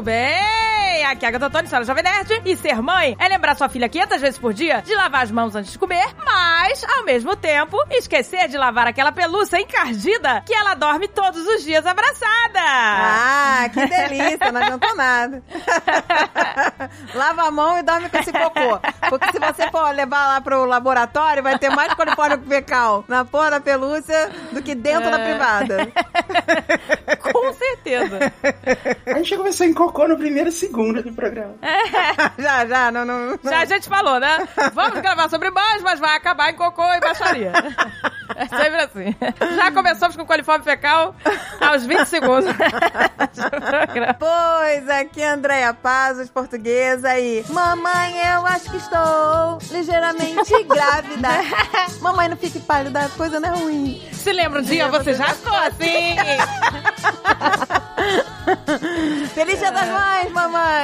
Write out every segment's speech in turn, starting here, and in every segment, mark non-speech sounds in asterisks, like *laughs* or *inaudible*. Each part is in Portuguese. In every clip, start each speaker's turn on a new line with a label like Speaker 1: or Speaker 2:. Speaker 1: bem? Aqui é a Agatha Antônio, senhora Jovem Nerd. E ser mãe é lembrar sua filha 500 vezes por dia de lavar as mãos antes de comer, mas, ao mesmo tempo, esquecer de lavar aquela pelúcia encardida que ela dorme todos os dias abraçada.
Speaker 2: Ah, que delícia, não adiantou
Speaker 1: *laughs*
Speaker 2: nada. Lava a mão e dorme com esse cocô. Porque se você for levar lá pro laboratório, vai ter mais colipórnio fecal na porra da pelúcia do que dentro
Speaker 1: É. *laughs*
Speaker 2: da privada.
Speaker 1: Com certeza.
Speaker 3: A gente já começou em cocô no primeiro segundo do programa.
Speaker 2: já, já, não, não, não.
Speaker 1: Já a gente falou, né? Vamos gravar sobre mães, mas vai acabar em cocô e baixaria. É sempre assim. Já começamos com coliforme fecal aos 20 segundos *laughs* do programa.
Speaker 2: Pois, aqui é Andréia Pazos, portuguesa e... Mamãe, eu acho que estou
Speaker 1: *laughs*
Speaker 2: ligeiramente grávida. Mamãe, não fique pálida, a coisa não é ruim.
Speaker 1: Se lembra um dia, você já ficou
Speaker 2: *laughs*
Speaker 1: assim.
Speaker 2: Feliz Dia das Mães, mamãe!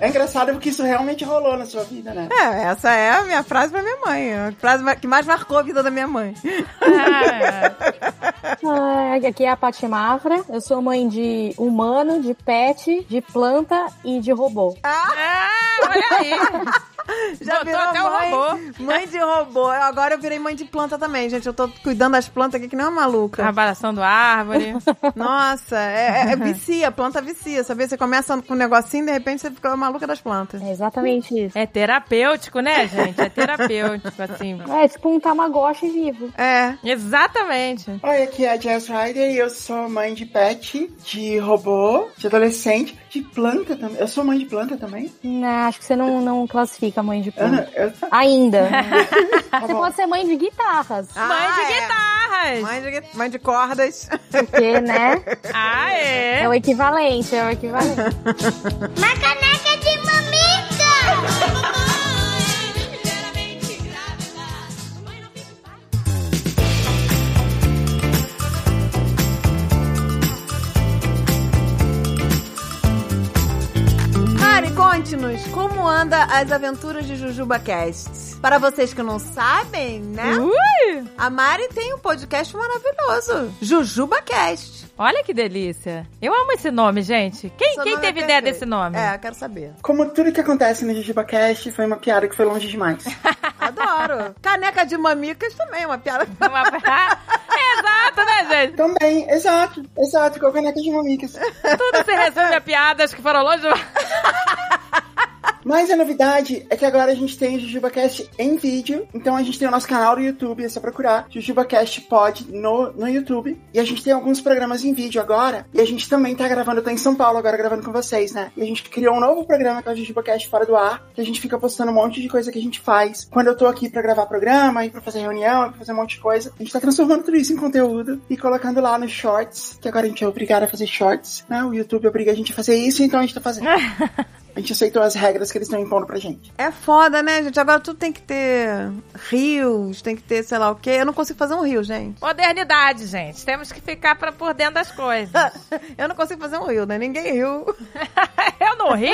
Speaker 3: É engraçado porque isso realmente rolou na sua vida, né?
Speaker 2: É, essa é a minha frase pra minha mãe. A frase que mais marcou a vida da
Speaker 1: *laughs*
Speaker 2: minha mãe.
Speaker 1: Ah,
Speaker 4: Ai, aqui é a Paty Mafra. Eu sou mãe de humano, de pet, de planta e de robô.
Speaker 1: É, olha aí.
Speaker 2: *laughs* Já
Speaker 1: Botou
Speaker 2: virou
Speaker 1: até o
Speaker 2: mãe,
Speaker 1: robô.
Speaker 2: Mãe de robô. Agora eu virei mãe de planta também, gente. Eu tô cuidando das plantas aqui que nem uma
Speaker 1: Tá
Speaker 2: maluca.
Speaker 1: Abraçando árvore.
Speaker 2: Nossa, é,
Speaker 1: *laughs*
Speaker 2: é- é vicia, planta vicia. Sabia? Você começa com um negocinho e de repente você fica maluca das plantas.
Speaker 4: É exatamente isso.
Speaker 1: É terapêutico, né, gente? É terapêutico, assim.
Speaker 4: É tipo um Tamagotchi vivo.
Speaker 2: É.
Speaker 1: Exatamente.
Speaker 3: Oi, aqui é a Jess Ryder e eu sou mãe de pet, de robô, de adolescente, de planta também. Eu sou mãe de planta também?
Speaker 4: Não, né? acho que você não, não classifica mãe de planta.
Speaker 3: Ah, eu- *laughs*
Speaker 4: Ainda.
Speaker 3: tá
Speaker 4: Você
Speaker 3: bom.
Speaker 4: pode ser mãe de guitarras.
Speaker 1: Mãe
Speaker 2: Ah,
Speaker 1: de
Speaker 2: é.
Speaker 1: guitarras.
Speaker 2: Mãe de, gui- mãe de cordas. *laughs*
Speaker 4: Porque, né?
Speaker 1: Ah, é.
Speaker 4: É o equivalente, é o equivalente.
Speaker 5: Uma caneca de mamica!
Speaker 2: Mari, conte-nos como anda as aventuras de Jujuba Cast. Para vocês que não sabem, né?
Speaker 1: Ui!
Speaker 2: A Mari tem um podcast maravilhoso, Jujuba Cast.
Speaker 1: Olha que delícia. Eu amo esse nome, gente. Quem, quem teve ideia desse nome?
Speaker 2: É, eu quero saber.
Speaker 3: Como tudo que acontece no JujubaCast foi uma piada que foi longe demais.
Speaker 1: *laughs*
Speaker 2: Adoro. Caneca de mamicas também, é uma piada.
Speaker 1: Uma-
Speaker 2: *laughs*
Speaker 1: Exato, né, gente?
Speaker 3: também, exato, exato, com a caneca de mamicas.
Speaker 1: Tudo se resume a piadas que foram longe. do-
Speaker 3: Mas a novidade é que agora a gente tem o JujubaCast em vídeo. Então a gente tem o nosso canal no YouTube, é só procurar JujubaCast Pod no, no YouTube. E a gente tem alguns programas em vídeo agora. E a gente também tá gravando, eu tô em São Paulo agora gravando com vocês, né? E a gente criou um novo programa que é o JujubaCast Fora do Ar. Que a gente fica postando um monte de coisa que a gente faz. Quando eu tô aqui pra gravar programa, e pra fazer reunião, e pra fazer um monte de coisa. A gente tá transformando tudo isso em conteúdo e colocando lá nos shorts. Que agora a gente é obrigado a fazer shorts, né? O YouTube obriga a gente a fazer isso, então a gente tá fazendo. A gente aceitou as regras que eles estão impondo pra gente.
Speaker 2: É foda, né, gente? Agora tudo tem que ter rios, tem que ter sei lá o quê. Eu não consigo fazer um rio, gente. *laughs*
Speaker 1: Modernidade, gente. Temos que ficar pra, por dentro das coisas.
Speaker 2: Eu não consigo fazer um rio, né? Ninguém riu.
Speaker 1: *laughs* Eu não ri.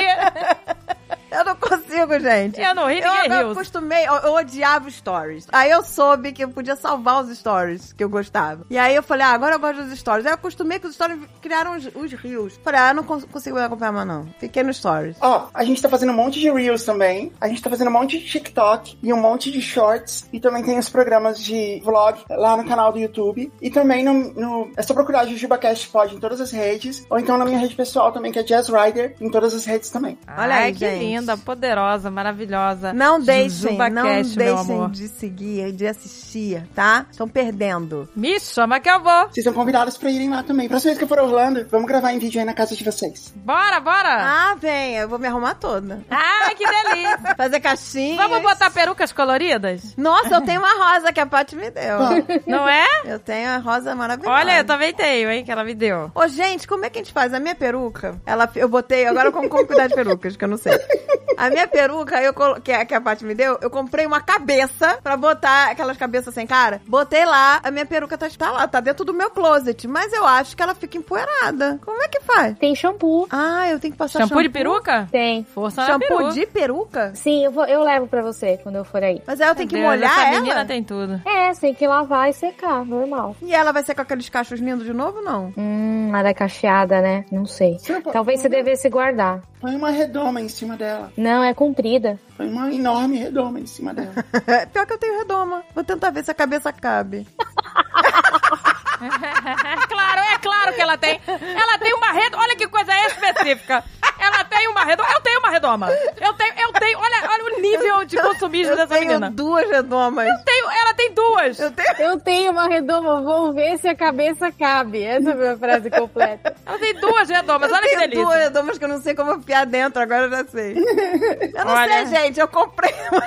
Speaker 2: Eu não consigo, gente.
Speaker 1: Eu não ri,
Speaker 2: Eu
Speaker 1: ninguém
Speaker 2: agora
Speaker 1: riu.
Speaker 2: acostumei, eu, eu odiava os stories. Aí eu soube que eu podia salvar os stories que eu gostava. E aí eu falei, ah, agora eu gosto dos stories. Aí eu acostumei que os stories criaram os, os rios. Falei, ah, eu não cons- consigo me acompanhar mais não. Fiquei nos stories.
Speaker 3: Ó, a gente tá fazendo um monte de Reels também. A gente tá fazendo um monte de TikTok e um monte de Shorts. E também tem os programas de vlog lá no canal do YouTube. E também no. no- é só procurar JujubaCast Pod em todas as redes. Ou então na minha rede pessoal também, que é Jazz Rider, em todas as redes também.
Speaker 2: Olha
Speaker 1: Ai,
Speaker 2: aí,
Speaker 1: que
Speaker 2: gente.
Speaker 1: linda, poderosa, maravilhosa.
Speaker 2: Não deixem,
Speaker 1: Jujuba
Speaker 2: não
Speaker 1: Cash, meu
Speaker 2: deixem
Speaker 1: amor.
Speaker 2: de seguir e de assistir, tá? Estão perdendo.
Speaker 1: Me chama que eu vou.
Speaker 3: Vocês estão convidados pra irem lá também. Próxima vez que eu for a Orlando, vamos gravar em vídeo aí na casa de vocês.
Speaker 1: Bora, bora.
Speaker 2: Ah, vem, eu vou me arrumar toda.
Speaker 1: Ai, que
Speaker 2: *laughs*
Speaker 1: delícia.
Speaker 2: Fazer caixinha.
Speaker 1: Vamos botar perucas coloridas?
Speaker 2: Nossa, eu tenho uma rosa que a Paty me deu.
Speaker 1: Não
Speaker 2: *laughs*
Speaker 1: é?
Speaker 2: Eu tenho a rosa maravilhosa.
Speaker 1: Olha, eu também tenho, hein, que ela me deu.
Speaker 2: Ô, gente, como é que a gente faz? A minha peruca, ela, eu botei, agora como, como cuidar de perucas, que eu não sei. A minha peruca, eu, colo- que, a, que a Paty me deu, eu comprei uma cabeça pra botar aquelas cabeças sem cara. Botei lá, a minha peruca tá, tá lá, tá dentro do meu closet, mas eu acho que ela fica empoeirada. Como é que faz?
Speaker 4: Tem shampoo.
Speaker 2: Ah, eu tenho que passar
Speaker 1: Shampoo, de peruca?
Speaker 4: Tem.
Speaker 1: Força na
Speaker 2: Shampoo
Speaker 1: peruca.
Speaker 2: de peruca?
Speaker 4: Sim, eu, vou, eu levo pra você quando eu for aí.
Speaker 2: Mas aí eu tenho que
Speaker 1: Meu Deus,
Speaker 2: molhar
Speaker 1: essa
Speaker 2: ela?
Speaker 1: menina tem tudo. *laughs*
Speaker 4: É, você tem que lavar e secar, normal.
Speaker 2: E ela vai ser com aqueles cachos lindos de novo, não? *laughs*
Speaker 4: Hum, maracaxeada, né? Não sei.
Speaker 3: Você não pode-
Speaker 4: Talvez você devesse guardar.
Speaker 3: Põe uma redoma em cima dela.
Speaker 4: Não, é comprida.
Speaker 3: Põe uma enorme redoma em cima dela.
Speaker 2: Pior que eu tenho redoma. Vou tentar ver se a cabeça cabe.
Speaker 1: claro, é claro que ela tem. Ela tem uma redoma. Olha que coisa específica. Ela tem uma redoma. Eu tenho uma redoma. Eu tenho, eu tenho. Olha, olha o nível de consumismo
Speaker 2: eu
Speaker 1: dessa
Speaker 2: tenho
Speaker 1: menina.
Speaker 2: duas redomas.
Speaker 1: Eu tenho, ela tem duas.
Speaker 2: Eu tenho...
Speaker 4: Eu tenho uma redoma, vou ver se a cabeça cabe. Essa é a minha frase completa.
Speaker 1: Ela tem duas redomas.
Speaker 2: eu
Speaker 1: Olha que
Speaker 2: tenho
Speaker 1: delícia.
Speaker 2: duas redomas que eu não sei como enfiar dentro, agora eu já sei. Eu não
Speaker 1: Olha.
Speaker 2: sei, gente. Eu comprei uma...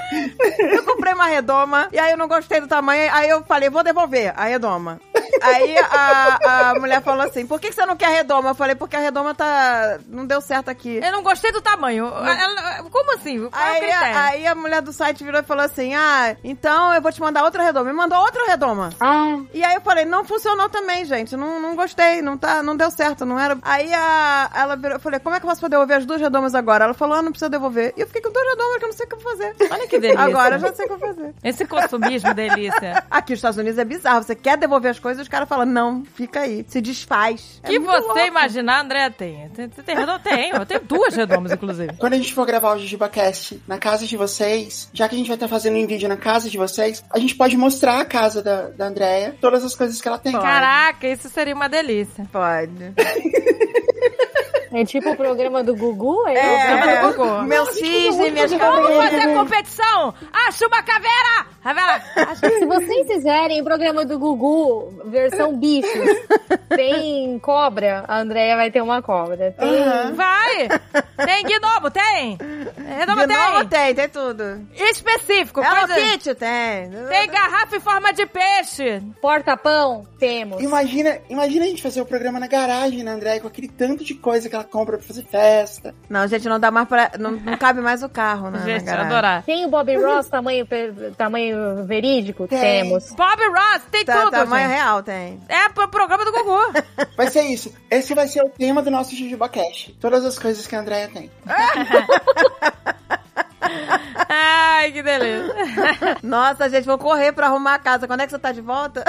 Speaker 2: Eu comprei uma redoma e aí eu não gostei do tamanho. Aí eu falei, vou devolver a redoma. Aí a, a mulher falou assim: por que, que você não quer a redoma? Eu falei, porque a redoma tá. não deu certo aqui.
Speaker 1: Eu não gostei do tamanho. Ela- como assim? É, Qual é o
Speaker 2: Aí,
Speaker 1: critério?
Speaker 2: a- aí a mulher do site virou e falou assim: Ah, então eu vou te mandar outra redoma. Me mandou outra redoma.
Speaker 4: Ah,
Speaker 2: E aí eu falei, não funcionou também, gente. Não, não gostei, não, tá, não deu certo, não era. Aí a, ela virou, eu falei, como é que eu posso devolver as duas redomas agora? Ela falou, ah, não precisa devolver. E eu fiquei com duas redomas que eu não sei o que eu vou fazer.
Speaker 1: Olha que delícia.
Speaker 2: Agora eu já sei o que eu vou fazer.
Speaker 1: Esse consumismo, delícia.
Speaker 2: Aqui nos Estados Unidos é bizarro. Você quer devolver as coisas, os caras falam, não, fica aí, se desfaz. É
Speaker 1: que
Speaker 2: muito
Speaker 1: você
Speaker 2: louco.
Speaker 1: imaginar, André, tem. Tem, tem redoma? Tenho. Eu tenho duas redomas, inclusive.
Speaker 3: Quando a gente for gravar o JujubaCast na casa de vocês, já que a gente vai estar fazendo um vídeo na casa de vocês, a gente pode mostrar a casa da, da Andrea, todas as coisas que ela tem.
Speaker 1: Caraca, isso seria uma delícia.
Speaker 2: Pode.
Speaker 4: é tipo o programa do Gugu? É,
Speaker 1: programa
Speaker 2: É,
Speaker 1: do Gugu.
Speaker 2: meu cisne, minhas
Speaker 1: Vamos fazer
Speaker 2: cabeças.
Speaker 1: competição! Acha uma caveira! Caveira!
Speaker 4: Acho que se vocês fizerem o programa do Gugu, versão bichos, tem cobra, a Andrea vai ter uma cobra. Tem
Speaker 3: Aham.
Speaker 1: Vai! Tem gnomo, tem! Redoma
Speaker 2: De novo
Speaker 1: tem!
Speaker 2: tem, tem tudo.
Speaker 1: Específico,
Speaker 2: Ela
Speaker 1: coisa-
Speaker 2: Kit tem.
Speaker 1: Tem garrafa em forma de peixe!
Speaker 4: porta-pão? Temos.
Speaker 3: Imagina, imagina a gente fazer o programa na garagem na Andrea com aquele tanto de coisa que ela compra pra fazer festa.
Speaker 2: Não, gente, não dá mais pra. Não, não cabe mais o carro, né?
Speaker 1: Gente, eu
Speaker 2: na garagem.
Speaker 1: adorar.
Speaker 4: Tem o Bob Ross tamanho, per- tamanho verídico?
Speaker 3: Tem.
Speaker 4: Temos.
Speaker 1: Bob Ross, tem
Speaker 2: Tá,
Speaker 1: tudo,
Speaker 2: tamanho
Speaker 1: gente.
Speaker 2: real tem.
Speaker 1: É pro programa do Gugu.
Speaker 3: Vai ser isso. Esse vai ser o tema do nosso JujubaCast. Todas as coisas que a Andrea tem.
Speaker 1: Ai, que delícia.
Speaker 2: Nossa, gente, vou correr pra arrumar a casa. Quando é que você tá de volta?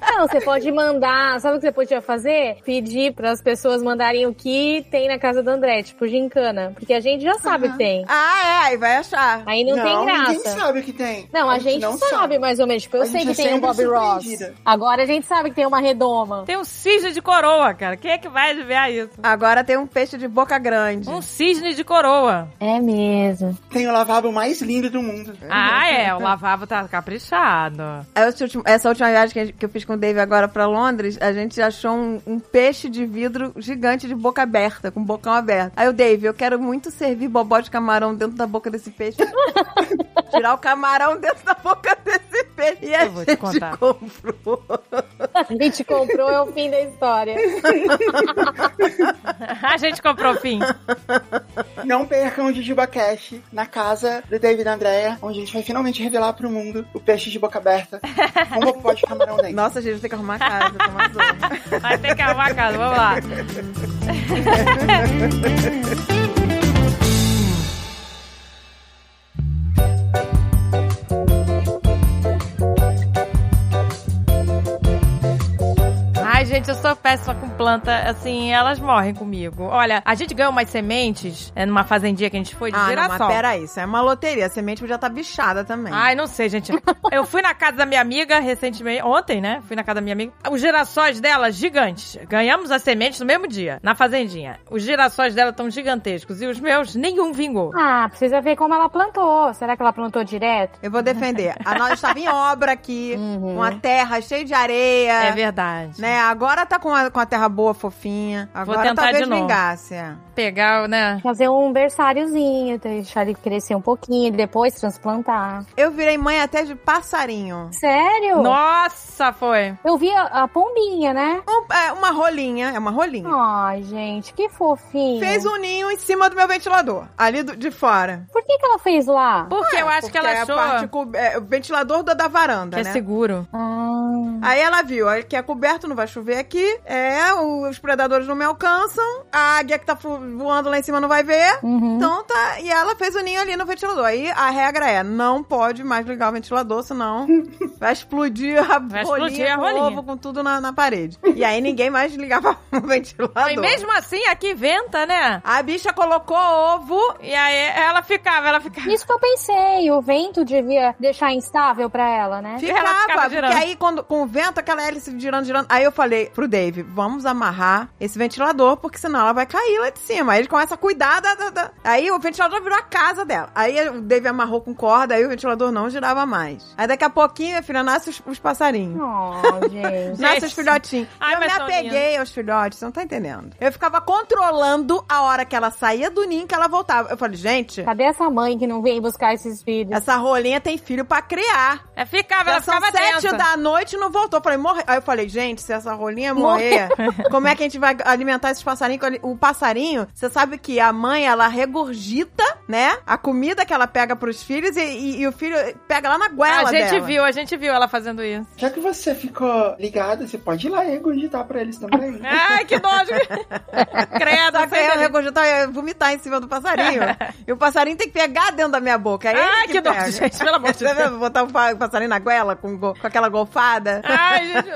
Speaker 4: Ah, Não, você pode mandar. Sabe o que você podia fazer? Pedir para as pessoas mandarem o que tem na casa do André, tipo gincana. Porque a gente já sabe que tem.
Speaker 2: Ah, é, aí vai achar.
Speaker 4: Aí não, tem
Speaker 3: ninguém
Speaker 4: graça.
Speaker 3: sabe o que tem.
Speaker 4: Não, a gente
Speaker 3: não
Speaker 4: sabe, mais ou menos. Tipo, eu
Speaker 3: A
Speaker 4: sei
Speaker 3: gente
Speaker 4: que
Speaker 3: é
Speaker 4: tem um
Speaker 3: sempre
Speaker 4: Bob Ross.
Speaker 3: surpreendida.
Speaker 4: Agora a gente sabe que tem uma redoma.
Speaker 1: Tem um cisne de coroa, cara. Quem é que vai adivinhar isso?
Speaker 2: Agora tem um peixe de boca grande.
Speaker 1: Um cisne de coroa.
Speaker 4: É mesmo.
Speaker 3: Tem o lavabo mais lindo do mundo.
Speaker 1: Ah, é. O lavabo tá caprichado.
Speaker 2: Aí esse último- essa última viagem que, a gente- que eu fiz com o Dave agora pra Londres, a gente achou um, um peixe de vidro gigante de boca aberta, com bocão aberto. Aí o Dave, eu quero muito servir bobó de camarão dentro da boca desse peixe.
Speaker 1: *laughs*
Speaker 2: Tirar o camarão dentro da boca desse peixe. E a
Speaker 1: Eu vou te
Speaker 2: gente
Speaker 1: contar.
Speaker 2: comprou.
Speaker 4: A gente comprou, é o fim da história.
Speaker 1: A gente comprou o fim.
Speaker 3: Não percam o Jujuba Cash na casa do David e Andrea, onde a gente vai finalmente revelar pro mundo o peixe de boca aberta com o pó de camarão dentro.
Speaker 2: Nossa, gente, eu tenho que arrumar a casa. tô mais doida.
Speaker 1: Vai ter que arrumar a casa. Vamos lá. Ai, gente, eu sou péssima com planta. Assim, elas morrem comigo. Olha, a gente ganhou umas sementes é, numa fazendinha que a Ah, gente foi de
Speaker 2: Ah, não,
Speaker 1: girassol.
Speaker 2: mas peraí, isso é uma loteria. A semente podia estar bichada também.
Speaker 1: Ai, não sei, gente. Eu fui na casa da minha amiga recentemente, ontem, né? Fui na casa da minha amiga. Os girassóis dela, gigantes. Ganhamos as sementes no mesmo dia, na fazendinha. Os girassóis dela estão gigantescos e os meus, nenhum vingou.
Speaker 4: Ah, precisa ver como ela plantou. Será que ela plantou direto?
Speaker 2: Eu vou defender. A nós estava em obra aqui,
Speaker 4: Uhum.
Speaker 2: com a terra cheia de areia.
Speaker 1: Hum. É verdade.
Speaker 2: Ah, Né? Agora tá com a, com a terra boa, fofinha. Agora
Speaker 1: tentar
Speaker 2: talvez
Speaker 1: de novo.
Speaker 2: vingasse. é.
Speaker 1: Pegar, né?
Speaker 4: Fazer um versáriozinho, deixar ele crescer um pouquinho, depois transplantar.
Speaker 2: Eu virei mãe até de passarinho.
Speaker 4: Sério?
Speaker 1: Nossa, foi.
Speaker 4: Eu vi a, a pombinha, né?
Speaker 2: Um- é, uma rolinha, é uma rolinha.
Speaker 4: Ai, gente, que fofinho.
Speaker 2: Fez um ninho em cima do meu ventilador, ali do- de fora.
Speaker 4: Por que, que ela fez lá?
Speaker 1: Porque eu acho
Speaker 2: Porque
Speaker 1: que ela
Speaker 2: é a
Speaker 1: achou
Speaker 2: parte co- é, o ventilador da, da varanda,
Speaker 1: que é
Speaker 2: né?
Speaker 1: seguro.
Speaker 4: Ah,
Speaker 2: Aí ela viu, ó, que é coberto, não vai chover aqui. É, o- os predadores não me alcançam, a águia que tá fu- voando lá em cima não vai ver.
Speaker 4: uhum.
Speaker 1: Uhum.
Speaker 2: Então tá. E ela fez o ninho ali no ventilador. Aí a regra é: não pode mais ligar o ventilador, senão
Speaker 1: *laughs*
Speaker 2: vai explodir a
Speaker 1: Vai
Speaker 2: rolinha,
Speaker 1: explodir a
Speaker 2: com
Speaker 1: rolinha.
Speaker 2: ovo, com tudo na, na parede. E aí ninguém mais ligava *laughs* o ventilador.
Speaker 1: E mesmo assim, aqui venta, né?
Speaker 2: A bicha colocou ovo.
Speaker 1: E aí ela ficava, ela ficava.
Speaker 4: Isso que eu pensei, o vento devia deixar instável pra ela, né?
Speaker 1: E ela ficava
Speaker 2: É Ficava, porque
Speaker 1: girando.
Speaker 2: aí quando, com o vento, aquela hélice girando, girando. Aí eu falei pro Dave, vamos amarrar esse ventilador, porque senão ela vai cair lá de cima. Aí ele começa a cuidar da, da- da- Aí o ventilador virou a casa dela. Aí o Dave amarrou com corda, aí o ventilador não girava mais. Aí daqui a pouquinho, minha filha, nasce os, os passarinhos.
Speaker 4: Oh, gente.
Speaker 2: Nasce
Speaker 1: Gente.
Speaker 2: os filhotinhos.
Speaker 1: Ai,
Speaker 2: eu me
Speaker 1: mas são
Speaker 2: apeguei aos filhotes, você não tá entendendo. Eu ficava controlando a hora que ela saía do ninho que ela voltava. Eu falei, gente,
Speaker 4: Cadê essa mãe que não vem buscar esses filhos?
Speaker 2: essa rolinha tem filho pra criar.
Speaker 1: É, ficava,
Speaker 2: Já
Speaker 1: ela
Speaker 2: são
Speaker 1: ficava
Speaker 2: sete
Speaker 1: tensa.
Speaker 2: da noite e não voltou. Eu Falei, morre. Aí eu falei, gente, se essa rolinha
Speaker 1: *laughs*
Speaker 2: morrer, como é que a gente vai alimentar esses passarinhos? O passarinho, você sabe que a mãe, ela regurgita, né? A comida que ela pega pros filhos e, e- e o filho pega lá na goela
Speaker 1: a gente
Speaker 2: dela.
Speaker 1: viu, a gente viu ela fazendo
Speaker 2: *laughs*
Speaker 1: isso.
Speaker 3: Já que você ficou ligada, você pode ir lá e regurgitar pra eles também.
Speaker 1: Ai, que nojo.
Speaker 2: *laughs*
Speaker 1: Credo,
Speaker 2: Só que aí eu
Speaker 1: sei
Speaker 2: regurgitar, eu ia vomitar em cima do
Speaker 1: *laughs*
Speaker 2: passarinho. e o passarinho tem que pegar dentro da minha boca. É ele
Speaker 1: Ai, que
Speaker 2: pega.
Speaker 1: nojo, gente, pelo amor
Speaker 2: *laughs*
Speaker 1: de
Speaker 2: Você
Speaker 1: Deus.
Speaker 2: vê, Botar o pa- o passarinho na goela com, go- com aquela golfada.
Speaker 1: Ai, gente.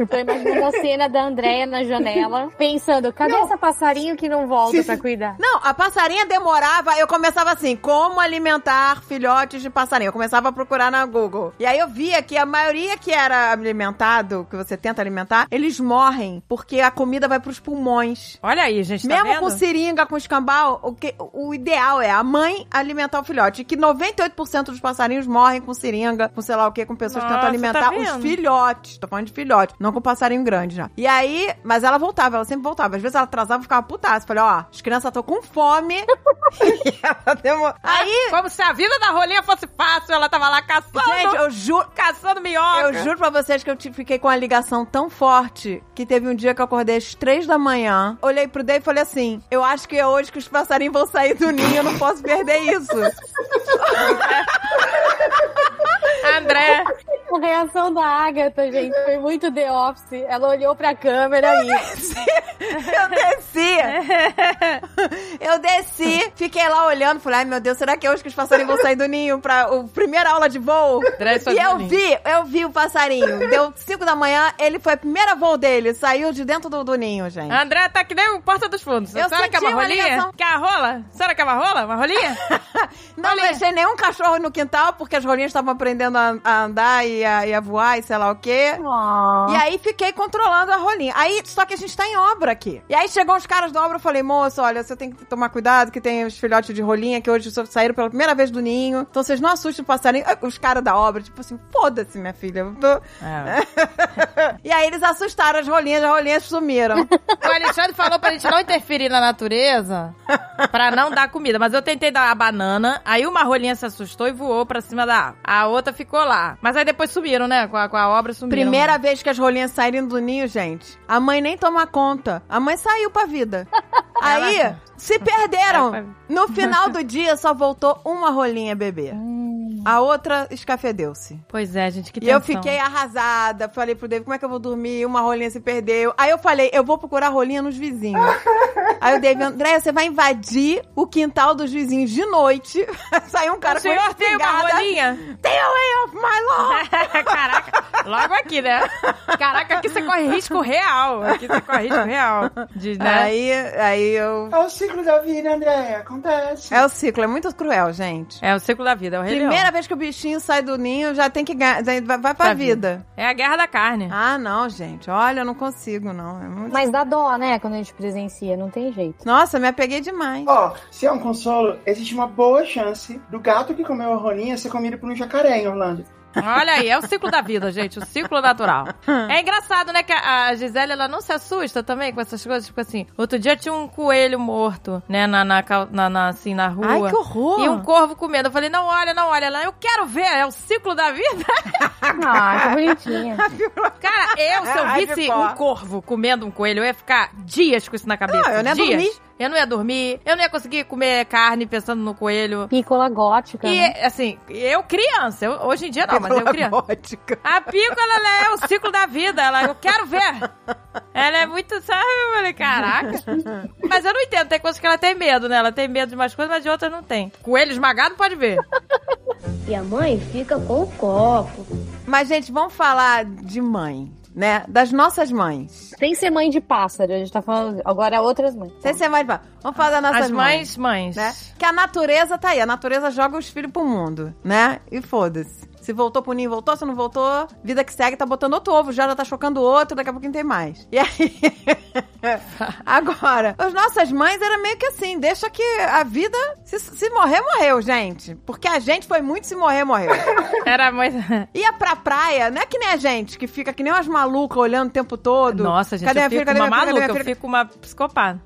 Speaker 4: Eu tô imaginando a cena da Andréia na janela, pensando, cadê essa passarinho que não volta
Speaker 3: Se-
Speaker 4: pra cuidar?
Speaker 2: Não, a passarinha demorava, eu começava assim, como alimentar filhotes de passarinho. Eu começava a procurar na Google. E aí eu via que a maioria que era alimentado, que você tenta alimentar, eles morrem, porque a comida vai pros pulmões.
Speaker 1: Olha aí, gente, tá
Speaker 2: Mesmo
Speaker 1: vendo?
Speaker 2: com seringa, com escambau, o, que, o ideal é a mãe alimentar o filhote. Que 98% dos passarinhos morrem com seringa, com sei lá o que, com pessoas que tentam
Speaker 1: Nossa,
Speaker 2: alimentar
Speaker 1: tá
Speaker 2: os
Speaker 1: vendo?
Speaker 2: filhotes. Tô falando de filhote, não com passarinho grande já. E aí, mas ela voltava, ela sempre voltava. Às vezes ela atrasava e ficava putaça. Falei, ó, as crianças estão com fome. *laughs* e ela demorou. Aí,
Speaker 1: Como se a vida da rolinha fosse fácil, ela tava lá caçando.
Speaker 2: gente, eu juro.
Speaker 1: Caçando minhoca.
Speaker 2: Eu juro pra vocês que eu te- fiquei com uma ligação tão forte que teve um dia que eu acordei às três da manhã, olhei pro Dave e falei assim: Eu acho que é hoje que os passarinhos vão sair do ninho, eu não posso perder isso.
Speaker 1: André.
Speaker 4: A reação da Agatha, gente, foi muito The Office. Ela olhou pra câmera e...
Speaker 2: Eu desci. Eu desci, fiquei lá olhando, falei: Ai meu Deus, será que é hoje que os passarinhos vão sair do ninho pra o primeira aula de voo?
Speaker 1: André é só
Speaker 2: *laughs* E eu
Speaker 1: dormindo.
Speaker 2: vi, eu vi o passarinho. Deu cinco da manhã, ele foi a primeira voo dele, saiu de dentro do, do ninho, gente.
Speaker 1: André tá que nem o Porta dos Fundos.
Speaker 2: Eu
Speaker 1: a senhora quer
Speaker 2: senti
Speaker 1: uma
Speaker 2: uma
Speaker 1: rolinha?
Speaker 2: ligação.
Speaker 1: Quer a rola? A senhora quer uma rola? Uma
Speaker 2: *laughs*
Speaker 1: rolinha?
Speaker 2: Não
Speaker 1: Olha.
Speaker 2: deixei nenhum cachorro no quintal porque as rolinhas estavam aprendendo a, a andar e a, e a voar e sei lá o quê.
Speaker 4: Oh.
Speaker 2: E aí fiquei controlando a rolinha. Aí, só que a gente tá em obra aqui. E aí chegou os caras da obra, eu falei, moço, olha, você tem que tomar cuidado que tem os filhotes de rolinha que hoje só saíram pela primeira vez do ninho. Então vocês não assustem o passarinho. Ah, Os caras da obra, tipo assim, foda-se, minha filha. Eu tô- E aí eles assustaram as rolinhas, as rolinhas sumiram.
Speaker 1: O Alexandre falou pra gente não interferir na natureza pra não dar comida. Mas eu tentei dar a banana, aí uma rolinha se assustou e voou pra cima da árvore. A outra ficou lá. Mas aí depois sumiram, né? Com a, com a obra sumiram.
Speaker 2: Primeira vez que as rolinhas saíram do ninho, gente, a mãe nem toma conta. A mãe saiu pra vida. Aí,
Speaker 1: *laughs* Ela-
Speaker 2: se perderam.
Speaker 1: Ela-
Speaker 2: No final do dia, só voltou uma rolinha bebê.
Speaker 1: Hum.
Speaker 2: A outra escafedeu-se.
Speaker 1: Pois é, gente, que
Speaker 2: E eu
Speaker 1: tensão.
Speaker 2: fiquei arrasada. Falei pro David, como é que eu vou dormir? Uma rolinha se perdeu. Aí eu falei, eu vou procurar rolinha nos
Speaker 1: *laughs*
Speaker 2: vizinhos. Aí o David, André, você vai invadir o quintal dos vizinhos de noite. *laughs* Saiu um cara
Speaker 1: o
Speaker 2: com uma
Speaker 1: senhor tem uma
Speaker 2: espingarda.
Speaker 1: rolinha?
Speaker 2: Stay away of my lawn!
Speaker 1: *laughs* Caraca, logo aqui, né? Caraca, aqui você corre risco real. Aqui você corre risco real. De, né?
Speaker 2: Aí, aí eu...
Speaker 3: É o ciclo da vida, André. Acontece.
Speaker 2: É o ciclo, é muito cruel, gente.
Speaker 1: É o ciclo da vida, é o rei
Speaker 2: Primeira
Speaker 1: Leão.
Speaker 2: vez que o bichinho sai do ninho, já tem que ganhar, já vai, vai pra
Speaker 1: Pra
Speaker 2: vida.
Speaker 1: É a guerra da carne.
Speaker 2: Ah, não, gente. Olha, eu não consigo, não. É muito-
Speaker 4: Mas dá dó, né, quando a gente presencia, não tem jeito.
Speaker 2: Nossa, me apeguei demais.
Speaker 3: Ó, se é um consolo, existe uma boa chance do gato que comeu a rolinha ser comido por um jacaré em Orlando.
Speaker 1: Olha aí, é o ciclo da vida, gente, o ciclo natural. É engraçado, né, que a a Gisele, ela não se assusta também com essas coisas, tipo assim, outro dia tinha um coelho morto, né, na, na, cal- na- na- assim, na rua.
Speaker 2: Ai, que horror!
Speaker 1: E um corvo comendo. Eu falei, não olha, não olha. Ela, eu quero ver, é o ciclo da vida.
Speaker 4: Ah, que bonitinha.
Speaker 1: Cara, eu, se eu
Speaker 2: *laughs* Ai,
Speaker 1: visse
Speaker 2: que pó.
Speaker 1: um corvo comendo um coelho, eu ia ficar dias com isso na cabeça.
Speaker 2: Não, eu nem
Speaker 1: dias.
Speaker 2: dormi.
Speaker 1: eu não ia dormir, eu não ia conseguir comer carne pensando no coelho.
Speaker 4: Pícola
Speaker 2: Tá
Speaker 4: gótica.
Speaker 1: E,
Speaker 4: né?
Speaker 1: assim, eu criança, eu- hoje em dia não, mas eu criança.
Speaker 2: Gótica.
Speaker 1: A pícola, ela é o ciclo da vida. Ela, eu quero ver. Ela é muito, sabe? Eu falei, caraca. Mas eu não entendo. Tem coisas que ela tem medo, né? Ela tem medo de umas coisas, mas de outras não tem. Coelho esmagado pode ver.
Speaker 5: E a mãe fica com o copo.
Speaker 2: Mas, gente, vamos falar de mãe, né? Das nossas mães.
Speaker 4: Sem ser mãe de pássaro, a gente tá falando agora outras mães.
Speaker 2: Sem ser mais... Vamos falar das nossas
Speaker 1: As mães, mães.
Speaker 2: né? Que a natureza tá aí, a natureza joga os filhos pro mundo, né? E foda-se. Se voltou pro ninho, voltou, se não voltou, vida que segue, tá botando outro ovo, já já tá chocando outro, daqui a pouquinho tem mais. E aí. *laughs* Agora, as nossas mães era meio que assim, deixa que a vida. Se, se morrer, morreu, gente. Porque a gente foi muito se
Speaker 1: *laughs*
Speaker 2: morrer, morreu.
Speaker 1: Era muito...
Speaker 2: Ia pra praia, não é que nem a gente, que fica que nem umas malucas olhando o tempo todo.
Speaker 1: Nossa, gente, eu
Speaker 2: minha
Speaker 1: fico
Speaker 2: filha? Cadê
Speaker 1: uma
Speaker 2: minha filha? Cadê
Speaker 1: maluca.
Speaker 2: minha
Speaker 1: Eu
Speaker 2: filha?
Speaker 1: fico uma psicopata.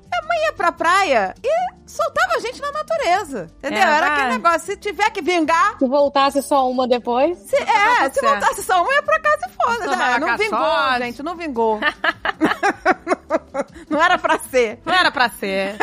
Speaker 2: ia pra praia e soltava a gente na natureza. Entendeu?
Speaker 1: É,
Speaker 2: Era
Speaker 1: vai.
Speaker 2: aquele negócio, se tiver que vingar.
Speaker 4: Se voltasse só uma depois,
Speaker 2: Se, é,
Speaker 1: tá certo.
Speaker 2: se voltasse só uma, ia pra casa e foda.
Speaker 1: Tomava
Speaker 2: né? Não vingou,
Speaker 1: caçote.
Speaker 2: gente, não vingou.
Speaker 1: *laughs*
Speaker 2: *laughs* não era pra ser.
Speaker 1: Não era pra
Speaker 2: *laughs*
Speaker 1: ser.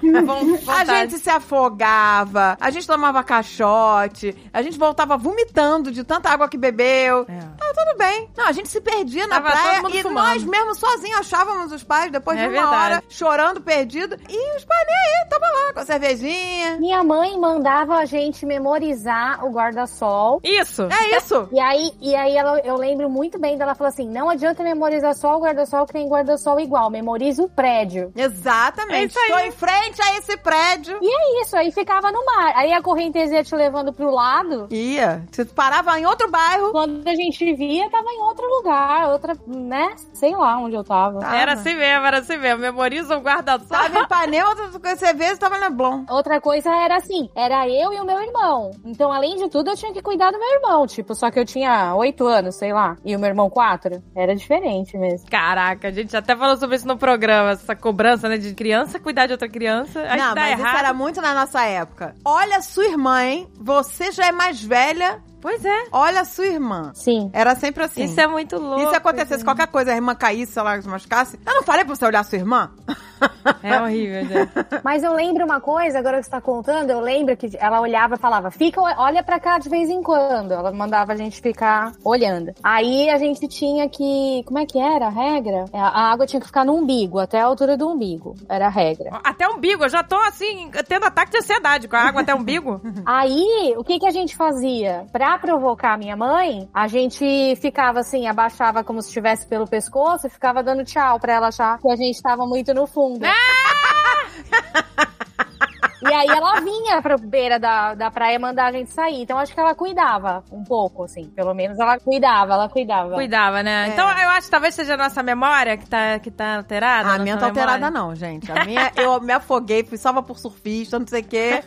Speaker 1: Von-
Speaker 2: A
Speaker 1: vontade.
Speaker 2: gente se afogava, a gente tomava caixote, a gente voltava vomitando de tanta água que bebeu.
Speaker 1: É.
Speaker 2: Tava tudo bem. Não, a gente se perdia na
Speaker 1: Tava
Speaker 2: praia
Speaker 1: todo mundo
Speaker 2: e
Speaker 1: fumando.
Speaker 2: nós mesmo sozinhos achávamos os pais depois
Speaker 1: É
Speaker 2: de uma
Speaker 1: verdade.
Speaker 2: hora chorando, perdido. E os pais nem aí, tava lá com a cervejinha.
Speaker 4: minha mãe mandava a gente memorizar o guarda-sol.
Speaker 1: Isso.
Speaker 2: É isso.
Speaker 4: E aí, e aí ela, eu lembro muito bem dela falar assim: não adianta memorizar só o guarda-sol, que tem guarda-sol igual, memoriza o prédio.
Speaker 1: É
Speaker 2: Exatamente.
Speaker 1: isso aí.
Speaker 2: Estou em frente a esse prédio.
Speaker 4: E é isso, aí ficava no mar. Aí a correnteza ia te levando pro lado.
Speaker 2: Ia. Você parava em outro bairro.
Speaker 4: Quando a gente via, tava em outro lugar, outra, né? Sei lá onde eu tava.
Speaker 2: Tá.
Speaker 1: Era assim mesmo, era assim mesmo. Memoriza o guarda-sol.
Speaker 2: Tava em *laughs* Paneu, outra coisa você vê, você tava na Blom.
Speaker 4: Outra coisa era assim, era eu e o meu irmão. Então, além de tudo, eu tinha que cuidar do meu irmão, tipo, só que eu tinha oito anos, sei lá, e o meu irmão quatro. Era diferente mesmo.
Speaker 1: Caraca, a gente até falou sobre isso no programa, essa cobrança, né, de criança cuidar de outra criança. Aí dá
Speaker 2: Não, mas
Speaker 1: tá errado.
Speaker 2: isso era muito na nossa época. Olha sua irmã, hein? Você já é mais velha.
Speaker 1: Pois é,
Speaker 2: Olha sua irmã.
Speaker 4: Sim.
Speaker 2: Era sempre assim.
Speaker 1: isso é muito louco. assim.
Speaker 2: E se acontecesse qualquer coisa, a irmã caísse, sei lá, se machucasse. Eu não falei pra você olhar sua irmã?
Speaker 1: É horrível, gente. *laughs*
Speaker 4: Mas eu lembro uma coisa, agora que você tá contando, eu lembro que ela olhava e falava, fica, olha pra cá de vez em quando. Ela mandava a gente ficar olhando. Aí a gente tinha que, como é que era a regra? É, A água tinha que ficar no umbigo, até a altura do umbigo. Era a regra.
Speaker 1: Até o umbigo, eu já tô assim, tendo ataque de ansiedade com a água até o
Speaker 2: *laughs*
Speaker 1: umbigo.
Speaker 4: Aí, o que que a gente fazia? Pra provocar minha mãe, a gente ficava assim, abaixava como se estivesse pelo pescoço e ficava dando tchau pra ela achar que a gente tava muito no fundo. *laughs* E aí ela vinha pra beira da, da praia mandar a gente sair. Então acho que ela cuidava um pouco, assim. Pelo menos ela cuidava, ela cuidava.
Speaker 1: Cuidava, né?
Speaker 2: É.
Speaker 1: Então eu acho que talvez seja a nossa memória que tá, que tá alterada.
Speaker 2: a minha não tá alterada, não, gente. A minha, eu me afoguei, fui salva por surfista, não sei
Speaker 1: *laughs*
Speaker 2: o quê.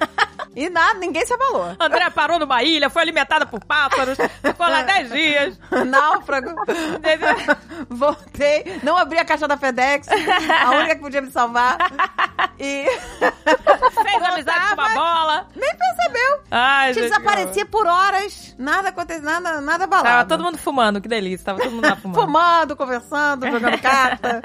Speaker 2: E nada, ninguém se abalou.
Speaker 1: André parou numa ilha, foi alimentada por pássaros, ficou lá 10 dias.
Speaker 2: Náufrago.
Speaker 1: Entendeu?
Speaker 2: Voltei. Não abri a caixa da FedEx. A única que podia me
Speaker 1: *laughs*
Speaker 2: salvar. E
Speaker 1: Fez amizade com uma bola.
Speaker 2: nem percebeu.
Speaker 1: Ai, gente,
Speaker 2: Desaparecia por horas. Nada aconteceu, nada, nada balava.
Speaker 1: Tava todo mundo fumando, que delícia. Tava todo mundo lá fumando.
Speaker 2: Fumando, conversando,
Speaker 1: *laughs*
Speaker 2: jogando carta.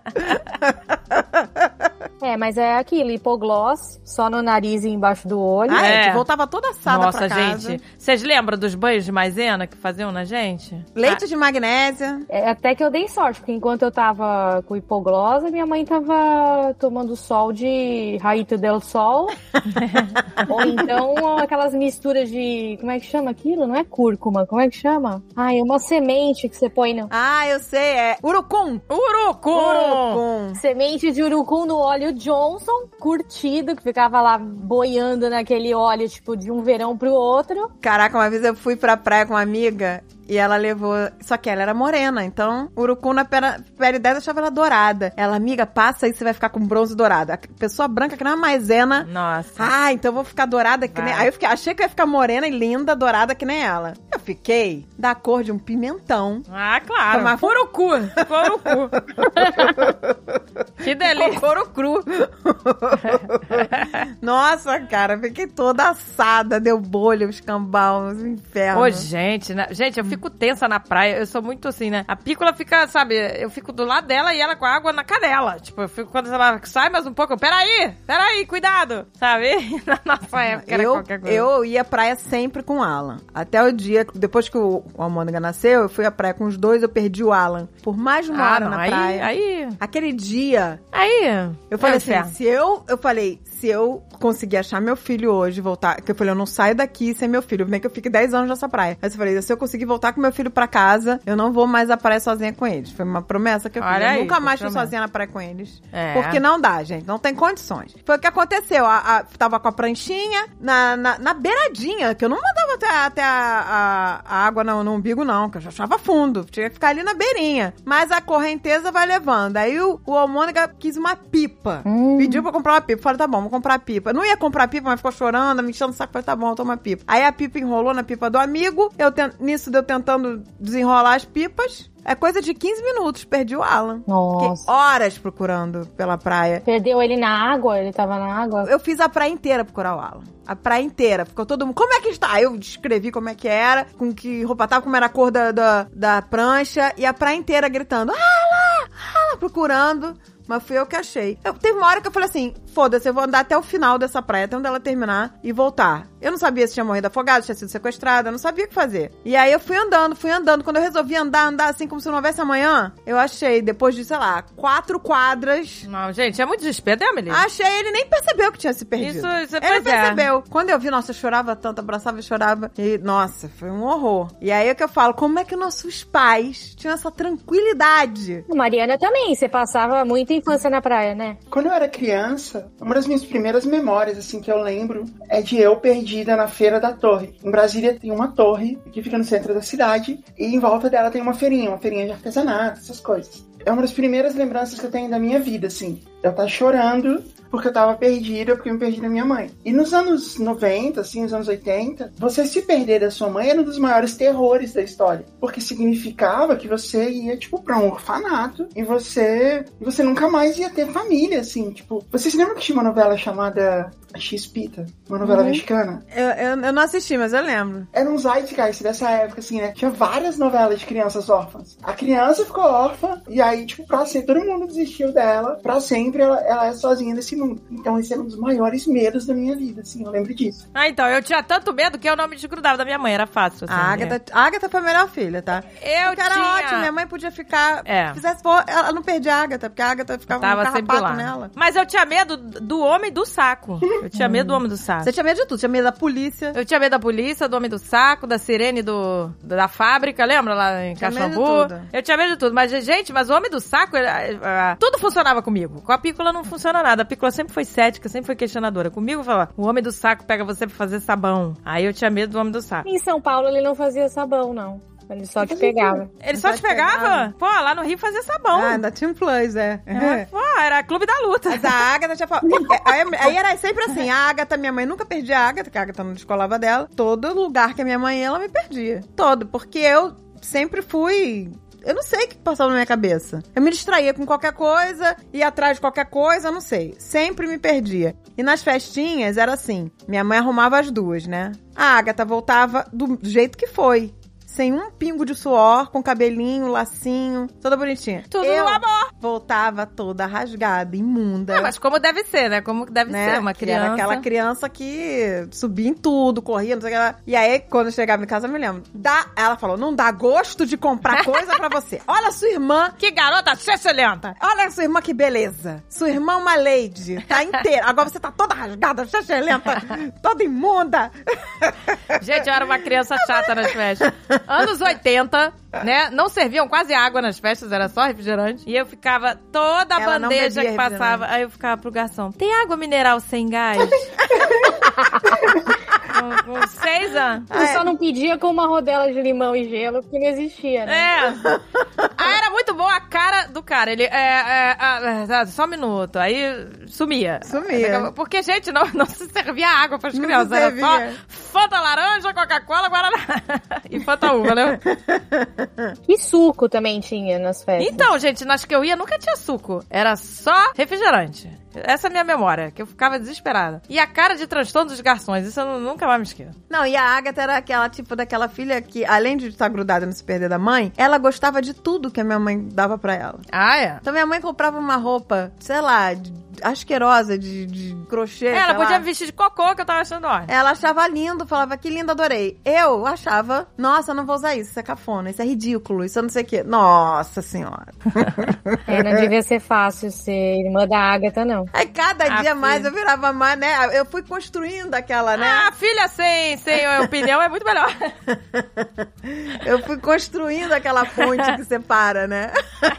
Speaker 4: É, mas é aquilo, hipogloss, só no nariz e embaixo do olho.
Speaker 2: Ah,
Speaker 1: É.
Speaker 2: é, que voltava toda assada
Speaker 1: Nossa,
Speaker 2: pra casa.
Speaker 1: gente. Vocês lembram dos banhos de maisena que faziam na gente?
Speaker 2: Leite de magnésia.
Speaker 4: É, Até que eu dei sorte, porque enquanto eu tava com hipoglose, minha mãe tava tomando sol de Raito del Sol. Ou então aquelas misturas de. Como é que chama aquilo? Não é cúrcuma, como é que chama? Ah, é uma semente que você põe no.
Speaker 2: Ah, eu sei, é urucum.
Speaker 1: Urucu!
Speaker 2: Urucum.
Speaker 4: Semente de urucum no óleo Johnson, curtido, que ficava lá boiando naquele óleo, tipo, de um verão pro outro.
Speaker 2: Caraca, uma vez eu fui pra praia com uma amiga e ela levou. Só que ela era morena, então urucum na pera- pele dela achava ela dourada. Ela, amiga, passa aí, você vai ficar com bronze dourado. A pessoa branca que não é uma maisena.
Speaker 1: Nossa.
Speaker 2: Ah, então eu vou ficar dourada que nem.
Speaker 1: Vai.
Speaker 2: Aí eu fiquei- achei que eu ia ficar morena e linda, dourada que nem ela. Eu fiquei da cor de um pimentão.
Speaker 1: Ah, claro.
Speaker 2: Tomar-
Speaker 1: Curucu.
Speaker 2: *laughs*
Speaker 1: Curucu. que delícia.
Speaker 2: Couro cru. *laughs* Nossa, cara, fiquei toda assada, deu bolha, escambau, um inferno.
Speaker 1: Ô, gente, né? gente, eu fico tensa na praia. Eu sou muito assim, né? A pícola fica, sabe, eu fico do lado dela e ela com a água na canela. Tipo, eu fico quando ela sai mais um pouco, eu, peraí, peraí, cuidado, sabe? *laughs* Na nossa época era
Speaker 2: eu,
Speaker 1: qualquer coisa.
Speaker 2: eu ia à praia sempre com o Alan. Até o dia, depois que o, o Almôndega nasceu, eu fui à praia com os dois, eu perdi o Alan. Por mais de uma
Speaker 1: ah,
Speaker 2: hora
Speaker 1: não,
Speaker 2: na
Speaker 1: aí,
Speaker 2: praia.
Speaker 1: aí,
Speaker 2: Aquele dia,
Speaker 1: aí.
Speaker 2: Eu
Speaker 1: é
Speaker 2: falei
Speaker 1: o
Speaker 2: assim,
Speaker 1: inferno.
Speaker 2: se eu, eu falei, se eu conseguir achar meu filho hoje, voltar, que eu falei, eu não saio daqui sem meu filho, nem que eu fique 10 anos nessa praia. Aí eu falei, se eu conseguir voltar com meu filho pra casa, eu não vou mais à praia sozinha com eles. Foi uma promessa que eu fiz.
Speaker 1: Olha
Speaker 2: eu
Speaker 1: aí,
Speaker 2: nunca mais fui
Speaker 1: promessa.
Speaker 2: sozinha na praia com eles.
Speaker 1: É.
Speaker 2: Porque não dá, gente, não tem condições. Foi o que aconteceu, a, a- tava com a pranchinha na, na, na beiradinha, que eu não mandava até, até a, a- a água no, no umbigo não, que eu já achava fundo, tinha que ficar ali na beirinha. Mas a correnteza vai levando. Aí o, o Almônica quis uma pipa.
Speaker 4: Hum.
Speaker 2: Pediu pra comprar uma pipa. Falei, tá bom, vou comprar a pipa. Eu Não ia comprar a pipa, mas ficou chorando, me enchendo o saco. Falei, tá bom, toma a pipa. Aí a pipa enrolou na pipa do amigo. Eu ten- Nisso deu tentando desenrolar as pipas. É coisa de 15 minutos, perdi o Alan. Fiquei
Speaker 4: Nossa.
Speaker 2: horas procurando pela praia.
Speaker 4: Perdeu ele na água? Ele tava na água?
Speaker 2: Eu fiz a praia inteira procurar o Alan. A praia inteira. Ficou todo mundo. Como é que está? Aí Eu descrevi como é que era, com que roupa tava, como era a cor da, da, da prancha. E a praia inteira gritando: Alan! Alan! Procurando. Mas fui eu que achei. Eu, teve uma hora que eu falei assim: foda-se, eu vou andar até o final dessa praia, até onde ela terminar e voltar. Eu não sabia se tinha morrido afogado, se tinha sido sequestrada, eu não sabia o que fazer. E aí eu fui andando, fui andando. Quando eu resolvi andar, andar assim como se não houvesse amanhã, eu achei, depois de, sei lá, quatro quadras,
Speaker 1: Não, gente, é muito desespero, né, Melina?
Speaker 2: Achei, ele nem percebeu que tinha se perdido.
Speaker 1: Isso- isso é
Speaker 2: ele
Speaker 1: pois é.
Speaker 2: percebeu. Quando eu vi, nossa, eu chorava tanto, abraçava e chorava. E, nossa, foi um horror. E aí é que eu falo, como é que nossos pais tinham essa tranquilidade?
Speaker 4: Mariana também, você passava muita infância na praia, né?
Speaker 3: Quando eu era criança, uma das minhas primeiras memórias, assim, que eu lembro, é de eu perdida na Feira da Torre. Em Brasília tem uma torre que fica no centro da cidade e em volta dela tem uma feirinha, uma feirinha de artesanato, essas coisas. É uma das primeiras lembranças que eu tenho da minha vida, assim. Eu tá chorando porque eu tava perdida, porque eu me perdi da minha mãe. E nos anos 90, assim, nos anos 80, você se perder da sua mãe era um dos maiores terrores da história. Porque significava que você ia, tipo, pra um orfanato e você. Você nunca mais ia ter família, assim. Tipo, vocês lembram que tinha uma novela chamada X-Pita? Uma novela mexicana?
Speaker 2: Eu, eu, eu não assisti, mas eu lembro.
Speaker 3: era um zeitgeist dessa época, assim, né? Tinha várias novelas de crianças órfãs. A criança ficou órfã, e aí, tipo, pra sempre, todo mundo desistiu dela. Pra sempre, ela, ela é sozinha nesse mundo. Então, esse era um dos maiores medos da minha vida, assim, eu lembro disso.
Speaker 1: Ah, então, eu tinha tanto medo que eu não me desgrudava da minha mãe, era fácil. Assim,
Speaker 2: A Agatha, a Agatha foi a melhor filha, tá?
Speaker 1: Eu
Speaker 2: Porque era
Speaker 1: tinha...
Speaker 2: ótimo, minha mãe podia ficar.
Speaker 1: É.
Speaker 2: Se fizesse for, ela não perdia a Agatha, porque a Agatha ficava com um
Speaker 1: Tava sempre
Speaker 2: carrapato
Speaker 1: lá.
Speaker 2: nela.
Speaker 1: Mas eu tinha medo do homem do saco. Eu tinha medo do homem do saco.
Speaker 2: Você tinha medo de tudo, tinha medo da polícia.
Speaker 1: Eu tinha medo da polícia, do homem do saco, da sirene do, da fábrica, lembra? Lá em
Speaker 2: Tinha medo de
Speaker 1: Caxambu.
Speaker 2: tudo.
Speaker 1: Eu tinha medo de tudo. Mas, gente, mas o homem do saco, ele, ah, ah, tudo funcionava comigo. Com a pícola não funciona nada. A pícola sempre foi cética, sempre foi questionadora. Comigo falava, o homem do saco pega você pra fazer sabão. Aí eu tinha medo do homem do saco.
Speaker 4: Em São Paulo ele não fazia sabão, não. Ele só te pegava.
Speaker 1: Ele só
Speaker 2: Só
Speaker 1: te
Speaker 2: te pegava?
Speaker 1: pegava? Pô, lá no Rio fazia sabão.
Speaker 2: né? Ah, da Team Plus, é.
Speaker 1: Era, pô, era clube da luta.
Speaker 2: Mas a Agatha tinha falado. Aí, aí era sempre assim: a Agatha, minha mãe nunca perdia a Agatha, que a Agatha não descolava dela. Todo lugar que a minha mãe ia, ela me perdia. Todo. Porque eu sempre fui. Eu não sei o que passava na minha cabeça. Eu me distraía com qualquer coisa, ia atrás de qualquer coisa, eu não sei. Sempre me perdia. E nas festinhas era assim: minha mãe arrumava as duas, né? A Agatha voltava do jeito que foi. Sem um pingo de suor, com cabelinho, lacinho, toda bonitinha.
Speaker 1: Tudo
Speaker 2: eu
Speaker 1: no amor.
Speaker 2: voltava toda rasgada, imunda
Speaker 1: Ah, mas como deve ser, né? Como deve
Speaker 2: né?
Speaker 1: ser uma
Speaker 2: Que era
Speaker 1: criança.
Speaker 2: aquela criança que subia em tudo, corria, não sei o que lá. E aí, quando eu chegava em casa, eu me lembro. Dá, ela falou: não dá gosto de comprar coisa pra você. *laughs* Olha a sua irmã.
Speaker 1: Que garota excelente!
Speaker 2: Olha a sua irmã que beleza. Sua irmã é uma lady. Tá inteira. Agora você tá toda rasgada, *laughs* chechelenta, toda imunda.
Speaker 1: Gente, eu era uma criança chata nas festas. Anos 80, né? Não serviam quase água nas festas, era só refrigerante. E eu ficava toda a
Speaker 2: Ela não
Speaker 1: bandeja
Speaker 2: bebia
Speaker 1: que passava. Aí eu ficava pro garçom: tem água mineral sem
Speaker 2: *laughs*
Speaker 1: gás? com, com seis anos.
Speaker 4: Eu só não pedia com uma rodela de limão e gelo, porque não existia, né?
Speaker 1: É. Ah, era muito boa a cara do cara. Ele, é, é, ah, ah, só um minuto. Aí sumia.
Speaker 2: Sumia.
Speaker 1: Porque, gente, não, não se servia água para as
Speaker 2: Não se
Speaker 1: crianças. Era só
Speaker 2: servia.
Speaker 1: Fanta laranja, Coca-Cola, Guaraná. *laughs* E Fanta uva, né?
Speaker 4: E suco também tinha nas festas.
Speaker 1: Então, gente, nas que eu ia nunca tinha suco. Era só refrigerante. Essa é a minha memória, que eu ficava desesperada. E a cara de transtorno dos garçons, isso eu nu- nunca mais me esqueço.
Speaker 2: Não, e a Agatha era aquela, tipo, daquela filha que, além de estar grudada e não se perder da mãe, ela gostava de tudo que a minha mãe dava pra ela.
Speaker 1: Ah, é?
Speaker 2: Então minha mãe comprava uma roupa, sei lá, de- de- asquerosa, de, de crochê.
Speaker 1: Ela
Speaker 2: sei
Speaker 1: podia
Speaker 2: lá.
Speaker 1: me vestir de cocô que eu tava achando ótimo.
Speaker 2: Ela achava lindo, falava que lindo, adorei. Eu achava, nossa, não vou usar isso, isso é cafona, isso é ridículo, isso é não sei o quê. Nossa senhora.
Speaker 4: É, não devia ser fácil ser irmã da Agatha, não.
Speaker 2: Aí
Speaker 1: *laughs*
Speaker 2: cada
Speaker 1: Ah,
Speaker 2: dia
Speaker 1: sim.
Speaker 2: mais eu virava mais, né? Eu fui construindo aquela, né?
Speaker 1: Ah, filha sem, sem opinião é muito *laughs* melhor.
Speaker 2: Eu fui construindo aquela ponte
Speaker 1: *laughs*
Speaker 2: que separa, né? *laughs*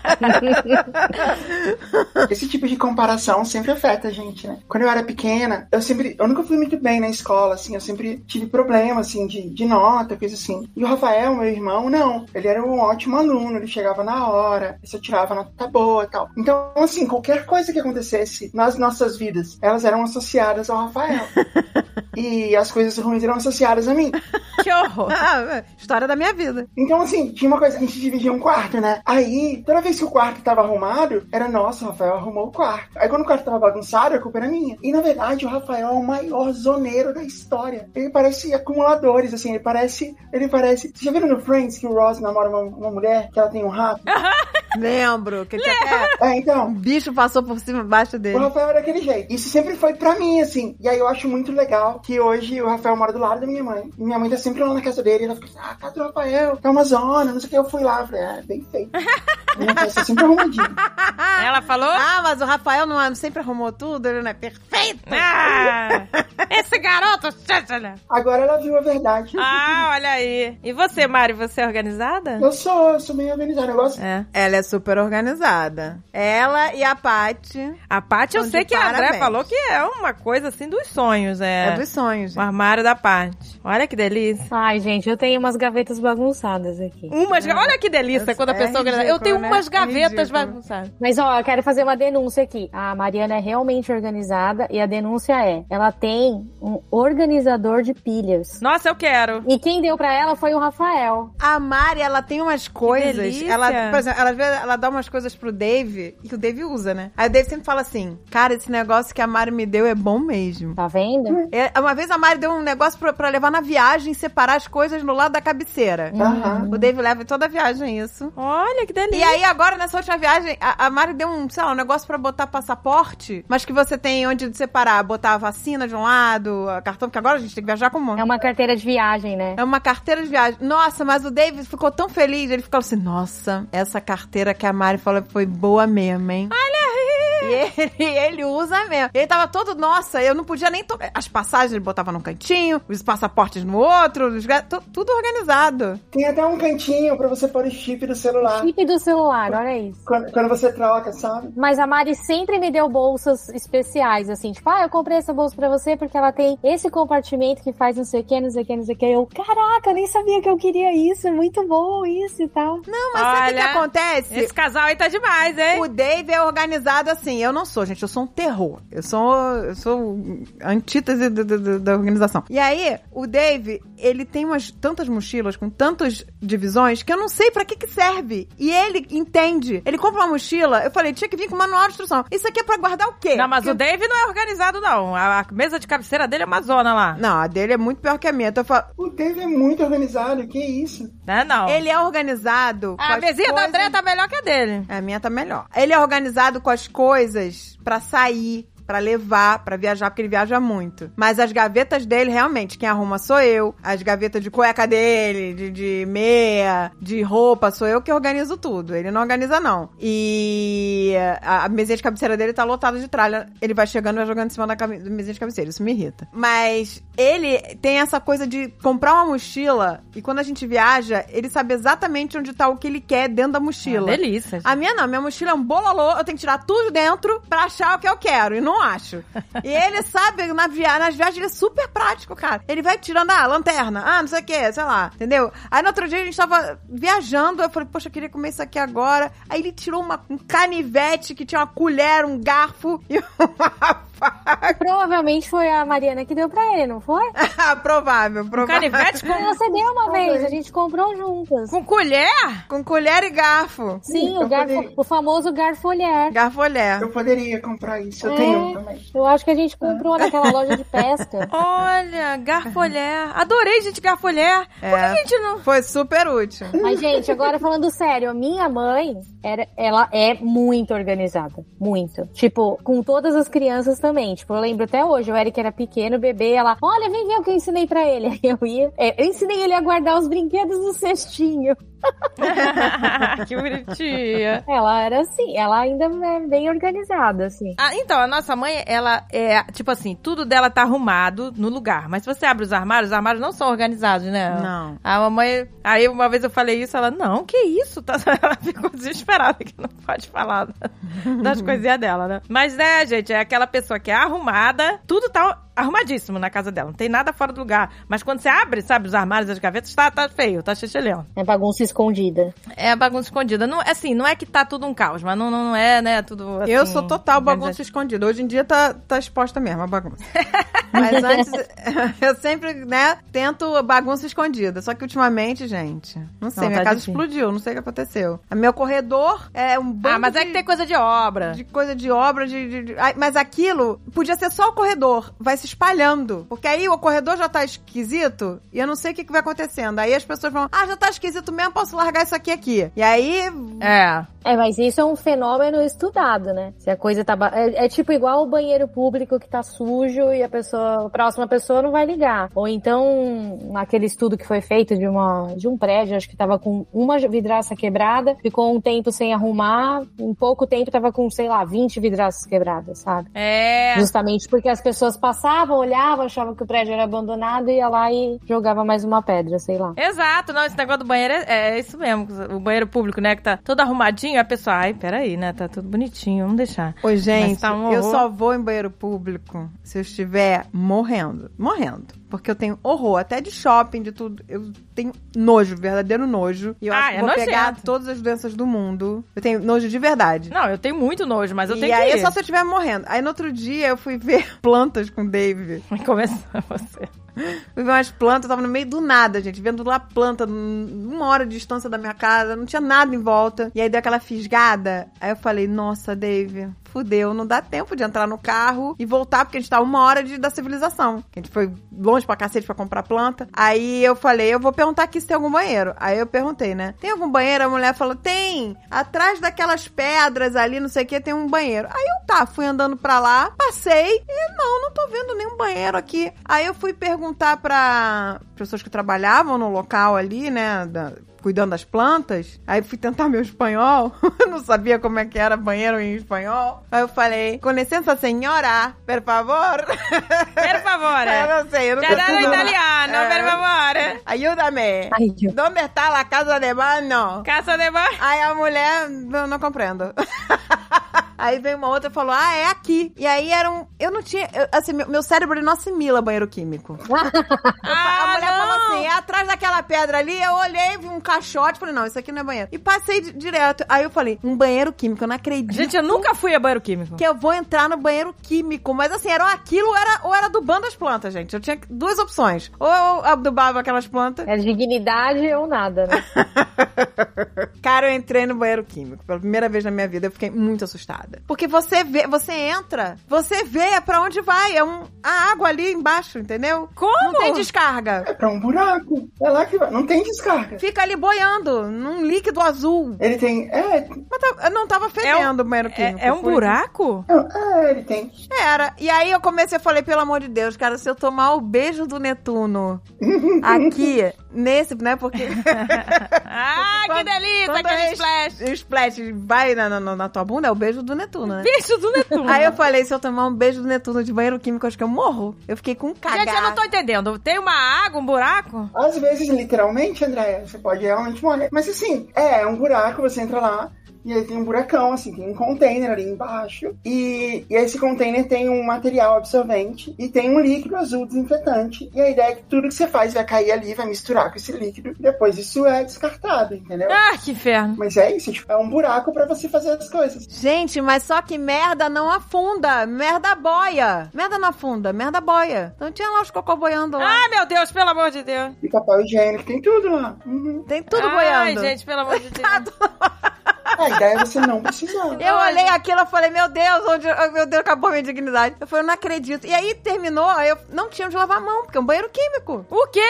Speaker 3: Esse tipo de comparação sempre afeta a gente, né? Quando eu era pequena, eu sempre. Eu nunca fui muito bem na escola, assim. Eu sempre tive problema, assim, de, de nota, coisa assim. E o Rafael, meu irmão, não. Ele era um ótimo aluno, ele chegava na hora, se eu tirava nota boa e tal. Então, assim, qualquer coisa que acontecesse nas nossas vidas, elas eram associadas ao Rafael. e as coisas ruins eram associadas a mim.
Speaker 1: Que horror.
Speaker 2: Ah, história da minha vida.
Speaker 3: Então, assim, tinha uma coisa que a gente dividia um quarto, né? Aí, toda vez que o quarto tava arrumado, era nossa, o Rafael arrumou o quarto. Aí, quando o quarto tava bagunçado, a culpa era minha. E, na verdade, o Rafael é o maior zoneiro da história. Ele parece acumuladores, assim, ele parece. Ele parece. Vocês já viram no Friends que o Ross namora uma, uma mulher que ela tem um rato?
Speaker 2: Lembro que tinha até
Speaker 3: É, então.
Speaker 2: um bicho passou por cima e embaixo *laughs*
Speaker 3: O
Speaker 2: dele.
Speaker 3: Rafael era daquele jeito. Isso sempre foi pra mim, assim. E aí eu acho muito legal que hoje o Rafael mora do lado da minha mãe. E minha mãe tá sempre lá na casa dele. E ela fica assim, ah, casa do Rafael, tá uma zona, não sei o que. Eu fui lá, eu falei, ah, bem feito. minha casa tá sempre arrumadinha.
Speaker 1: Ela falou.
Speaker 2: Ah, mas o Rafael não, não sempre arrumou tudo, ele não é perfeito.
Speaker 1: Ah, esse garoto. tchatchala.
Speaker 3: Agora ela viu a verdade.
Speaker 1: Ah, olha aí. E você, Mari, você é organizada?
Speaker 3: Eu sou, eu sou meio organizado. Eu gosto.
Speaker 1: É.
Speaker 2: Ela é super organizada. Ela e a Paty
Speaker 1: A Paty, eu
Speaker 2: Então,
Speaker 1: sei
Speaker 2: de
Speaker 1: que a André
Speaker 2: parabéns.
Speaker 1: falou que é uma coisa assim dos sonhos,
Speaker 2: é.
Speaker 1: é.
Speaker 2: dos sonhos.
Speaker 1: O armário da Paty. Olha que delícia.
Speaker 4: Ai, gente, eu tenho umas gavetas bagunçadas aqui.
Speaker 1: Umas, ga- olha que delícia
Speaker 2: É-
Speaker 1: quando a
Speaker 2: é
Speaker 1: pessoa organiza. Eu
Speaker 2: ridículo,
Speaker 1: tenho
Speaker 2: né?
Speaker 1: umas
Speaker 2: É
Speaker 1: gavetas
Speaker 2: ridículo.
Speaker 1: bagunçadas.
Speaker 4: Mas ó, eu quero fazer uma denúncia aqui. A Mariana é realmente organizada e a denúncia é: ela tem um organizador de pilhas.
Speaker 1: Nossa, eu quero.
Speaker 4: E quem deu pra ela foi o Rafael.
Speaker 2: A Mari, ela tem umas coisas.
Speaker 1: delícia.
Speaker 2: Ela, por exemplo, ela, às vezes, ela dá umas coisas pro Dave e que o Dave usa, né? Aí o Dave sempre fala assim: Cara, esse negócio que a Mari me deu é bom mesmo.
Speaker 4: Tá vendo?
Speaker 2: É, Uma vez a Mari deu um negócio pra, pra levar na viagem e separar as coisas no lado da cabeceira.
Speaker 1: Hum.
Speaker 3: Aham.
Speaker 2: O Dave leva em toda a viagem isso.
Speaker 1: Olha que delícia.
Speaker 2: E aí, agora, nessa última viagem, a, a Mari deu um, sei lá, um negócio pra botar passaporte, mas que você tem onde separar, botar a vacina de um lado, a cartão, porque agora a gente tem que viajar com um monte.
Speaker 4: É uma carteira de viagem, né?
Speaker 2: É uma carteira de viagem. Nossa, mas o David ficou tão feliz. Ele ficou assim: Nossa, essa carteira que a Mari falou foi boa mesmo, hein? Olha aí! E ele, *laughs* ele usa mesmo. Ele tava todo, nossa, eu não podia nem. to- As passagens ele botava num cantinho, os passaportes no outro, os ga- tu- tudo organizado.
Speaker 3: Tem até um cantinho pra você pôr o chip do celular.
Speaker 4: Chip do celular, olha isso.
Speaker 3: Quando, quando você troca, sabe?
Speaker 4: Mas a Mari sempre me deu bolsas especiais, assim, tipo, ah, eu comprei essa bolsa pra você porque ela tem esse compartimento que faz não sei o que, não sei o que, não sei o que. Eu, caraca, eu nem sabia que eu queria isso, é muito bom isso e tal.
Speaker 2: Não, mas sabe o que,
Speaker 1: Olha,
Speaker 2: que acontece?
Speaker 1: Esse casal aí tá demais, hein?
Speaker 2: O Dave é organizado assim. Eu não sou, gente. Eu sou um terror. Eu sou, eu sou a antítese do- do- do- da organização. E aí, o Dave, ele tem umas tantas mochilas com tantas divisões que eu não sei pra que que serve. E ele entende. Ele compra uma mochila. Eu falei, tinha que vir com manual de instrução. Isso aqui é pra guardar o quê?
Speaker 1: Não, mas o
Speaker 2: Porque-
Speaker 1: Dave não é organizado, não. A a mesa de cabeceira dele é uma zona lá.
Speaker 2: Não, a dele é muito pior que a minha. Então eu falo,
Speaker 3: O Dave é muito organizado, que isso?
Speaker 1: Não é, não.
Speaker 2: ele é organizado. com
Speaker 1: A
Speaker 2: as
Speaker 1: mesinha da
Speaker 2: coisas-
Speaker 1: André tá melhor que a dele.
Speaker 2: A minha tá melhor. Ele é organizado com as coisas pra sair, pra levar, pra viajar, porque ele viaja muito. Mas as gavetas dele, realmente, quem arruma sou eu. As gavetas de cueca dele, de, de meia, de roupa, sou eu que organizo tudo. Ele não organiza, não. E a, a mesinha de cabeceira dele tá lotada de tralha. Ele vai chegando e vai jogando em cima da cami- da mesinha de cabeceira. Isso me irrita. Mas ele tem essa coisa de comprar uma mochila e quando a gente viaja, ele sabe exatamente onde tá o que ele quer dentro da mochila.
Speaker 1: Ah, delícia. gente.
Speaker 2: A minha não, minha mochila é um bololô, eu tenho que tirar tudo dentro pra achar o que eu quero, e não acho. E ele sabe, na via nas viagens ele é super prático, cara. Ele vai tirando, ah, lanterna, ah, não sei o que, sei lá, entendeu? Aí no outro dia a gente tava viajando, eu falei, poxa, eu queria comer isso aqui *laughs* agora. Aí ele tirou uma, um canivete que tinha uma colher, um garfo e uma faca. *laughs*
Speaker 4: Provavelmente foi a Mariana que deu pra ele, não foi?
Speaker 2: provável,
Speaker 1: Um
Speaker 2: provável.
Speaker 1: canivete com,
Speaker 4: Você deu uma vez, a gente comprou juntas.
Speaker 1: com colher?
Speaker 2: Com colher e garfo.
Speaker 4: Sim,
Speaker 3: eu
Speaker 4: o, garfo-
Speaker 3: poderia.
Speaker 4: o famoso garfolher.
Speaker 2: Garfolher.
Speaker 3: Eu poderia comprar isso, eu
Speaker 4: É.
Speaker 3: tenho um também.
Speaker 4: Eu acho que a gente comprou naquela loja de pesca.
Speaker 1: *laughs* Olha, garfolher. Adorei, gente, garfolher. Por que
Speaker 2: É.
Speaker 1: a gente *laughs* não...
Speaker 2: Foi super útil.
Speaker 4: Mas, gente, agora falando sério, a minha mãe, era, ela é muito organizada. Muito. Tipo, com todas as crianças também. Tipo, eu lembro até hoje, o Eric era pequeno, bebê, ela, olha, vem ver o que eu ensinei pra ele. *laughs* Aí eu ia, é, eu ensinei ele a guardar os brinquedos no cestinho.
Speaker 1: que bonitinha.
Speaker 4: Ela era assim, ela ainda é bem organizada, assim.
Speaker 1: Ah, então, a nossa mãe, ela é, tipo assim, tudo dela tá arrumado no lugar. Mas se você abre os armários, os armários não são organizados, né?
Speaker 2: Não.
Speaker 1: A mamãe. Aí uma vez eu falei isso, ela, não, que isso? *laughs* Tá- Ela ficou desesperada que não pode falar da- *laughs* das coisinhas dela, né? Mas é, gente, é aquela pessoa que é arrumada, tudo tá arrumadíssimo na casa dela, não tem nada fora do lugar. Mas quando você abre, sabe, os armários, as gavetas, tá, tá feio, tá xixelhão.
Speaker 4: É bagunça escondida.
Speaker 1: É a bagunça escondida. Não, assim, não é que tá tudo um caos, mas não, não é, né? Tudo. Assim, é
Speaker 2: eu sou total
Speaker 1: organizado.
Speaker 2: bagunça escondida. Hoje em dia tá, tá exposta mesmo
Speaker 1: *laughs*
Speaker 2: a bagunça. Mas antes, *laughs* eu sempre, né, tento bagunça escondida. Só que ultimamente, gente, não sei,
Speaker 1: Não,
Speaker 2: minha
Speaker 1: tá
Speaker 2: casa
Speaker 1: difícil.
Speaker 2: explodiu, não sei o que aconteceu. A meu corredor é um bando
Speaker 1: Ah, mas é
Speaker 2: de-
Speaker 1: que tem coisa de obra.
Speaker 2: de coisa de obra, de, de- de- ai, mas aquilo podia ser só o corredor, vai se espalhando, porque aí o corredor já tá esquisito e eu não sei o que, que vai acontecendo. Aí as pessoas vão, ah, já tá esquisito mesmo, posso largar isso aqui aqui. E aí,
Speaker 1: É.
Speaker 4: É, mas isso é um fenômeno estudado, né? Se a coisa tá. ba- É, é tipo igual o banheiro público que tá sujo e a pessoa, a próxima pessoa não vai ligar. Ou então, aquele estudo que foi feito de, uma, de um prédio, acho que tava com uma vidraça quebrada, ficou um tempo sem arrumar, em pouco tempo tava com, sei lá, 20 vidraças quebradas, sabe?
Speaker 1: É.
Speaker 4: Justamente porque as pessoas passavam, olhavam, achavam que o prédio era abandonado, ia lá e jogava mais uma pedra, sei *laughs* lá.
Speaker 1: Exato, não, esse negócio do banheiro é, é isso mesmo. O banheiro público, né, que tá todo arrumadinho, a pessoa, ai, peraí, né, tá tudo bonitinho, vamos deixar.
Speaker 2: Ô, gente,
Speaker 1: Mas tá um
Speaker 2: eu
Speaker 1: horror.
Speaker 2: só vou em banheiro público se eu estiver morrendo. Morrendo. Porque eu tenho horror, até de shopping, de tudo. Eu tenho nojo, verdadeiro nojo. E eu
Speaker 1: Ah,
Speaker 2: acho que
Speaker 1: é
Speaker 2: vou pegar
Speaker 1: nojento.
Speaker 2: todas as doenças do mundo. Eu tenho nojo de verdade.
Speaker 1: Não, eu tenho muito nojo, mas eu
Speaker 2: e
Speaker 1: tenho
Speaker 2: aí
Speaker 1: que
Speaker 2: é
Speaker 1: ir. *laughs*
Speaker 2: só se eu estiver morrendo. Aí no outro dia eu fui *laughs* ver plantas com o Dave.
Speaker 1: Começar você.
Speaker 2: Fui ver umas plantas, eu tava no meio do nada, gente. Vendo lá planta, num- uma hora de distância da minha casa, não tinha nada em volta. E aí deu aquela fisgada. Aí eu falei, nossa, Dave, fudeu, não dá tempo de entrar no carro e voltar, porque a gente tá uma hora de, da civilização. A gente foi longe pra cacete pra comprar planta. Aí eu falei, eu vou perguntar aqui se tem algum banheiro. Aí eu perguntei, né? Tem algum banheiro? A mulher falou, tem. Atrás daquelas pedras ali, não sei o que, tem um banheiro. Aí eu tá, fui andando pra lá, passei e não, não tô vendo nenhum banheiro aqui. Aí eu fui perguntar pra pessoas que trabalhavam no local ali, né? da- cuidando das plantas. Aí fui tentar meu espanhol. *laughs* Eu não sabia como é que era banheiro em espanhol. Aí eu falei, com licença, senhora, por favor.
Speaker 1: Per
Speaker 2: *laughs*
Speaker 1: favore.
Speaker 2: Eu É, não sei, eu não
Speaker 1: Te dado
Speaker 2: consigo-
Speaker 1: é. italiano,
Speaker 2: É.
Speaker 1: per favore.
Speaker 2: Ayúdame.
Speaker 4: Ai, Deus.
Speaker 2: Onde está la casa de banho?
Speaker 1: Caça de banho.
Speaker 2: Aí a mulher, eu não compreendo. *laughs* aí veio uma outra e falou, ah, é aqui. E aí era um... Eu não tinha... eu- assim, meu, meu cérebro ele não assimila banheiro químico. a
Speaker 1: Ah,
Speaker 2: mulher falou
Speaker 1: não.
Speaker 2: assim, é atrás daquela pedra ali. Eu olhei, vi um caixote, falei, não, isso aqui não é banheiro. E passei di- direto. Aí eu falei, um banheiro químico, eu não acredito.
Speaker 1: Gente, eu nunca fui a banheiro químico.
Speaker 2: Que eu vou entrar no banheiro químico. Mas assim, era ou aquilo ou era, ou era adubando as plantas, gente. Eu tinha duas opções. Ou eu adubava aquelas plantas.
Speaker 4: É dignidade ou nada, né?
Speaker 2: *laughs* Cara, eu entrei no banheiro químico pela primeira vez na minha vida. Eu fiquei muito assustada. Porque você vê, você entra, você vê pra onde vai. É um, a água ali embaixo, entendeu?
Speaker 1: Como?
Speaker 2: Não tem descarga.
Speaker 3: É pra um buraco. É lá que vai. Não tem descarga.
Speaker 2: Fica ali boiando num líquido azul.
Speaker 3: Ele tem. É,
Speaker 2: Mas tá- eu não tava fedendo o banheiro químico.
Speaker 1: um- É, é um
Speaker 2: Foi- *laughs*
Speaker 1: buraco?
Speaker 3: não, é, ele tem.
Speaker 2: Era. E aí eu comecei, eu falei, pelo amor de Deus, cara, se eu tomar o beijo do
Speaker 1: *laughs*
Speaker 2: Netuno aqui, nesse, né? Porque. *laughs*
Speaker 1: Ah, que
Speaker 2: Quando-
Speaker 1: delícia,
Speaker 2: quando
Speaker 1: aquele
Speaker 2: é
Speaker 1: splash.
Speaker 2: O splash vai na, na, na tua bunda, é o beijo do Netuno, né?
Speaker 1: Bicho é do Netuno.
Speaker 2: Aí eu falei, se eu tomar um beijo do Netuno de banheiro químico, acho que eu morro. Eu fiquei com um cagar.
Speaker 1: Gente, eu não tô entendendo. Tem uma água, um buraco?
Speaker 3: Às vezes, literalmente, Andréia, você pode realmente morrer. Mas assim, é, é um buraco, você entra lá. E aí tem um buracão, assim, tem um container ali embaixo. E, e esse container tem um material absorvente e tem um líquido azul desinfetante. E a ideia é que tudo que você faz vai cair ali, vai misturar com esse líquido. E depois isso é descartado, entendeu?
Speaker 1: Ah, que inferno.
Speaker 3: Mas é isso, tipo, é um buraco pra você fazer as coisas.
Speaker 2: Gente, mas só que merda não afunda. Merda boia. Merda não afunda, merda boia. Então tinha lá os cocô boiando lá.
Speaker 1: Ai, meu Deus, pelo amor de Deus.
Speaker 3: E papel higiênico, tem tudo lá. Uhum.
Speaker 2: Tem tudo
Speaker 1: Ai,
Speaker 2: boiando.
Speaker 1: gente, pelo amor de Deus.
Speaker 3: A ideia é você não precisar.
Speaker 2: Eu olhei aquilo e falei, meu Deus, onde, oh, meu Deus, acabou minha dignidade. Eu falei, eu não acredito. E aí terminou, aí eu não tinha onde lavar a mão, porque é um banheiro químico.
Speaker 1: O quê?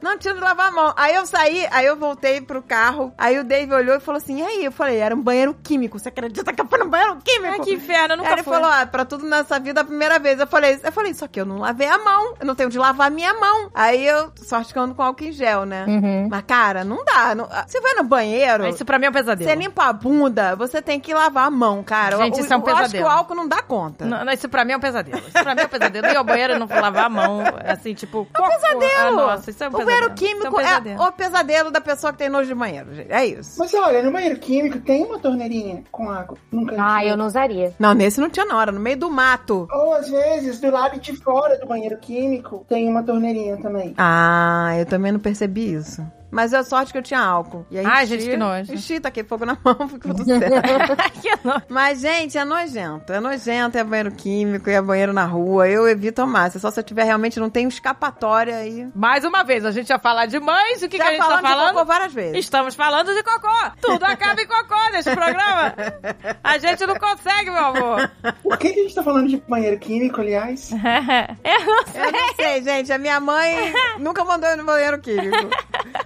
Speaker 2: Não tinha onde lavar a mão. Aí eu saí, aí eu voltei pro carro, aí o Dave olhou e falou assim, e aí? Eu falei, era um banheiro químico, você acredita que foi um banheiro químico?
Speaker 1: Ai, que inferno, eu
Speaker 2: Aí
Speaker 1: nunca
Speaker 2: ele
Speaker 1: fui.
Speaker 2: falou, ah, pra tudo nessa vida a primeira vez. Eu falei, eu falei, só que eu não lavei a mão, eu não tenho onde lavar a minha mão. Aí eu, sorte que eu ando com álcool em gel, né?
Speaker 4: Uhum.
Speaker 2: Mas cara, não dá. não- você vai no banheiro...
Speaker 1: Ah, Isso pra mim é um pesadelo.
Speaker 2: Você limpa a bunda, você tem que lavar a mão, cara.
Speaker 1: Gente,
Speaker 2: O-
Speaker 1: isso é um
Speaker 2: eu acho que
Speaker 1: pesadelo.
Speaker 2: o álcool não dá conta.
Speaker 1: Não, não, isso pra mim é um pesadelo. Isso pra mim é um pesadelo. E ao banheiro eu não vou lavar a mão, assim, tipo... É um
Speaker 2: Pesadelo!
Speaker 1: Ah, nossa, isso é um
Speaker 2: o
Speaker 1: pesadelo.
Speaker 2: banheiro
Speaker 1: isso é, um
Speaker 2: químico é,
Speaker 1: pesadelo.
Speaker 2: o pesadelo da pessoa que tem nojo de banheiro, gente. É isso.
Speaker 3: Mas olha, no banheiro químico tem uma torneirinha com água. Nunca
Speaker 4: Ah, eu não usaria.
Speaker 2: Não, nesse não tinha na hora, no meio do mato.
Speaker 3: Ou às vezes, do lado de fora do banheiro químico, tem uma torneirinha também.
Speaker 2: Ah, eu também não percebi isso. Mas é a sorte que eu tinha álcool. E aí
Speaker 1: Ai,
Speaker 2: enchi-
Speaker 1: gente, que nojo.
Speaker 2: Enchi, taquei fogo na *laughs* mão, ficou tudo certo.
Speaker 1: *laughs* que nojo.
Speaker 2: Mas, gente, é nojento. É nojento, é banheiro químico, é banheiro na rua. Eu evito ao máximo. É Só se eu tiver realmente, não tem escapatória aí.
Speaker 1: Mais uma vez, a gente ia falar de mães. O que, que
Speaker 2: Já
Speaker 1: a gente tá
Speaker 2: falamos de
Speaker 1: falando?
Speaker 2: cocô várias vezes.
Speaker 1: Estamos falando de cocô. Tudo acaba em cocô nesse programa. A gente não consegue, meu amor.
Speaker 3: Por que, que a gente tá falando de banheiro químico, aliás?
Speaker 4: É.
Speaker 1: *laughs* Eu não sei.
Speaker 2: Eu não sei, gente. A minha mãe nunca mandou eu no banheiro químico.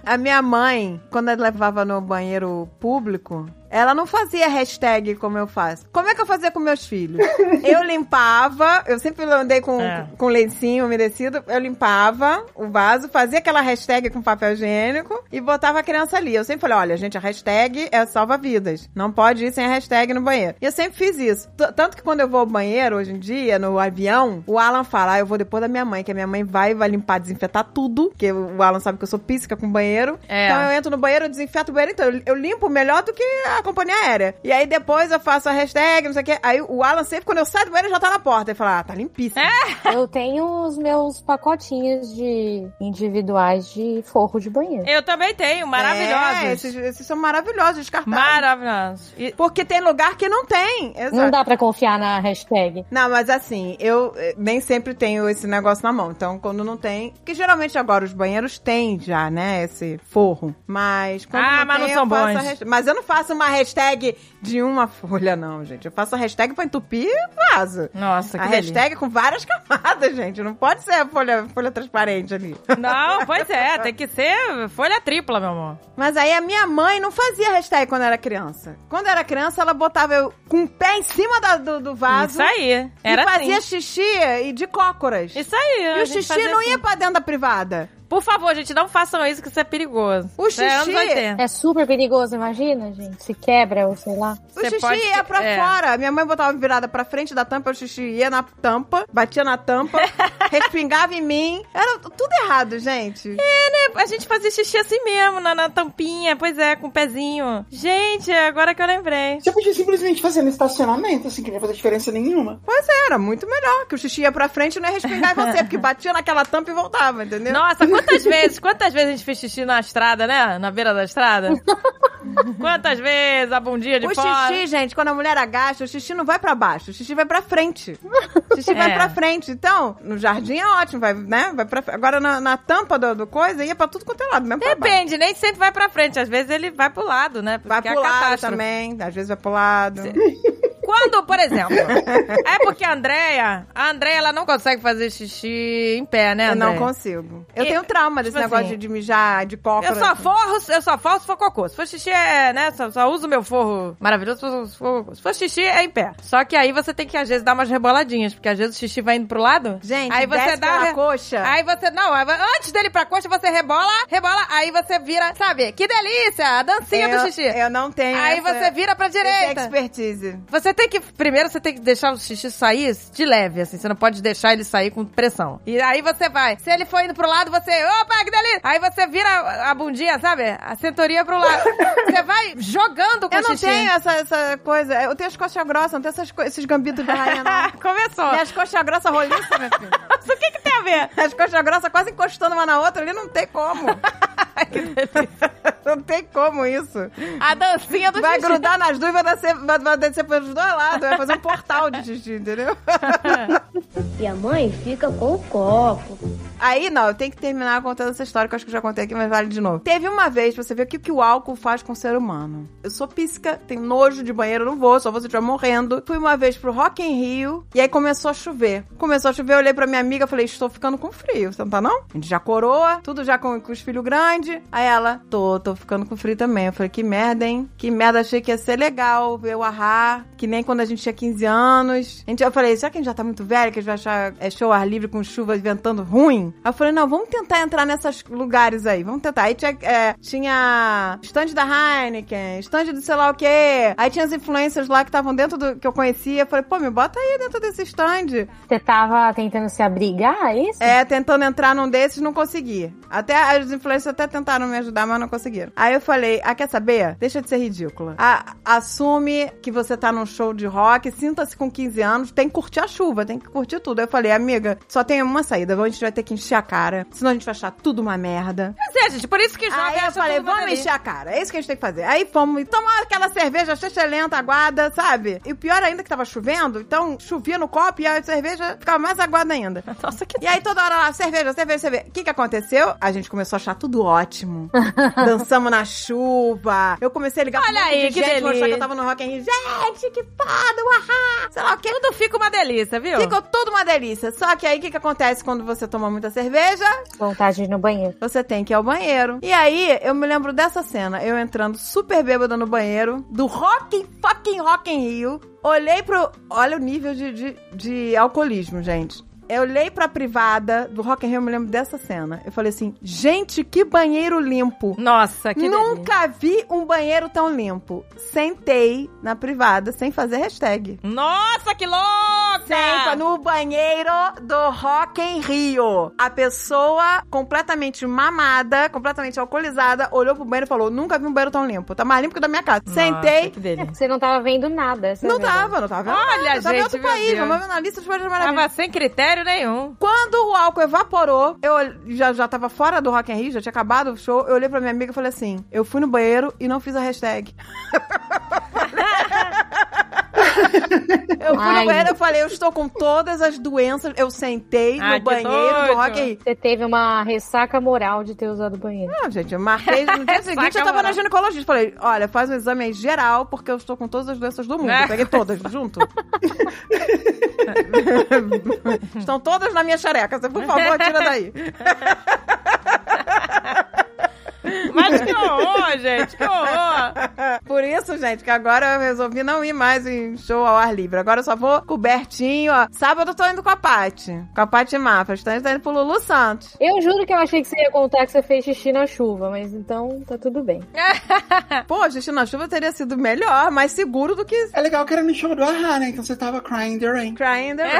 Speaker 2: A minha mãe, quando ela levava no banheiro público, ela não fazia hashtag como eu faço. Como é que eu fazia com meus filhos? Eu limpava, eu sempre andei com,
Speaker 1: É.
Speaker 2: com lencinho umedecido, eu limpava o vaso, fazia aquela hashtag com papel higiênico e botava a criança ali. Eu sempre falei, olha, gente, a hashtag é salva-vidas. Não pode ir sem a hashtag no banheiro. E eu sempre fiz isso. T- tanto que quando eu vou ao banheiro, hoje em dia, no avião, o Alan fala, ah, eu vou depois da minha mãe, que a minha mãe vai vai limpar, desinfetar tudo, porque o Alan sabe que eu sou pisca com banheiro.
Speaker 1: É.
Speaker 2: Então eu entro no banheiro, eu desinfeto o banheiro, então eu, eu limpo melhor do que a companhia aérea. E aí depois eu faço a hashtag, não sei o quê. Aí o Alan sempre, quando eu saio do banheiro, já tá na porta. Ele fala, ah, tá limpíssimo.
Speaker 4: Eu tenho os meus pacotinhos de individuais de forro de banheiro.
Speaker 1: Eu também tenho.
Speaker 2: É,
Speaker 1: Maravilhosos.
Speaker 2: esses, esses são maravilhosos, descartáveis.
Speaker 1: Maravilhosos. E-
Speaker 2: Porque tem lugar que não tem. Exato.
Speaker 4: Não dá pra confiar na hashtag.
Speaker 2: Não, mas assim, eu eh, nem sempre tenho esse negócio na mão. Então, quando não tem. Porque geralmente agora os banheiros têm já, né? Esse forro. Mas. Quando
Speaker 1: Ah,
Speaker 2: não
Speaker 1: mas
Speaker 2: tem,
Speaker 1: não são
Speaker 2: eu faço a
Speaker 1: bons.
Speaker 2: hashtag- Mas eu não faço uma hashtag de uma folha, não, gente. Eu faço a hashtag pra entupir vaso.
Speaker 1: Nossa, que
Speaker 2: a
Speaker 1: delícia.
Speaker 2: hashtag com várias camadas, *laughs* gente. Não pode ser a folha, folha transparente ali. *laughs*
Speaker 1: Não, pois é. Tem que ser folha tripla, meu amor.
Speaker 2: Mas aí a minha mãe não fazia hashtag quando era criança. Quando era criança, ela botava eu com o pé em cima da- do, do vaso.
Speaker 1: Isso aí. Era
Speaker 2: um- e fazia
Speaker 1: assim.
Speaker 2: xixi e de cócoras.
Speaker 1: Isso aí.
Speaker 2: E
Speaker 1: a
Speaker 2: o
Speaker 1: gente
Speaker 2: xixi
Speaker 1: fazia
Speaker 2: não
Speaker 1: assim.
Speaker 2: ia pra dentro da privada.
Speaker 1: Por favor, gente, não façam isso, que isso é perigoso.
Speaker 2: O
Speaker 1: Isso é anos
Speaker 2: xixi-
Speaker 1: 80.
Speaker 4: É super perigoso, imagina, gente. Se quebra ou sei lá.
Speaker 2: O
Speaker 1: Você
Speaker 2: xixi
Speaker 1: pode-
Speaker 2: ia pra
Speaker 1: é.
Speaker 2: fora. Minha mãe botava virada pra frente da tampa, o xixi ia na tampa, batia
Speaker 1: *laughs*
Speaker 2: na tampa, respingava em mim. Era tudo errado, gente.
Speaker 1: É, A gente fazia xixi assim mesmo, na, na tampinha, pois é, com o pezinho. Gente, agora que eu lembrei.
Speaker 3: Você podia simplesmente fazer no estacionamento, assim, que não ia fazer diferença nenhuma.
Speaker 2: Pois é, era muito melhor que o xixi ia pra frente e não ia respingar em você, porque batia naquela tampa e voltava, entendeu?
Speaker 1: Nossa,
Speaker 2: *laughs*
Speaker 1: quantas vezes, quantas vezes a gente fez xixi na estrada, né? Na beira da
Speaker 2: *laughs*
Speaker 1: estrada? quantas vezes a bundinha de
Speaker 2: O
Speaker 1: fora?
Speaker 2: xixi, gente, quando a mulher agacha, o xixi não vai pra baixo, o xixi vai pra frente. O xixi
Speaker 1: *laughs*
Speaker 2: vai
Speaker 1: É.
Speaker 2: pra frente. Então, no jardim é ótimo, vai, né? Vai pra... Agora na, na tampa do, do coisa ia pra tudo quanto é lado, mesmo pra baixo.
Speaker 1: Depende, nem sempre vai pra frente. Às vezes ele vai pro lado, né? Porque
Speaker 2: Vai
Speaker 1: é
Speaker 2: pro lado
Speaker 1: catástrofe.
Speaker 2: também, *laughs* às vezes vai pro lado.
Speaker 1: Quando, por exemplo, é porque a Andrea, a Andrea, ela não consegue fazer xixi em pé, né,
Speaker 2: Eu não
Speaker 1: Andrea?
Speaker 2: consigo. Eu
Speaker 1: E-
Speaker 2: tenho trauma desse
Speaker 1: tipo
Speaker 2: negócio
Speaker 1: assim,
Speaker 2: de, de mijar, de cócoras.
Speaker 1: Eu só forro, eu só forro se for cocô. Se for xixi, é, né? Só, só uso meu forro maravilhoso se for- se for cocô. Se for xixi, é em pé. Só que aí você tem que, às vezes, dar umas reboladinhas, porque às vezes o xixi vai indo pro lado.
Speaker 2: Gente,
Speaker 1: aí você
Speaker 2: desce pela
Speaker 1: dá.
Speaker 2: coxa.
Speaker 1: Aí você. Não, aí vai- antes dele ir pra coxa, você rebola, rebola, aí você vira. Sabe? Que delícia! A dancinha
Speaker 2: eu,
Speaker 1: do xixi.
Speaker 2: Eu não tenho
Speaker 1: aí
Speaker 2: essa-
Speaker 1: você vira pra
Speaker 2: essa
Speaker 1: direita.
Speaker 2: expertise.
Speaker 1: Você tem que. Primeiro você tem que deixar o xixi sair de leve, assim. Você não pode deixar ele sair com pressão. E aí você vai. Se ele for indo pro lado, você. Opa, que delícia! Aí você vira a, a bundinha, sabe? A cinturinha pro *laughs* lado. você vai jogando com
Speaker 2: Eu
Speaker 1: o
Speaker 2: não
Speaker 1: xixi.
Speaker 2: tenho essa, essa coisa. Eu tenho as coxas grossas, não tenho essas co- esses gambitos de
Speaker 1: *laughs*
Speaker 2: rainha, não.
Speaker 1: Começou.
Speaker 2: Minhas coxas grossas roliças, minha
Speaker 1: *laughs*
Speaker 2: filha.
Speaker 1: Mas o que, que tem a ver?
Speaker 2: As coxas grossas quase encostando uma na outra ali, não
Speaker 1: *laughs*
Speaker 2: tem como. não tem como isso.
Speaker 1: A dancinha do
Speaker 2: Vai
Speaker 1: xixi.
Speaker 2: grudar nas duas e vai descer, vai, vai descer pelos dois lados. Vai fazer um portal de xixi, entendeu?
Speaker 5: E a mãe fica com o copo.
Speaker 2: Aí, não, eu tenho que terminar contando essa história que eu acho que eu já contei aqui, mas vale de novo. Teve uma vez, pra você ver o que, que o álcool faz com o ser humano. Eu sou pisca, tenho nojo de banheiro, eu não vou, só vou se eu estiver morrendo. Fui uma vez pro Rock in Rio, e aí começou a chover. Começou a chover, eu olhei pra minha amiga, falei, estou ficando com frio, você não tá não? A gente já coroa, tudo já com, com os filhos grandes. Aí ela, tô, tô ficando com frio também. Eu falei, que merda, hein? Que merda, achei que ia ser legal ver o arrar, que nem quando a gente tinha 15 anos. A gente, eu falei, será que a gente já tá muito velho, que a gente vai achar é, show ar livre com chuva ventando ruim? Aí eu falei, não, vamos tentar entrar nesses lugares aí, vamos tentar. Aí tinha, é, tinha stand da Heineken, stand do sei lá o quê. Aí tinha as influencers lá que estavam dentro do que eu conhecia. Eu falei, pô, me bota aí dentro desse stand.
Speaker 4: Você tava tentando se abrigar, é isso?
Speaker 2: É, tentando entrar num desses, não consegui. Até as influencers até tentaram me ajudar, mas não conseguiram. Aí eu falei, ah, quer saber? Deixa de ser ridícula. Ah, assume que você tá num show de rock, sinta-se com 15 anos, tem que curtir a chuva, tem que curtir tudo. Aí eu falei, amiga, só tem uma saída, a gente vai ter que encher a cara, senão a gente vai achar tudo uma merda.
Speaker 1: Pois é, gente, por isso que joga
Speaker 2: Aí eu
Speaker 1: essa
Speaker 2: falei,
Speaker 1: tudo pra
Speaker 2: vamos
Speaker 1: dentro.
Speaker 2: encher a cara. É isso que a gente tem que fazer. Aí fomos tomar aquela cerveja lenta, aguada, sabe? E o pior ainda é que tava chovendo, então chovia no copo e a cerveja ficava mais aguada ainda.
Speaker 1: Nossa, que.
Speaker 2: E aí toda hora lá, cerveja, cerveja, cerveja. O que que aconteceu? A gente começou a achar
Speaker 1: *laughs*
Speaker 2: tudo ótimo. Dançamos na chuva. Eu comecei a ligar
Speaker 1: Olha
Speaker 2: um monte de
Speaker 1: aí, que
Speaker 2: gente, mostrar que
Speaker 1: delícia.
Speaker 2: eu tava no Rock in Rio. Gente, que foda, uahá! Sei lá o que.
Speaker 1: Tudo fica uma delícia, viu?
Speaker 2: Ficou tudo uma delícia. Só que aí, o que que acontece quando você toma muita cerveja?
Speaker 4: Vontade de ir no banheiro.
Speaker 2: Você tem que ir ao banheiro. E aí, eu me lembro dessa cena. Eu entrando super bêbada no banheiro, do Rock in fucking Rock in Rio. Olhei pro... Olha o nível de, de, de alcoolismo, gente. Eu olhei pra privada do Rock in Rio, eu me lembro dessa cena. Eu falei assim, gente, que banheiro limpo.
Speaker 1: um Nossa, que delícia.
Speaker 2: Nunca vi um banheiro tão limpo. Sentei na privada, sem fazer hashtag.
Speaker 1: Nossa, que louca!
Speaker 2: Senta no banheiro do Rock em Rio. A pessoa completamente mamada, completamente alcoolizada, olhou pro banheiro e falou: Nunca vi um banheiro tão limpo. Tá mais limpo que o da minha casa. Sentei.
Speaker 1: Nossa, que delícia.
Speaker 4: Você não tava vendo nada. essa é a
Speaker 2: Não
Speaker 4: verdade.
Speaker 2: tava, não tava. vendo
Speaker 1: Olha,
Speaker 2: nada, tava em
Speaker 1: gente,
Speaker 2: outro
Speaker 1: meu
Speaker 2: país.
Speaker 1: Deus. Ah,
Speaker 2: Tava na lista de coisas maravilhosas.
Speaker 1: Tava sem critério nenhum.
Speaker 2: Quando o álcool evaporou, eu ol- já, já tava fora do Rock in Rio, já tinha acabado o show, eu olhei pra minha amiga e falei assim, eu fui no banheiro e não fiz
Speaker 1: *laughs*
Speaker 2: a hashtag. eu fui
Speaker 4: Ai.
Speaker 2: no banheiro e falei, eu estou com todas as doenças, eu sentei
Speaker 1: Ah,
Speaker 2: no
Speaker 1: que
Speaker 2: banheiro do
Speaker 1: doido.
Speaker 2: Rock in Rio.
Speaker 4: Você teve uma ressaca moral de ter usado o banheiro.
Speaker 2: Não, gente, eu marquei
Speaker 1: *laughs*
Speaker 2: no dia seguinte, eu tava na
Speaker 1: moral.
Speaker 2: ginecologista. Falei, olha, faz um exame aí geral, porque eu estou com todas as doenças do mundo.
Speaker 1: É.
Speaker 2: Eu peguei todas
Speaker 1: *laughs*
Speaker 2: junto. *laughs* Estão todas na minha xereca. Você, por favor, tira daí.
Speaker 1: Mas que horror, gente, que horror.
Speaker 2: Por isso, gente, que agora eu resolvi não ir mais em show ao ar livre. Agora eu só vou cobertinho, ó. Sábado eu tô indo com a Paty. Com a Paty Mafra. Estamos indo pro Lulu Santos.
Speaker 4: Eu juro que eu achei que você ia contar que você fez xixi na chuva, mas então tá tudo bem.
Speaker 1: É.
Speaker 2: Pô, xixi na chuva teria sido melhor, mais seguro do que
Speaker 3: É legal que era no show do Ahá, né? Então você tava crying the rain.
Speaker 2: crying the
Speaker 1: É.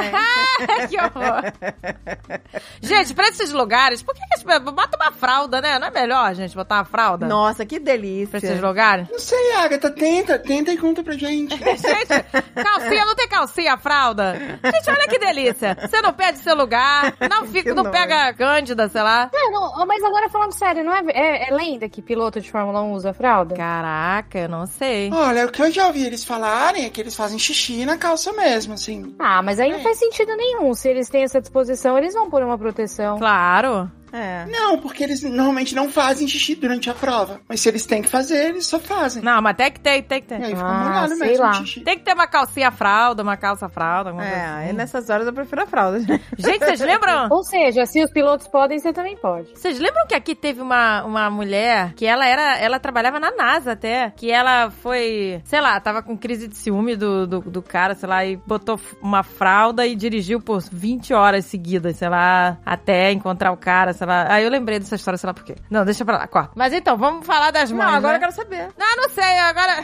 Speaker 1: *laughs*
Speaker 2: rain.
Speaker 1: que horror. Gente, pra esses lugares, por que que as pessoas- Bota uma fralda, né? Não é melhor, gente, botar uma fralda?
Speaker 2: Nossa, que
Speaker 1: Pra
Speaker 2: delícia.
Speaker 1: esses lugares?
Speaker 3: Não sei, Agatha, tenta, tenta e conta pra gente.
Speaker 4: É.
Speaker 1: Gente, calcinha, não tem calcinha, fralda? Gente, olha que delícia. Você não perde seu lugar, *laughs* não, fica,
Speaker 2: Que
Speaker 1: não
Speaker 2: nojo.
Speaker 1: pega cândida, sei lá.
Speaker 4: Não, não, mas agora falando sério, não é, é, é lenda que piloto de Fórmula 1 usa fralda?
Speaker 1: Caraca, eu não sei.
Speaker 3: Olha, o que eu já ouvi eles falarem é que eles fazem xixi na calça mesmo, assim.
Speaker 4: Ah, mas aí não faz sentido nenhum. Se eles têm essa disposição, eles vão pôr uma proteção.
Speaker 1: Claro.
Speaker 2: É.
Speaker 3: Não, porque eles normalmente não fazem xixi durante a prova. Mas se eles têm que fazer, eles só fazem.
Speaker 1: Não, mas tem que ter, tem que
Speaker 3: E
Speaker 1: ter.
Speaker 3: aí fica
Speaker 4: Ah,
Speaker 3: molhado
Speaker 4: sei
Speaker 3: mesmo
Speaker 4: lá.
Speaker 3: o xixi.
Speaker 1: Tem que ter uma calcinha fralda, uma calça fralda, alguma
Speaker 2: É,
Speaker 1: coisa
Speaker 2: aí
Speaker 1: assim.
Speaker 2: nessas horas eu prefiro a fralda.
Speaker 1: Gente, vocês lembram?
Speaker 4: Ou seja, se os pilotos podem, você também pode.
Speaker 1: Vocês lembram que aqui teve uma, uma mulher que ela era. Ela trabalhava na NASA até. Que ela foi. Sei lá, tava com crise de ciúme do, do, do cara, sei lá, e botou f- uma fralda e dirigiu por 20 horas seguidas, sei lá, até encontrar o cara, sei lá. Aí eu lembrei dessa história, sei lá por quê. Não, deixa pra lá, corta. Mas então, vamos falar das mães,
Speaker 2: Não, agora eu
Speaker 1: né?
Speaker 2: quero saber.
Speaker 1: Não, não sei,
Speaker 2: *laughs*
Speaker 1: agora...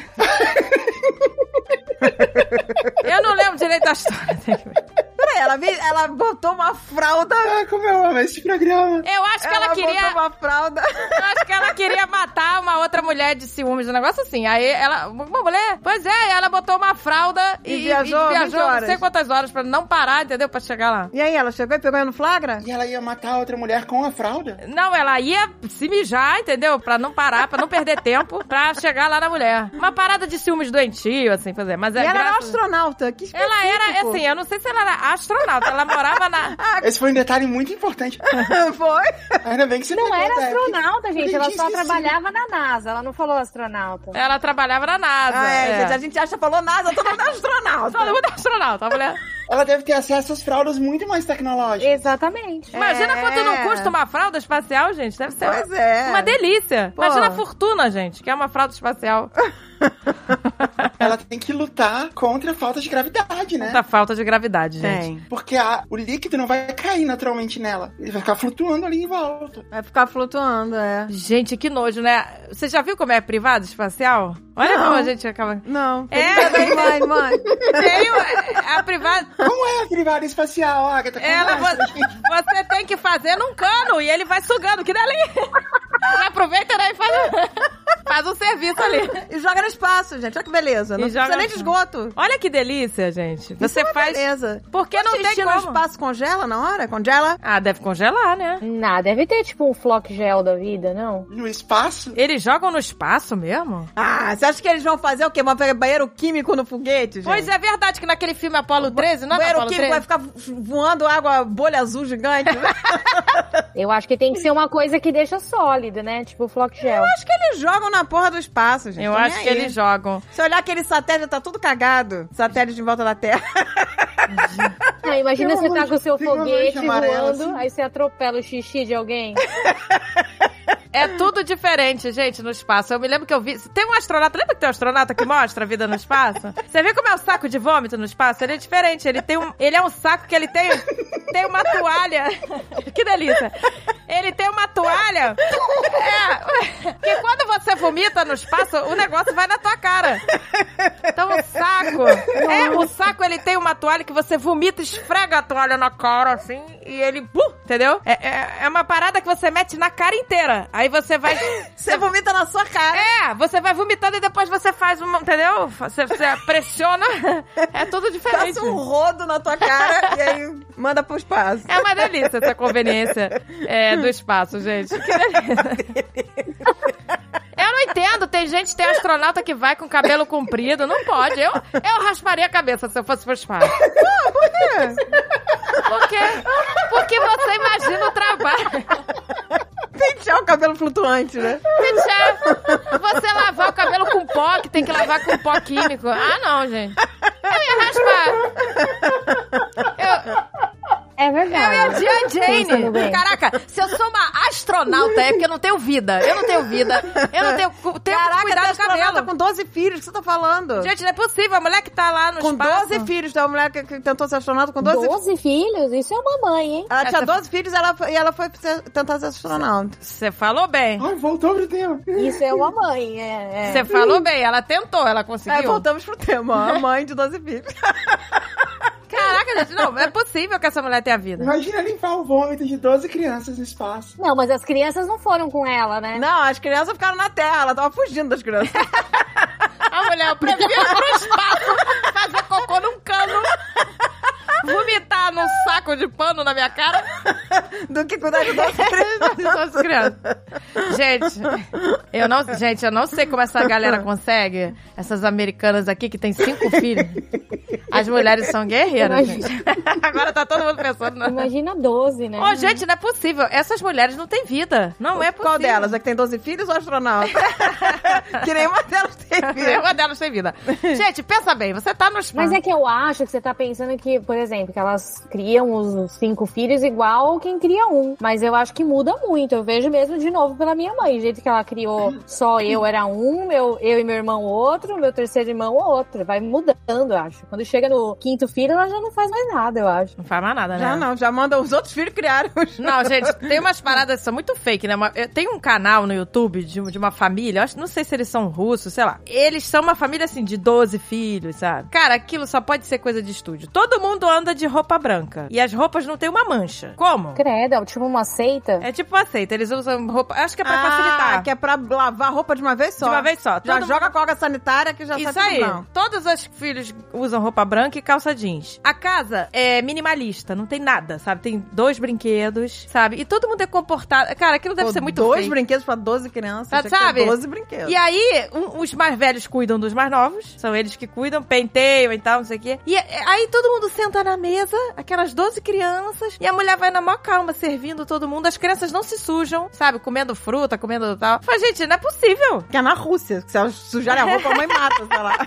Speaker 1: eu não lembro direito da história. tem que
Speaker 2: *laughs*
Speaker 1: ver.
Speaker 2: Peraí, ela, me- ela botou uma fralda.
Speaker 3: Ah, como eu amo esse programa.
Speaker 1: Eu acho que ela, queria...
Speaker 2: botou uma fralda.
Speaker 1: Eu acho que ela queria matar uma outra mulher de ciúmes, um negócio assim. Aí ela. Uma mulher? Pois é, ela botou uma fralda e,
Speaker 2: E viajou
Speaker 1: e
Speaker 2: 20
Speaker 1: viajou não
Speaker 2: horas.
Speaker 1: sei quantas horas pra não parar, entendeu? Pra chegar lá.
Speaker 2: E aí, ela chegou e pegou ele no flagra?
Speaker 3: E ela ia matar a outra mulher com a fralda?
Speaker 1: Não, ela ia se mijar, entendeu? Pra não parar, pra não perder tempo, pra chegar lá na mulher. Uma parada de ciúmes doentio, assim, fazer. Mas
Speaker 2: E
Speaker 1: é
Speaker 2: ela era
Speaker 1: graças-
Speaker 2: astronauta. Que
Speaker 1: Ela era,
Speaker 2: específico.
Speaker 1: assim, eu não sei se ela era astronauta, ela morava na.
Speaker 4: Ah,
Speaker 3: Esse foi um detalhe muito
Speaker 4: *laughs*
Speaker 3: importante.
Speaker 1: assim,
Speaker 2: *laughs* Foi?
Speaker 3: Ainda bem que você
Speaker 4: Não
Speaker 3: pegou,
Speaker 4: era
Speaker 3: tá?
Speaker 4: astronauta,
Speaker 3: Porque-
Speaker 4: gente.
Speaker 3: porque
Speaker 4: Ela
Speaker 3: tinha
Speaker 4: só
Speaker 3: esquecido.
Speaker 4: trabalhava na NASA. Ela não falou astronauta.
Speaker 1: Ela trabalhava na NASA.
Speaker 2: Ah, é,
Speaker 1: é.
Speaker 2: gente, a gente acha, falou nada, todo mundo é astronauta.
Speaker 1: Todo mundo é astronauta, a
Speaker 2: *laughs*
Speaker 1: mulher.
Speaker 3: Ela deve ter acesso às fraldas muito mais tecnológicas.
Speaker 4: Exatamente.
Speaker 1: Imagina
Speaker 2: É.
Speaker 1: quanto não custa uma fralda espacial, gente. Deve ser
Speaker 2: Pois é.
Speaker 1: uma delícia.
Speaker 2: Pô.
Speaker 1: Imagina a fortuna, gente, que é uma fralda espacial.
Speaker 4: É.
Speaker 3: Ela tem que lutar contra a falta de gravidade, né?
Speaker 1: Muita falta de gravidade, gente.
Speaker 2: É. Tem.
Speaker 3: Porque a- o líquido não vai cair naturalmente nela. Ele vai ficar flutuando ali em volta.
Speaker 2: Vai ficar flutuando, é.
Speaker 1: Gente, que nojo, né? Você já viu como é privado espacial? Olha
Speaker 2: Não.
Speaker 1: como a gente acaba.
Speaker 2: Não.
Speaker 1: É,
Speaker 2: Tem, mãe,
Speaker 1: *laughs*
Speaker 2: mãe.
Speaker 1: Tem o- a privada.
Speaker 3: Como é a privada espacial, Ah, tá Agatha?
Speaker 1: Ela,
Speaker 3: Conversa,
Speaker 1: você,
Speaker 3: gente.
Speaker 1: você tem que fazer num cano e ele vai sugando, que dali. Aproveita né, e faz, faz um serviço ali.
Speaker 2: E joga no espaço, gente. Olha que beleza. Não
Speaker 1: E joga
Speaker 2: precisa nem
Speaker 1: no
Speaker 2: de esgoto.
Speaker 1: Olha que delícia, gente. Você
Speaker 2: Isso é uma
Speaker 1: faz.
Speaker 2: Beleza.
Speaker 1: Porque não tem
Speaker 2: xixi no
Speaker 1: como.
Speaker 2: espaço congela na hora? Congela?
Speaker 1: Ah, deve congelar, né?
Speaker 4: Não, deve ter tipo um flock gel da vida, não?
Speaker 3: No
Speaker 4: É.
Speaker 3: espaço?
Speaker 1: Eles jogam no espaço mesmo?
Speaker 2: Ah, você acha que eles vão fazer o quê? Vão pegar banheiro químico no foguete, gente?
Speaker 1: Pois é verdade que naquele filme Apolo 13, não é
Speaker 2: banheiro
Speaker 1: Apolo
Speaker 2: químico vai
Speaker 1: 13?
Speaker 2: ficar vo- voando água, bolha
Speaker 1: *laughs*
Speaker 2: azul gigante.
Speaker 4: Eu acho que tem que ser uma coisa que deixa sólido, né? Tipo flock gel.
Speaker 2: acho que eles jogam na porra do espaço, gente.
Speaker 1: Eu
Speaker 2: Tô nem
Speaker 1: acho que
Speaker 2: aí.
Speaker 1: eles jogam.
Speaker 2: Se olhar aquele satélite, tá tudo cagado. Satélite em volta da Terra.
Speaker 4: Ah, imagina
Speaker 3: Tem uma
Speaker 4: você tá
Speaker 3: mancha-
Speaker 4: com o seu
Speaker 3: tem uma
Speaker 4: foguete
Speaker 3: mancha amarela,
Speaker 4: voando,
Speaker 3: assim.
Speaker 4: aí você atropela o xixi de alguém.
Speaker 2: *coughs*
Speaker 1: É tudo diferente, gente, no espaço. Eu me lembro que eu vi. Tem um astronauta. Lembra que tem um astronauta que mostra a vida no espaço? Você vê como é o saco de vômito no espaço? Ele é diferente. Ele tem um. Ele é um saco que ele tem. Tem uma toalha. *laughs* Que delícia! Ele tem uma toalha. É. *laughs* Que quando você vomita no espaço, o negócio vai na tua cara. Então o saco. É, o saco ele tem uma toalha que você vomita, esfrega a toalha na cara, assim, e ele. bum, entendeu? É, é, é uma parada que você mete na cara inteira. Aí você vai.
Speaker 2: Você vomita na sua cara.
Speaker 1: É, você vai vomitando e depois você faz uma. Entendeu? Você, você pressiona. *laughs* É tudo diferente.
Speaker 2: Passa um rodo na tua cara e aí manda pro espaço.
Speaker 1: É uma delícia essa conveniência é, do espaço, gente. Que delícia. Eu não entendo, tem gente, tem astronauta que vai com cabelo comprido, não pode. Eu, eu rasparia a cabeça se eu fosse pro espaço. Ah, por quê? Porque, porque você imagina o trabalho.
Speaker 2: *laughs* Pentear o cabelo flutuante, né?
Speaker 1: Gente, é, Você lavar o cabelo com pó, que tem que lavar com pó químico. Ah, não, gente. Eu ia raspar. Eu,
Speaker 4: É
Speaker 1: Eu ia
Speaker 4: verdade.
Speaker 1: de Aunt
Speaker 4: Pensando
Speaker 1: Jane.
Speaker 4: bem.
Speaker 1: Caraca, se eu sou uma astronauta é porque eu não tenho vida. Eu não tenho vida. Eu não tenho cu- tempo de cuidar do
Speaker 2: astronauta
Speaker 1: cabelo.
Speaker 2: com 12 filhos, o que você tá falando?
Speaker 1: Gente, não é possível. A mulher que tá lá no
Speaker 2: com
Speaker 1: espaço...
Speaker 2: 12 filhos, tem uma mulher que, que tentou ser astronauta com 12
Speaker 4: 12, filhos? Isso é uma mãe, hein?
Speaker 2: Ela tinha
Speaker 1: Essa-
Speaker 2: 12 filhos ela, foi- e ela foi ser- tentar ser astronauta.
Speaker 1: Você falou bem.
Speaker 3: Ai, voltou pro tema.
Speaker 4: Isso é uma mãe, é. é.
Speaker 1: Você falou bem. Ela tentou, ela conseguiu.
Speaker 2: Aí voltamos pro *laughs* tema, a mãe de 12 filhos.
Speaker 1: Caraca, gente, não. É possível que essa mulher tenha vida.
Speaker 3: Imagina limpar o vômito de 12 crianças no espaço.
Speaker 4: Não, mas as crianças não foram com ela, né?
Speaker 2: Não, as crianças ficaram na terra, ela tava fugindo das *laughs* crianças.
Speaker 1: A mulher, eu prefiro ir pro espaço fazer cocô num cano, vomitar num saco de pano na minha cara.
Speaker 2: Do que cuidar de 12
Speaker 1: Todas as
Speaker 2: crianças.
Speaker 1: crianças. Gente, eu não, gente, eu não sei como essa galera consegue. Essas americanas aqui que tem cinco filhos. As mulheres são guerreiras,
Speaker 4: Imagina.
Speaker 1: gente. Agora tá todo mundo pensando. na-
Speaker 4: Imagina 12, né?
Speaker 1: Ô, gente, não é possível. Essas mulheres não têm vida. Não é possível.
Speaker 2: Qual delas? A que tem 12 filhos ou *laughs* astronauta? que nenhuma delas tem
Speaker 1: *laughs*
Speaker 2: filho.
Speaker 1: Nenhuma
Speaker 2: *laughs*
Speaker 1: delas tem vida. Gente, pensa bem, você tá no espaço.
Speaker 2: é
Speaker 4: Mas é que eu acho que você tá pensando que, por exemplo, que elas elas criam os cinco filhos igual quem cria um. Mas eu acho que muda muito. Eu vejo mesmo de novo pela minha mãe. O jeito que ela criou só eu era um, meu, eu e meu irmão outro, meu terceiro irmão outro. Vai mudando, eu acho. Quando chega no quinto filho, ela já não faz mais nada, eu acho.
Speaker 1: Não faz mais nada, né?
Speaker 2: Já não, já manda os outros filhos criarem os
Speaker 1: Não, gente, tem umas paradas que são muito fake, né? Uma- eu- Tem um canal no YouTube de, de uma família, eu acho- não sei se eles são russos, sei lá. Eles são uma família, assim, de 12 filhos, sabe? Cara, aquilo só pode ser coisa de estúdio. Todo mundo anda de roupa branca. E as roupas não têm uma mancha. Como?
Speaker 4: Credo, é tipo uma seita.
Speaker 1: É tipo aceita, eles usam roupa... Acho que é pra
Speaker 2: Ah,
Speaker 1: facilitar.
Speaker 2: que é pra lavar a roupa de uma vez só.
Speaker 1: De uma vez só.
Speaker 2: Já
Speaker 1: Todo
Speaker 2: joga com água sanitária que já
Speaker 1: Isso
Speaker 2: sai
Speaker 1: aí.
Speaker 2: Tá, tudo branco.
Speaker 1: Todos os filhos usam roupa branca e calça jeans. A casa é minimalista, não tem nada, sabe? Tem dois brinquedos, sabe? E todo mundo é comportado. Cara, aquilo deve
Speaker 2: Pô,
Speaker 1: ser muito
Speaker 2: Dois
Speaker 1: fake.
Speaker 2: brinquedos pra 12 crianças.
Speaker 1: Ah,
Speaker 2: tinha que ter
Speaker 1: sabe?
Speaker 2: 12 brinquedos.
Speaker 1: E aí, um- os mais velhos cuidam dos mais novos. São eles que cuidam, penteiam e tal, não sei o quê. E é, aí todo mundo senta na mesa, aquelas 12 crianças, e a mulher vai na maior calma, servindo todo mundo. As crianças não se sujam, sabe? Comendo fruta, comendo tal. Fala, gente, não é possível.
Speaker 2: Que é na Rússia. que Se elas sujarem a roupa, a mãe mata, sei
Speaker 1: *laughs*
Speaker 2: lá.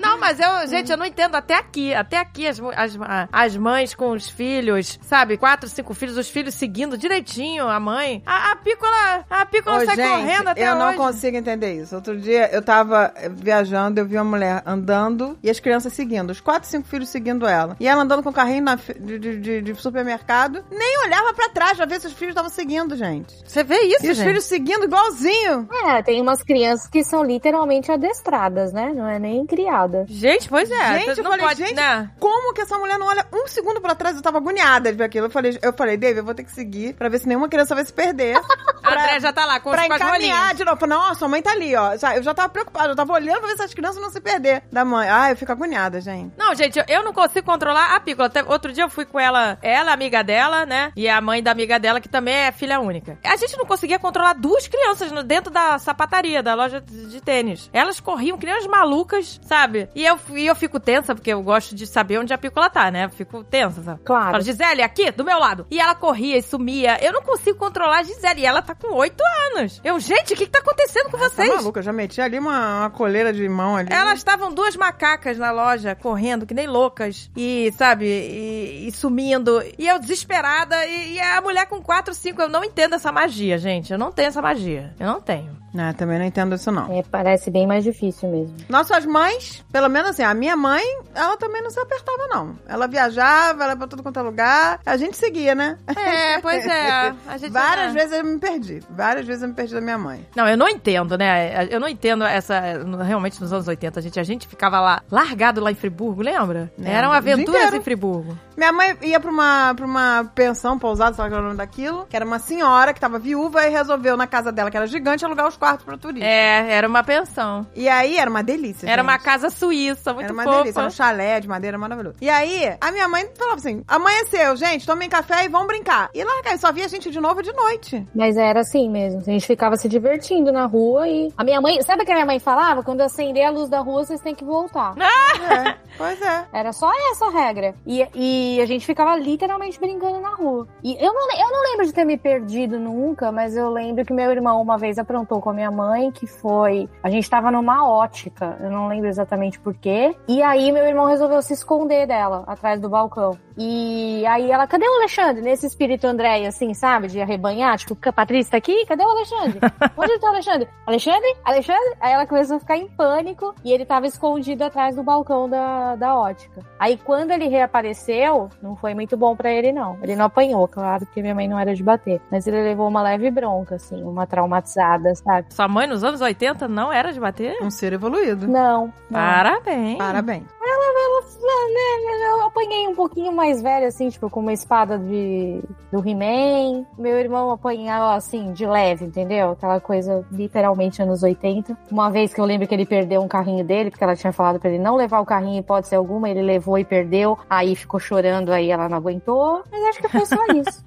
Speaker 1: Não, mas eu, gente, eu não entendo até aqui. Até aqui as, mu- as, a- as mães com os filhos, sabe? Quatro, cinco filhos, os filhos seguindo direitinho a mãe. A, a pícola, a pícola
Speaker 2: Ô,
Speaker 1: sai
Speaker 2: gente,
Speaker 1: tá correndo até
Speaker 2: eu
Speaker 1: hoje.
Speaker 2: não consigo entender isso. Outro dia eu tava eh, viajando, eu vi uma mulher andando e as crianças seguindo. Os quatro, cinco filhos seguindo ela. E ela andando com o carrinho na fe- de, de- de- de supermercado. Nem olhava pra trás pra ver se os filhos estavam seguindo, gente.
Speaker 1: Você vê isso,
Speaker 2: E os
Speaker 1: gente?
Speaker 2: filhos seguindo igualzinho.
Speaker 4: É, tem umas crianças que são literalmente adestradas, né? Não é nem criada.
Speaker 1: Gente, pois é.
Speaker 2: Gente,
Speaker 1: tu
Speaker 2: eu
Speaker 1: não
Speaker 2: falei,
Speaker 1: pode,
Speaker 2: gente,
Speaker 1: né?
Speaker 2: Como que essa mulher não olha um segundo pra trás? Eu tava agoniada de ver aquilo. Eu falei, eu falei, Dave, eu vou ter que seguir pra ver se nenhuma criança vai se perder.
Speaker 1: A André já tá lá com, os-
Speaker 2: pra
Speaker 1: com as rolinhas.
Speaker 2: encaminhar de novo. Nossa, sua mãe tá ali, ó. Já- Eu já tava preocupada, eu tava olhando pra ver se as crianças não se perder da mãe. Ai, eu fico agoniada, gente.
Speaker 1: Não, gente, eu- eu não consigo controlar a pícola. Até outro dia eu fui com ela, ela, amiga dela, né? E a mãe da amiga dela, que também é filha única. A gente não conseguia controlar duas crianças no- dentro da sapataria, da loja de de tênis. Elas corriam, crianças malucas, sabe? E eu, e eu fico tensa, porque eu gosto de saber onde a pícola tá, né? Eu Fico tensa, sabe?
Speaker 4: Claro.
Speaker 1: Falo, Gisele, aqui, do meu lado. E ela corria e sumia. Eu não consigo controlar a Gisele. E ela tá com oito anos. Eu, gente, o que, que tá acontecendo com
Speaker 2: Tá
Speaker 1: vocês?
Speaker 2: maluca, eu já meti ali uma, uma coleira de mão ali.
Speaker 1: Elas estavam duas macacas na loja, correndo, que nem loucas. E, sabe, e, e sumindo. E eu desesperada. E, e a mulher com quatro, cinco. Eu não entendo essa magia, gente. Eu não tenho essa magia. Eu não tenho.
Speaker 2: Ah, também não entendo isso, não.
Speaker 4: É, parece bem mais difícil mesmo.
Speaker 2: Nossas mães, pelo menos assim, a minha mãe, ela também não se apertava, não. Ela viajava, ela ia pra tudo quanto é lugar. A gente seguia, né?
Speaker 1: É, pois
Speaker 2: *laughs*
Speaker 1: é. *laughs* A gente
Speaker 2: Várias vezes eu me perdi. Várias vezes eu me perdi da minha mãe.
Speaker 1: Não, eu não entendo, né? Eu não entendo essa. Realmente, nos anos 80, a gente, a gente ficava lá, largado lá em Friburgo, lembra?
Speaker 2: Lembro.
Speaker 1: Eram
Speaker 2: O dia
Speaker 1: aventuras
Speaker 2: inteiro.
Speaker 1: em Friburgo.
Speaker 2: Minha mãe ia pra uma, pra uma pensão, pousada, sei lá qual era o nome daquilo, que era uma senhora que tava viúva e resolveu na casa dela, que era gigante, alugar os quartos pra turista.
Speaker 1: É, era uma pensão.
Speaker 2: E aí era uma delícia.
Speaker 1: Era
Speaker 2: gente.
Speaker 1: uma casa suíça, muito
Speaker 2: era uma
Speaker 1: fofa.
Speaker 2: delícia, era um chalé de madeira maravilhoso. E aí, a minha mãe falava assim: amanheceu, gente, tomem café e vão brincar. E larga, e só via a gente de novo
Speaker 1: *laughs*
Speaker 2: de noite.
Speaker 4: Mas era assim mesmo. A gente ficava se divertindo na rua e. A minha mãe. Sabe o que a minha mãe falava? Quando acender a luz da rua, vocês têm que voltar.
Speaker 2: É, pois é.
Speaker 4: Era só essa a regra. E, e a gente ficava literalmente brincando na rua. E eu não, le- eu não lembro de ter me perdido nunca, mas eu lembro que meu irmão uma vez aprontou com a minha mãe, que foi. A gente tava numa ótica, eu não lembro exatamente porquê. E aí meu irmão resolveu se esconder dela, atrás do balcão. E aí ela, cadê o Alexandre? Nesse espírito Andréia, assim, sabe? De arrebanhar, tipo, "Ca- Patrícia tá aqui? Cadê o Alexandre? Onde tá o Alexandre? Alexandre? Alexandre? Aí ela começou a ficar em pânico e ele tava escondido atrás do balcão da, da ótica. Aí quando ele reapareceu, não foi muito bom pra ele, não. Ele não apanhou, claro, porque minha mãe não era de bater. Mas ele levou uma leve bronca, assim, uma traumatizada, sabe?
Speaker 1: Sua mãe, nos anos 80, não era de bater?
Speaker 2: Um ser evoluído.
Speaker 4: Não. não.
Speaker 1: Parabéns.
Speaker 2: Parabéns.
Speaker 4: Ela, né, eu apanhei um pouquinho mais velha, assim, tipo, com uma espada de, do He-Man. Meu irmão apanhava, assim, de leve, entendeu? Aquela coisa, literalmente, anos 80. Uma vez que eu lembro que ele perdeu um carrinho dele, porque ela tinha falado pra ele não levar o carrinho em hipótese alguma, ele levou e perdeu. Aí ficou chorando, aí ela não aguentou. Mas acho que foi só isso.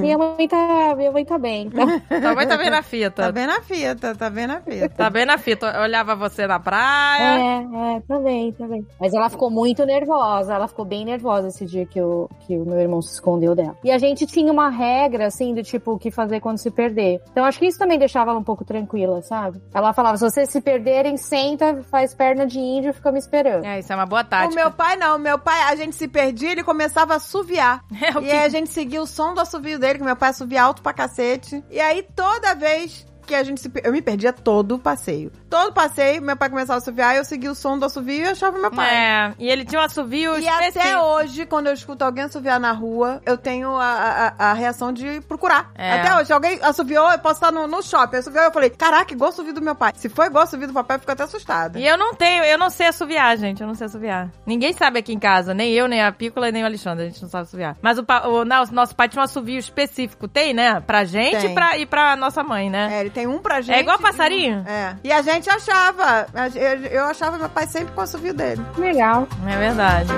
Speaker 4: minha, mãe tá, minha mãe tá bem, então...
Speaker 1: Sua mãe tá bem na fita.
Speaker 2: *laughs* Tá bem na fita, tá bem na fita.
Speaker 1: Tá bem na fita. Olhava você na praia.
Speaker 4: É, é, também, também. Mas ela ficou muito nervosa. Ela ficou bem nervosa esse dia que, eu, que o meu irmão se escondeu dela. E a gente tinha uma regra, assim, do tipo, o que fazer quando se perder. Então acho que isso também deixava ela um pouco tranquila, sabe? Ela falava: se vocês se perderem, senta, faz perna de índio e fica me esperando.
Speaker 1: É, isso é uma boa
Speaker 2: O
Speaker 1: tática.
Speaker 2: meu pai não, o meu pai, a gente se perdia, ele começava a assoviar.
Speaker 1: *laughs* É, o
Speaker 2: e
Speaker 1: que- *laughs*
Speaker 2: aí a gente seguia o som do assovio dele, que meu pai assovia alto pra cacete. E aí toda vez que a gente se... per- Eu me perdia todo o passeio. Todo o passeio, meu pai começava a assoviar, eu seguia o som do assovio e eu achava meu pai.
Speaker 1: É, e ele tinha um assovio
Speaker 2: E até
Speaker 1: específico.
Speaker 2: hoje, quando eu escuto alguém assoviar na rua, eu tenho a, a- a- a reação de procurar.
Speaker 1: É.
Speaker 2: Até hoje, alguém assoviou, eu posso estar no, no shopping, assoviou, eu falei, caraca, igual assovio do meu pai. Se for igual assovio do papai, eu fico até assustada.
Speaker 1: E é. eu não tenho, eu não sei assoviar, gente. Eu não sei assoviar. Ninguém sabe aqui em casa, nem eu, nem a Pícola, nem o Alexandre. A gente não sabe assoviar. Mas o, pa- o na- o nosso pai tinha um assovio específico. Tem, né? Pra gente
Speaker 2: Tem.
Speaker 1: e pra, e pra nossa mãe, né?
Speaker 2: É, ele tem um pra gente.
Speaker 1: igual
Speaker 2: e um-
Speaker 1: passarinho?
Speaker 2: É. E a gente achava. a ge- Eu, eu achava meu pai sempre com o assovio dele.
Speaker 4: Legal.
Speaker 1: É, verdade.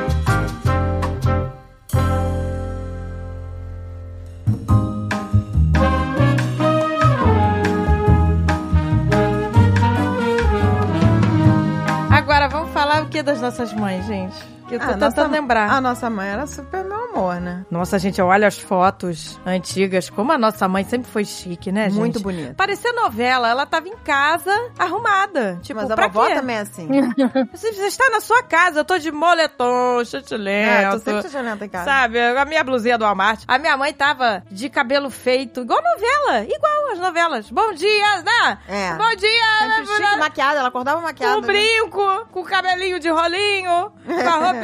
Speaker 1: Agora, vamos falar o que das nossas mães, gente? Que Eu tô
Speaker 2: Ah,
Speaker 1: tentando
Speaker 2: nossa-
Speaker 1: lembrar.
Speaker 2: A nossa mãe era super meu amor, né?
Speaker 1: Nossa, gente, olha as fotos antigas. Como a nossa mãe sempre foi chique, né, gente?
Speaker 2: Muito bonita.
Speaker 1: Parecia novela, ela tava em casa, arrumada. Tipo,
Speaker 2: Mas a
Speaker 1: pra
Speaker 2: vovó
Speaker 1: quê?
Speaker 2: também é
Speaker 1: *laughs*
Speaker 2: assim.
Speaker 1: Você, você está na sua casa, eu tô de moletom,
Speaker 2: é,
Speaker 1: chutilento.
Speaker 2: tô sempre chorando em casa.
Speaker 1: Sabe, a minha blusinha do Walmart. A minha mãe tava de cabelo feito, igual novela, igual as novelas. Bom dia, né?
Speaker 2: É.
Speaker 1: Bom
Speaker 2: Sempre chique,
Speaker 1: dia, né,
Speaker 2: maquiada, ela acordava maquiada.
Speaker 1: com
Speaker 2: né?
Speaker 1: brinco, com cabelinho de rolinho, com
Speaker 2: *laughs*
Speaker 1: a roupinha.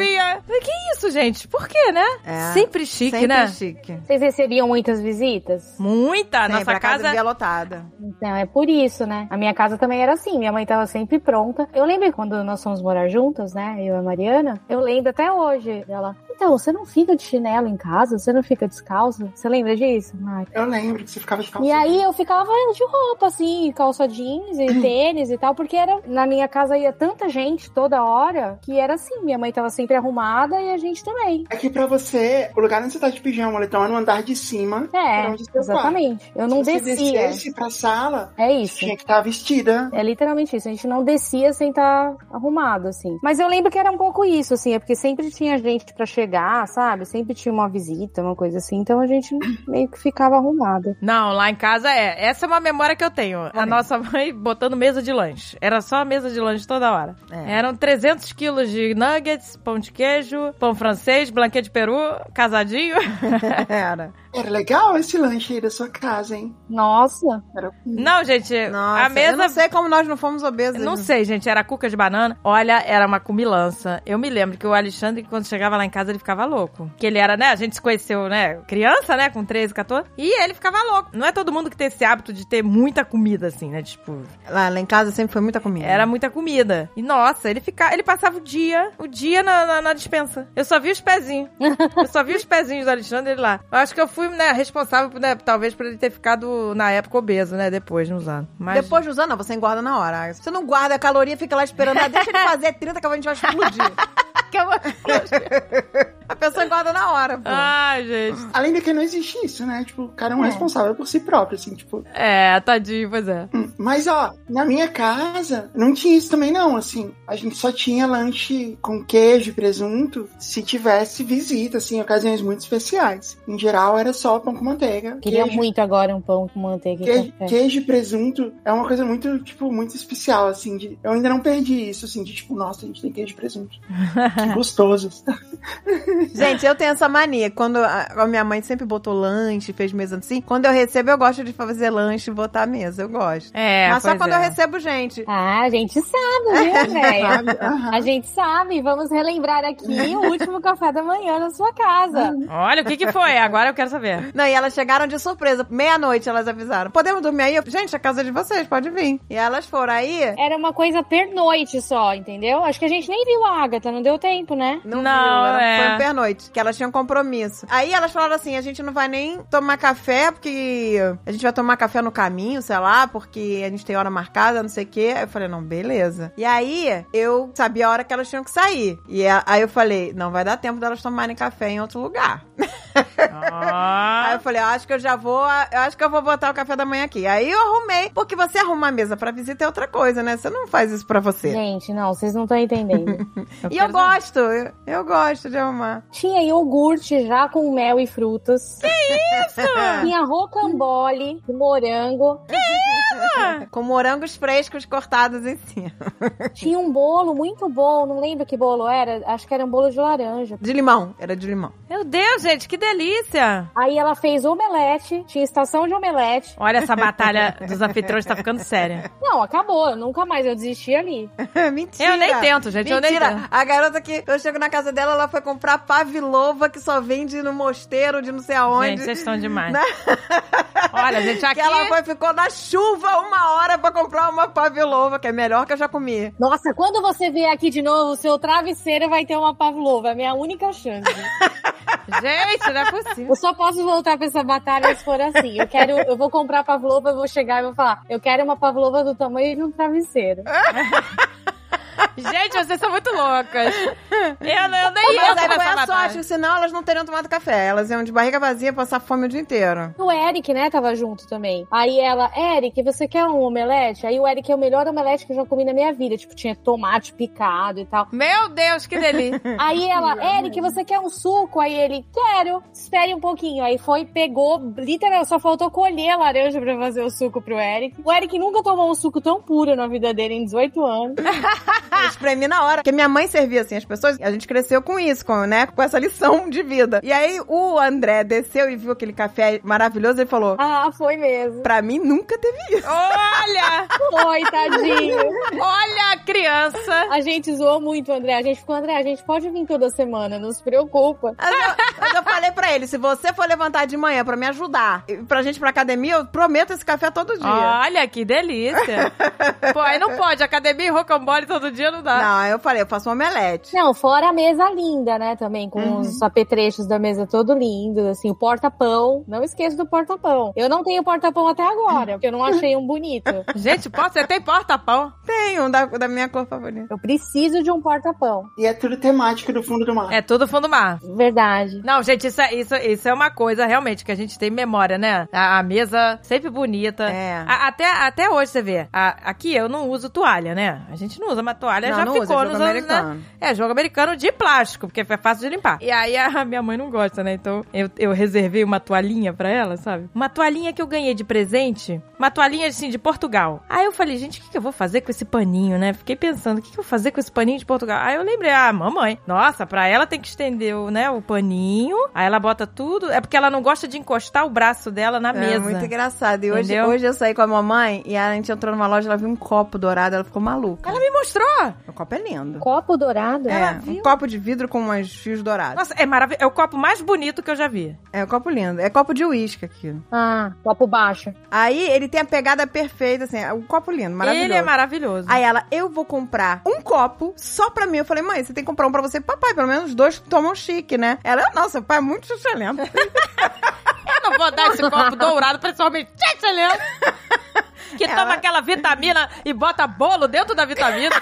Speaker 1: Falei, Que isso, gente? Por quê, né?
Speaker 2: É.
Speaker 1: Sempre chique,
Speaker 2: sempre
Speaker 1: né?
Speaker 2: chique.
Speaker 4: Vocês recebiam mutas visitas?
Speaker 1: Muita!
Speaker 2: Sempre,
Speaker 1: nossa
Speaker 2: a casa é
Speaker 1: casa. *laughs*
Speaker 2: vivia lotada.
Speaker 4: Então, é por isso, né? A minha casa também era assim, minha mãe tava sempre pronta. Eu lembro quando nós fomos morar juntas, né? Eu e a Mariana, eu lembro até hoje dela. Então, você não fica de chinelo em casa? Você não fica descalço? Você lembra disso? Ai.
Speaker 3: Eu lembro que você ficava de calça.
Speaker 4: E aí eu ficava de roupa, assim, calça jeans
Speaker 3: *clears throat*
Speaker 4: e tênis e tal, porque era na minha casa ia tanta gente toda hora que era assim, minha mãe tava sempre arrumada e a gente também.
Speaker 3: É que pra você, o lugar onde você tá de pijama, moletom, é no andar de cima.
Speaker 4: É,
Speaker 3: pra onde você
Speaker 4: exatamente. Eu não
Speaker 3: Se você
Speaker 4: descia.
Speaker 3: descesse pra sala,
Speaker 4: É
Speaker 3: você
Speaker 4: isso.
Speaker 3: tinha que estar vestida.
Speaker 4: É literalmente isso. A gente não descia sem estar arrumado, assim. Mas eu lembro que era um pouco isso, assim. É porque sempre tinha gente pra chegar, sabe? Sempre tinha uma visita, uma coisa assim. Então a gente *coughs* meio que ficava arrumada.
Speaker 1: Não, lá em casa é. Essa é uma memória que eu tenho. A
Speaker 2: Também.
Speaker 1: nossa mãe botando mesa de lanche. Era só mesa de lanche toda hora.
Speaker 2: É.
Speaker 1: Eram 300 quilos de nuggets, pão de queijo, pão francês, blanquete de peru, casadinho.
Speaker 2: Era.
Speaker 3: Era legal esse lanche aí da sua casa, hein?
Speaker 4: Nossa!
Speaker 3: Era... um-
Speaker 4: Uhum.
Speaker 1: Não, gente,
Speaker 2: Nossa,
Speaker 1: a mesa
Speaker 2: eu não sei como nós não fomos né? obesos.
Speaker 1: Não sei, gente, era cuca de banana. Olha, era uma cumilança. Eu me lembro que o Alexandre, quando chegava lá em casa, ele ficava louco. Que ele era, né? A gente se conheceu, né? Criança, né? Com 13, 14. E ele ficava louco. Não é todo mundo que tem esse hábito de ter muita comida, assim, né? Tipo,
Speaker 2: Lá, lá em casa sempre foi muita comida.
Speaker 1: era muita comida. E nossa, ele ficava, ele passava o dia, o dia na, na, na dispensa. Eu só vi os
Speaker 2: *laughs*
Speaker 1: pezinhos. eu só vi os pezinhos do Alexandre ele lá. Eu acho que eu fui, né, responsável, por, né, talvez, por ele ter ficado, na época, obeso, né? Depois, nos anos. Mas...
Speaker 2: Depois de usar, não, você engorda na hora. Se Você não guarda a caloria, fica lá esperando. Ah, deixa ele fazer 30 que a gente
Speaker 1: *laughs*
Speaker 2: vai explodir. a pessoa engorda na hora, pô.
Speaker 1: Ai, gente.
Speaker 3: Além de que não existe isso, né? Tipo, o cara é um responsável por si próprio, assim, tipo.
Speaker 1: É, tadinho, pois é.
Speaker 3: hum. Mas, ó, na minha casa, não tinha isso também, não, assim. A gente só tinha lanche com queijo e presunto se tivesse visita, assim, em ocasiões muito especiais. Em geral, era só pão com manteiga.
Speaker 4: Queria
Speaker 3: queijo,
Speaker 4: muito agora um pão com manteiga e
Speaker 3: Queijo,
Speaker 4: café.
Speaker 3: queijo e presunto é uma coisa muito, tipo, muito especial, assim. de- eu ainda não perdi isso, assim, de tipo, nossa, a gente tem queijo e presunto. Que gostoso.
Speaker 2: Gente, eu tenho essa mania. Quando a, a minha mãe sempre botou lanche, fez mesa assim. Quando eu recebo, eu gosto de fazer lanche e botar a mesa. Eu gosto.
Speaker 1: É,
Speaker 2: Mas só
Speaker 1: pois
Speaker 2: quando
Speaker 1: é.
Speaker 2: eu recebo gente.
Speaker 4: Ah, a gente sabe, viu, velho?
Speaker 3: Aham.
Speaker 4: A gente sabe. Vamos relembrar aqui o último *laughs* café da manhã na sua casa.
Speaker 1: Olha, o que que foi? Agora eu quero
Speaker 2: *laughs*
Speaker 1: saber.
Speaker 2: Não, e elas chegaram de surpresa. Meia-noite elas avisaram. Podemos dormir aí? Eu, gente, a casa é de vocês, pode vir. E elas foram aí.
Speaker 4: Era uma coisa pernoite só, entendeu? Acho que a gente nem viu a Agatha, não deu tempo, né?
Speaker 2: Não,
Speaker 1: Não,
Speaker 2: viu, era-
Speaker 1: é.
Speaker 2: foi um foi à noite, que elas tinham compromisso. Aí elas falaram assim: a gente não vai nem tomar café, porque a gente vai tomar café no caminho, sei lá, porque a gente tem hora marcada, não sei o quê. Aí eu falei: não, beleza. E aí eu sabia a hora que elas tinham que sair. E a- aí eu falei: não vai dar tempo delas tomarem café em outro lugar.
Speaker 1: Ah.
Speaker 2: Aí eu falei, eu acho que eu já vou, eu acho que eu vou botar o café da manhã aqui. Aí eu arrumei, porque você arrumar a mesa pra visita é outra coisa, né? Você não faz isso pra você.
Speaker 4: Gente, não, vocês não estão entendendo.
Speaker 2: e eu
Speaker 1: quero saber.
Speaker 2: gosto, eu, eu gosto de arrumar.
Speaker 4: Tinha iogurte já com mel e frutas. Tinha rocambole, de morango.
Speaker 2: Com morangos frescos cortados em cima.
Speaker 4: Tinha um bolo muito bom, não lembro que bolo era, acho que era um bolo de laranja.
Speaker 2: De limão, era de limão. *laughs*
Speaker 1: Meu Deus, gente, que delícia!
Speaker 4: Aí ela fez omelete, tinha estação de omelete.
Speaker 1: Olha, essa
Speaker 2: *laughs*
Speaker 1: batalha dos anfitriões tá ficando séria.
Speaker 4: Não, acabou, nunca mais, eu desisti ali.
Speaker 2: Mentira.
Speaker 1: Eu nem tento, gente, eu nem
Speaker 2: Mentira.
Speaker 1: tento.
Speaker 2: A garota que eu chego na casa dela, ela foi comprar pavilova que só vende no mosteiro de não sei aonde.
Speaker 1: Gente, vocês estão demais.
Speaker 2: Né?
Speaker 1: Olha,
Speaker 2: *laughs*
Speaker 1: gente, aqui... é-
Speaker 2: Que ela foi, ficou na chuva uma hora pra comprar uma pavilova, que é melhor que eu já comi.
Speaker 4: Nossa, quando você vier aqui de novo, o seu travesseiro vai ter uma pavlova, é a minha única chance.
Speaker 1: Gente, não é possível.
Speaker 2: *laughs*
Speaker 4: Eu só posso voltar pra essa batalha se for assim. Eu quero, eu vou comprar pavlova, eu vou chegar e vou falar, eu quero uma pavlova do tamanho de um travesseiro.
Speaker 1: Gente, vocês são muito loucas. Eu, não- eu nem ia
Speaker 2: Mas aí
Speaker 1: nessa
Speaker 2: foi a
Speaker 1: batalha.
Speaker 2: sorte, senão elas não teriam tomado café. Elas iam de barriga vazia passar fome o dia inteiro.
Speaker 4: O Eric, né, tava junto também. Aí ela, Eric, você quer um omelete? Aí o Eric é o melhor omelete que eu já comi na minha vida. Tipo, tinha tomate picado e tal.
Speaker 1: Meu Deus, que delícia.
Speaker 2: *laughs*
Speaker 4: Aí ela, Eric, você quer um suco? Aí ele, quero, espere um pouquinho. Aí foi, pegou, literal, só faltou colher a laranja pra fazer o suco pro Eric. O Eric nunca tomou um suco tão puro na vida dele em 18 anos.
Speaker 2: Eu espremi na hora. Porque minha mãe servia assim as pessoas. A gente cresceu com isso, com, né? Com essa lição de vida. E aí o André desceu e viu aquele café maravilhoso e falou:
Speaker 4: *laughs* Ah, foi mesmo.
Speaker 2: Pra mim nunca teve isso.
Speaker 1: Olha,
Speaker 4: Foi, tadinho.
Speaker 1: olha a criança.
Speaker 4: A gente zoou muito, André. A gente ficou, André, a gente pode vir toda semana, não se preocupa.
Speaker 2: Mas eu, mas eu falei pra ele: se você for levantar de manhã pra me ajudar, e pra gente ir pra academia, eu prometo esse café todo dia.
Speaker 1: Olha, que
Speaker 2: *laughs*
Speaker 1: delícia. Pô, aí não pode. Academia e rocambole todo dia não dá.
Speaker 2: Não, aí eu falei: eu faço um omelete.
Speaker 4: Não, fora a mesa linda, né? Também, com os apetrechos da mesa todo lindo, assim, o porta-pão. Não esqueça do porta-pão. Eu não tenho porta-pão até agora, porque eu não achei um bonito.
Speaker 1: Gente, pô, você tem porta-pão?
Speaker 2: Tem um da, da minha cor favorita.
Speaker 4: Eu preciso de um porta-pão.
Speaker 3: E é tudo temático do fundo do mar.
Speaker 1: É tudo fundo do mar.
Speaker 4: Verdade.
Speaker 1: Não, gente, isso é, isso, isso é uma coisa realmente que a gente tem memória, né? A, a mesa sempre bonita.
Speaker 2: É.
Speaker 1: A- até, até hoje você vê. A- aqui eu não uso toalha, né? A gente não usa, mas toalha
Speaker 2: Não,
Speaker 1: já
Speaker 2: não usa,
Speaker 1: ficou
Speaker 2: é
Speaker 1: nos
Speaker 2: jogo
Speaker 1: anos, né?
Speaker 2: americano.
Speaker 1: É, jogo americano de plástico, porque é fácil de limpar. E aí a minha mãe não gosta, né? Então eu, eu reservei uma toalhinha pra ela, sabe? Uma toalhinha que eu ganhei de presente. Uma toalhinha, assim, de Portugal. Aí eu falei, gente, o que, que eu vou fazer com esse paninho, né? Fiquei pensando, o que, que eu vou fazer com esse paninho de Portugal? Aí eu lembrei, ah, mamãe, nossa, pra ela tem que estender o, né, o paninho. Aí ela bota tudo. É porque ela não gosta de encostar o braço dela na
Speaker 2: É
Speaker 1: mesa.
Speaker 2: muito engraçado. E hoje,
Speaker 1: Entendeu?
Speaker 2: hoje eu saí com a mamãe e a gente entrou numa loja, ela viu um copo dourado, ela ficou maluca.
Speaker 1: Ela me mostrou!
Speaker 2: O copo é lindo.
Speaker 4: Copo dourado?
Speaker 2: É, um copo de vidro com umas fios dourados.
Speaker 1: Nossa, é maravilhoso. É o copo mais bonito que eu já vi.
Speaker 2: É um copo lindo. É copo de uísque aqui.
Speaker 4: Ah, copo baixo.
Speaker 2: Aí ele tem a pegada perfeita, assim, é um copo lindo, maravilhoso.
Speaker 1: Ele é maravilhoso.
Speaker 2: Aí ela, eu vou comprar um copo só pra mim. Eu falei, mãe, você tem que comprar um pra você e papai. Pelo menos dois tomam chique, né? Ela, nossa, pai é muito excelente. *laughs*
Speaker 1: Eu não vou dar esse copo dourado pra esse homem tchatchelento que toma aquela vitamina e bota bolo dentro da vitamina.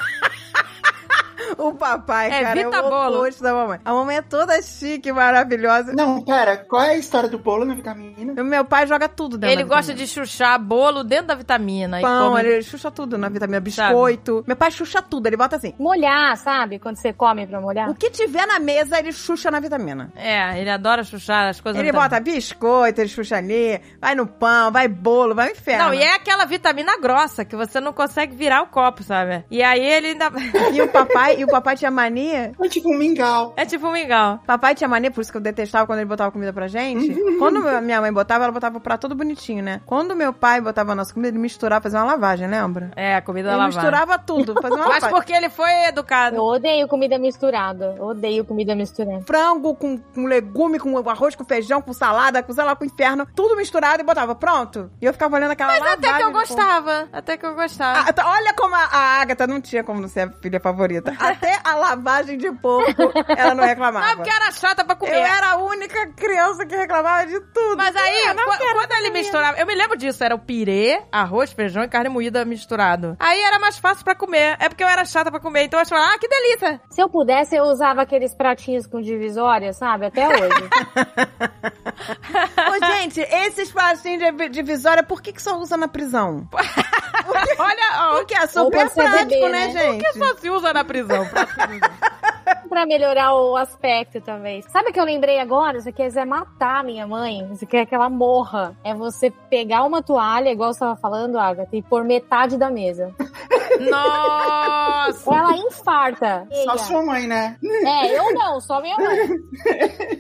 Speaker 2: o papai,
Speaker 1: É
Speaker 2: cara, é
Speaker 1: Vitabolo.
Speaker 2: o oposto da mamãe. A mamãe é toda chique, maravilhosa.
Speaker 3: Não, pera, qual é a história do bolo na vitamina?
Speaker 2: E o meu pai joga tudo dentro
Speaker 1: Ele
Speaker 2: da
Speaker 1: gosta
Speaker 2: vitamina.
Speaker 1: de chuchar bolo dentro da vitamina. e
Speaker 2: pão,
Speaker 1: come...
Speaker 2: ele chucha tudo na vitamina, biscoito. Meu pai chucha tudo, ele bota assim.
Speaker 4: Molhar, sabe? Quando você come pra molhar.
Speaker 2: O que tiver na mesa, ele chucha na vitamina.
Speaker 1: É, ele adora chuchar as coisas.
Speaker 2: Ele
Speaker 1: da vitamina.
Speaker 2: bota biscoito, ele chucha ali, vai no pão, vai bolo, vai no inferno.
Speaker 1: Não, e é aquela vitamina grossa que você não consegue virar o copo, sabe? E aí ele ainda. *laughs*
Speaker 2: E o papai, e o papai tinha mania.
Speaker 3: É tipo um mingau.
Speaker 1: é tipo um mingau.
Speaker 2: Papai tinha mania, por isso que eu detestava quando ele botava comida pra gente. quando meu- minha mãe botava, ela botava o prato todo bonitinho, né? Quando meu pai botava a nossa comida, ele misturava, fazia uma lavagem, lembra?
Speaker 1: É, a comida
Speaker 2: Ele
Speaker 1: lavada.
Speaker 2: misturava tudo, fazia uma
Speaker 1: *laughs* Mas
Speaker 2: lavagem.
Speaker 1: porque ele foi educado.
Speaker 4: Eu odeio comida misturada. Eu odeio comida misturada.
Speaker 2: frango, com, com legume, com arroz, com feijão, com salada, com sei lá, com inferno, tudo misturado e botava, pronto. E eu ficava olhando aquela
Speaker 1: Mas até que eu
Speaker 2: lavagem né, de
Speaker 1: gostava. Até que eu gostava.
Speaker 2: *laughs* Ah, tá, olha como a, a Agatha não tinha como não ser a filha favorita. até a lavagem de porco ela não reclamava.
Speaker 1: Não, Ah, porque era chata pra comer.
Speaker 2: Eu era a única criança que reclamava de tudo.
Speaker 1: Mas
Speaker 2: *laughs*
Speaker 1: aí,
Speaker 2: Eu não
Speaker 1: qua-
Speaker 2: quero
Speaker 1: quando ele
Speaker 2: comida.
Speaker 1: misturava, eu me lembro disso, era o pirê, arroz, feijão e carne moída misturado. Aí era mais fácil pra comer. É porque eu era chata pra comer, então eu achava, ah, que
Speaker 2: *laughs*
Speaker 1: delícia.
Speaker 4: Se eu pudesse, eu usava aqueles pratinhos com divisória, sabe? Até hoje.
Speaker 2: Ô, gente, esses pastinhos de divisória, por que que só usa na prisão?
Speaker 1: Olha, ó, o
Speaker 2: Porque é super
Speaker 4: pra você beber,
Speaker 2: prático, né,
Speaker 4: né?
Speaker 2: gente?
Speaker 1: que só se usa na prisão.
Speaker 2: *laughs*
Speaker 4: pra melhorar o aspecto também. Sabe o que eu lembrei agora? Você quer é matar minha mãe. Você quer que ela morra. É você pegar uma toalha, igual você tava falando, Agatha, e pôr metade da mesa.
Speaker 1: Nossa!
Speaker 4: Ela infarta.
Speaker 3: Só
Speaker 4: Eia.
Speaker 3: sua mãe, né?
Speaker 4: É, eu não, só minha mãe.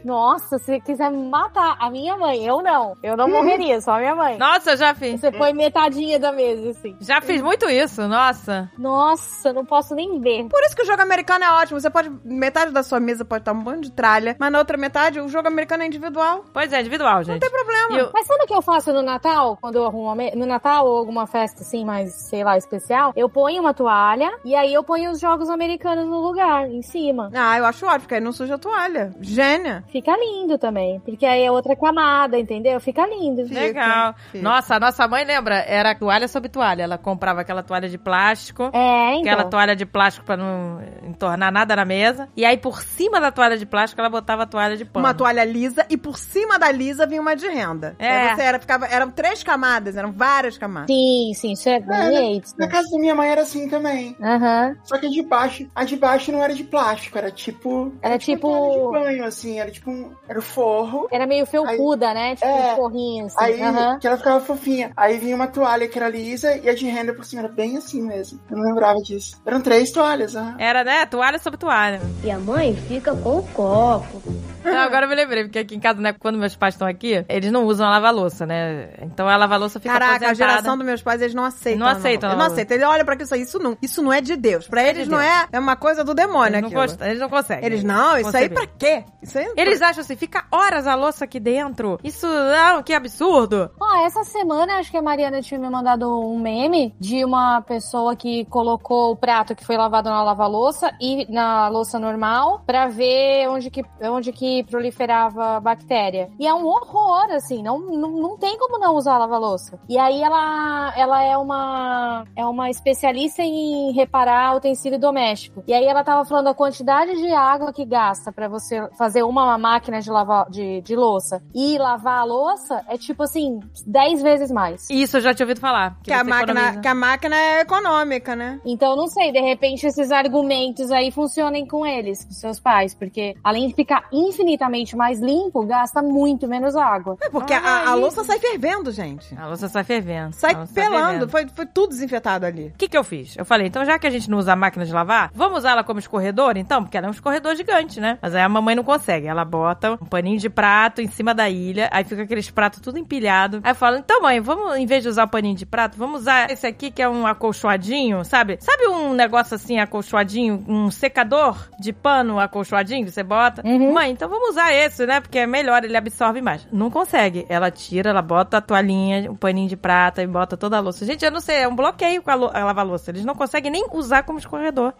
Speaker 4: Nossa, se quiser matar a minha mãe, eu não. Eu não morreria, só minha mãe.
Speaker 1: Nossa, eu já fiz.
Speaker 4: Você põe metadinha da mesa, assim.
Speaker 1: Já fiz muito isso, nossa.
Speaker 4: Nossa, não posso nem ver.
Speaker 2: Por isso que o jogo americano é ótimo. Você pode. Metade da sua mesa pode estar um bando de tralha, mas na outra metade o jogo americano é individual.
Speaker 1: Pois é, individual, gente. Não tem problema.
Speaker 4: Mas sabe o que eu faço no Natal? Quando eu arrumo a me... no Natal ou alguma festa assim, mais, sei lá, especial, eu ponho uma toalha e aí eu ponho os jogos americanos no lugar, em cima.
Speaker 2: Ah, eu acho ótimo, porque aí não suja a toalha. Gênia.
Speaker 4: Fica lindo também, porque aí é outra camada, entendeu? Fica lindo. né?
Speaker 2: Fica.
Speaker 1: Legal.
Speaker 2: fica.
Speaker 1: Nossa, a nossa mãe, lembra? Era toalha sobre toalha. Ela comprava aquela toalha de plástico.
Speaker 4: É,
Speaker 1: Aquela
Speaker 4: então.
Speaker 1: toalha de plástico pra não entornar nada na mesa. E aí, por cima da toalha de plástico, ela botava a toalha de pano.
Speaker 2: Uma toalha lisa e por cima da lisa vinha uma de renda.
Speaker 1: É.
Speaker 2: Aí você era, ficava, eram três camadas, eram várias camadas.
Speaker 4: Sim, sim, isso é
Speaker 3: né?
Speaker 4: bonito.
Speaker 3: Na casa da minha mãe era assim também.
Speaker 4: Aham.
Speaker 3: Só que a de baixo, a de baixo não era de plástico, era tipo.
Speaker 4: Era
Speaker 3: uma toalha de
Speaker 4: tipo.
Speaker 3: banho, assim, era tipo um. Era o forro.
Speaker 4: Era meio felpuda, né? Tipo
Speaker 3: É.
Speaker 4: um forrinho, assim.
Speaker 3: Aí,
Speaker 4: Aham.
Speaker 3: que ela ficava fofinha. Aí vinha uma toalha que era lisa e a de renda por cima era bem assim mesmo. Eu não lembrava disso. Eram três toalhas, aham.
Speaker 1: Era, né? Toalha sobre toalha.
Speaker 5: E a mãe fica com o copo.
Speaker 1: Não, agora eu me lembrei, porque aqui em casa, né, quando meus pais estão aqui, eles não usam a lava-louça, né? Então a lava-louça fica
Speaker 2: Caraca, a
Speaker 1: aposentada.
Speaker 2: geração dos meus pais, eles não aceitam.
Speaker 1: Não aceitam,
Speaker 2: Eles não
Speaker 1: não.
Speaker 2: aceitam. Eles olham pra isso aí, isso não, isso não é de Deus. Pra eles
Speaker 1: de
Speaker 2: não
Speaker 1: Deus.
Speaker 2: é, é uma coisa do demônio
Speaker 1: eles, não
Speaker 2: aquilo.
Speaker 1: gost- eles não conseguem.
Speaker 2: Eles não, isso aí
Speaker 1: Conceber.
Speaker 2: pra quê? Isso aí é
Speaker 1: Eles acham assim, fica horas a louça aqui dentro. Isso, não, que absurdo.
Speaker 4: Ó, essa semana acho que a Mariana tinha me mandado um meme de uma pessoa que colocou o prato que foi lavado na lava-louça e na louça normal pra ver onde que, onde que proliferava a bactéria. E é um horror, assim, não, não, não tem como não usar a lava-louça. E aí ela, ela é uma é uma especialista em reparar utensílio doméstico. E aí ela tava falando a quantidade de água que gasta pra você fazer uma máquina de lavar de, de louça e lavar a louça é tipo assim, 10 vezes mais.
Speaker 1: Isso eu já tinha ouvido falar.
Speaker 2: Que a,
Speaker 1: você
Speaker 2: máquina,
Speaker 1: economiza.
Speaker 2: que a máquina é econômica, né?
Speaker 4: Então, não sei, de repente esses argumentos aí funcionem com eles, com seus pais, porque além de ficar infinitamente mais limpo, gasta muito menos água.
Speaker 2: É porque
Speaker 1: Olha
Speaker 2: a, a
Speaker 1: aí.
Speaker 2: louça sai fervendo, gente.
Speaker 1: A louça sai fervendo.
Speaker 2: Sai
Speaker 1: a louça
Speaker 2: pelando.
Speaker 1: fervendo.
Speaker 2: foi, foi tudo desinfetado ali.
Speaker 1: O que, que eu fiz? Eu falei, então já que a gente não usa a máquina de lavar, vamos usar ela como escorredor, então? Porque ela é um escorredor gigante, né? Mas aí a mamãe não consegue. Ela bota um paninho de prato em cima da ilha, aí fica aqueles pratos tudo empilhado. Aí eu falo, então mãe, vamos, em vez de usar o paninho de prato, vamos usar esse aqui que é um acolchoadinho, sabe? Sabe um negócio assim, acolchoadinho, um secador de pano acolchoadinho que você bota? Mãe, então vamos usar esse, né? Porque é melhor, ele absorve mais. Não consegue. Ela tira, ela bota a toalhinha, um paninho de prata e bota toda a louça. Gente, eu não sei, é um bloqueio com a, lo- a lava-louça. Eles não conseguem nem usar como escorredor.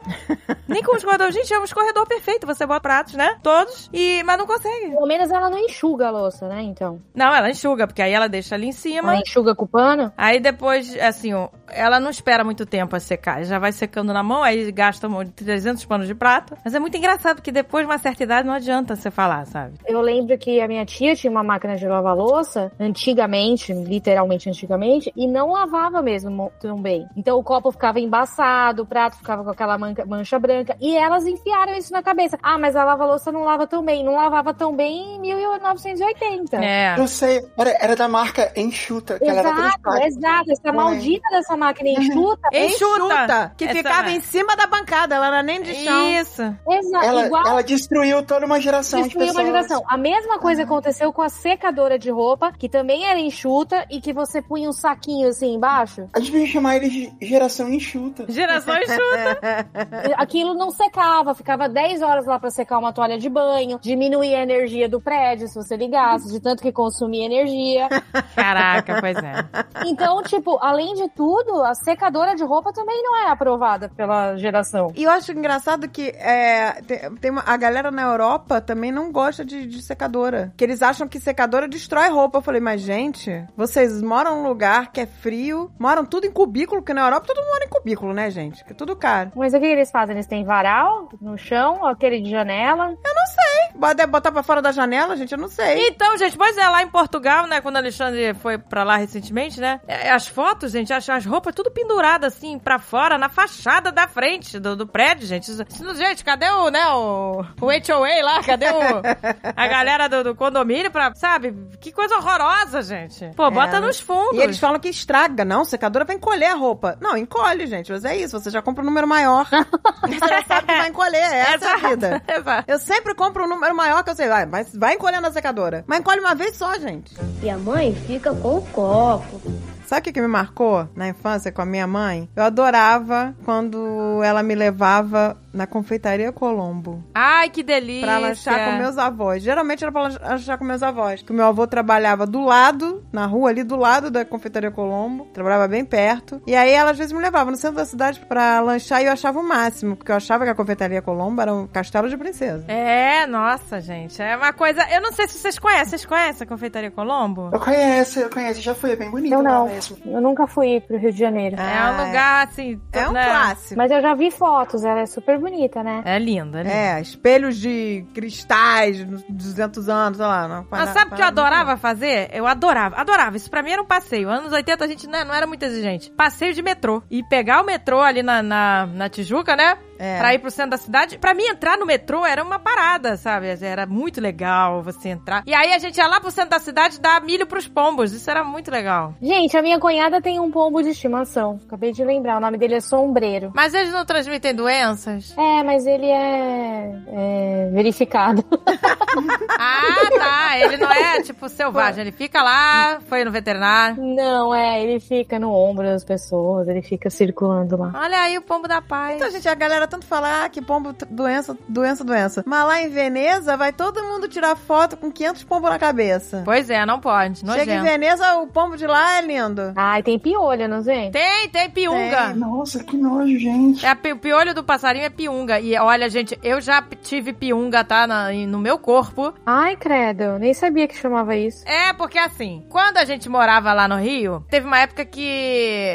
Speaker 1: nem como escorredor. Gente, é um escorredor perfeito. Você bota pratos, né? Todos. E... Mas não consegue.
Speaker 4: Pelo menos ela não enxuga a louça, né? Então,
Speaker 1: Não, ela enxuga, porque aí ela deixa ali em cima.
Speaker 4: ela enxuga com o pano.
Speaker 1: Aí depois, assim, ó, ela não espera muito tempo a secar. Já vai secando na mão, aí gasta um monte de 300 panos de prato. Mas é muito engraçado, porque depois de uma certa idade não adianta você falar, sabe?
Speaker 4: Eu lembro que a minha tia tinha uma máquina de lavar louça, antigamente, literalmente antigamente, e não lavava mesmo mo- tão bem. Então o copo ficava embaçado, o prato ficava com aquela manca- mancha branca, e elas enfiaram isso na cabeça. Ah, mas a lava louça não lava tão bem. Não lavava tão bem em 1980.
Speaker 1: É.
Speaker 3: Eu sei, era, era da marca Enxuta, que ela era três
Speaker 4: Exato,
Speaker 3: toalhas.
Speaker 4: exato. Essa
Speaker 3: Não é?
Speaker 4: maldita dessa máquina enxuta.
Speaker 2: Que
Speaker 1: Essa- é.
Speaker 2: ficava em cima da bancada, ela era nem de chão.
Speaker 1: Isso.
Speaker 4: *laughs* Exato.
Speaker 3: Uhum. Ela,
Speaker 4: Igual
Speaker 3: ela destruiu toda uma geração
Speaker 4: destruiu
Speaker 3: de
Speaker 4: uma
Speaker 3: pessoas. Uhum.
Speaker 4: geração. A mesma coisa aconteceu com a secadora de roupa, que também era enxuta e que você punha um saquinho assim embaixo.
Speaker 3: A gente podia chamar eles de geração enxuta.
Speaker 1: *laughs* Geração enxuta.
Speaker 4: Aquilo não secava, ficava 10 horas lá pra secar uma toalha de banho, diminuía a energia do prédio se você ligasse, de tanto que
Speaker 1: *laughs*
Speaker 4: consumia energia.
Speaker 1: Caraca, pois é.
Speaker 4: Então, tipo, além de tudo, a secadora de roupa também não é aprovada pela geração.
Speaker 2: E eu acho engraçado que é, te- tem uma- a galera na Europa também não gosta de, de secadora. Que eles acham que secadora destrói roupa. Eu falei, mas gente, vocês moram num lugar que é frio, moram tudo em cubículo, porque na Europa todo mundo mora em cubículo, né, gente? Que é tudo caro.
Speaker 4: Mas o que que eles fazem? Eles têm varal no chão, aquele de
Speaker 1: É
Speaker 4: janela.
Speaker 2: Bota- Botar pra fora da janela, gente, eu não sei.
Speaker 1: Então, gente, pois é, lá em Portugal, né, quando o Alexandre foi pra lá recentemente, né, é, as fotos, gente, as, as roupas tudo penduradas, assim, pra fora, na fachada da frente do, do prédio, gente. Isso- isso- Gente, cadê o, né, o, o HOA lá, cadê o, a galera do, do condomínio pra, sabe, que coisa horrorosa, gente. Pô, bota nos fundos.
Speaker 2: É, E eles falam que estraga, não, secadora vai encolher a roupa. Não, encolhe, gente, mas é isso, você já compra um número maior. você já sabe que vai encolher, essa é a vida.
Speaker 1: *laughs* Exato.
Speaker 2: Eu sempre compro um número maior que eu sei, vai, mas vai encolher na secadora. Mas encolhe uma vez só, gente.
Speaker 5: E a mãe fica com o copo.
Speaker 2: Sabe o que, que me marcou na infância com a minha mãe? Eu adorava quando ela me levava na confeitaria Colombo
Speaker 1: Ai, que delícia.
Speaker 2: pra lanchar com meus avós. Geralmente era pra lan- lanchar com meus avós. Que o meu avô trabalhava do lado, na rua ali do lado da confeitaria Colombo. Trabalhava bem perto. E aí ela às vezes me levava no centro da cidade pra lanchar e eu achava o máximo. Porque eu achava que a confeitaria Colombo era um castelo de princesa.
Speaker 1: É, nossa, gente. É uma coisa. Eu não sei se vocês conhecem. Vocês conhecem a Confeitaria Colombo?
Speaker 3: Eu conheço, eu conheço, já fui, é bem bonito
Speaker 4: Eu
Speaker 3: lá
Speaker 4: não.
Speaker 3: mesmo.
Speaker 4: Eu nunca fui pro Rio de Janeiro.
Speaker 1: é um lugar assim.
Speaker 2: É um
Speaker 1: né?
Speaker 2: clássico.
Speaker 4: Mas eu já vi fotos, ela é super bonita, né?
Speaker 1: É lindo, é lindo.
Speaker 2: É, espelhos de cristais, 200 anos, sei lá. Não,
Speaker 1: Mas Ah, sabe o que eu adorava fazer? Eu adorava, adorava. Isso pra mim era um passeio. Anos 80 a gente né, não era muito exigente. Passeio de metrô. E pegar o metrô ali na, na, na Tijuca, né?
Speaker 2: É.
Speaker 1: Pra ir pro centro da cidade. Pra mim, entrar no metrô era uma parada, sabe? Era muito legal você entrar. E aí a gente ia lá pro centro da cidade dar milho pros pombos. Isso era muito legal.
Speaker 4: Gente, a minha cunhada tem um pombo de estimação. Acabei de lembrar, o nome dele é Sombreiro.
Speaker 1: Mas eles não transmitem
Speaker 2: *laughs*
Speaker 1: doenças?
Speaker 4: É, mas ele é, é verificado. *laughs*
Speaker 1: Ah, tá. Ele não é, tipo, selvagem. Ele fica lá, foi no veterinário.
Speaker 4: Não, é, ele fica no ombro das pessoas, ele fica circulando lá.
Speaker 1: Olha aí o pombo da paz.
Speaker 2: Então, gente, a galera tanto fala, ah, que pombo, t- doença, doença, doença. Mas lá em Veneza, vai todo mundo tirar foto com 500 pombos na cabeça.
Speaker 1: Pois é, não pode. Nojento.
Speaker 2: Chega em Veneza, o pombo de lá é lindo.
Speaker 4: Ai, tem piolho, não vem?
Speaker 1: Tem, tem piunga.
Speaker 2: Tem.
Speaker 3: Nossa, que nojo, gente.
Speaker 1: É, a pi- o piolho do passarinho é piunga. E olha, gente, eu já p- tive piunga, tá? na- em- no meu corpo.
Speaker 4: Ai, credo, nem sabia que chamava isso.
Speaker 1: É, porque assim, quando a gente morava lá no Rio, teve uma época que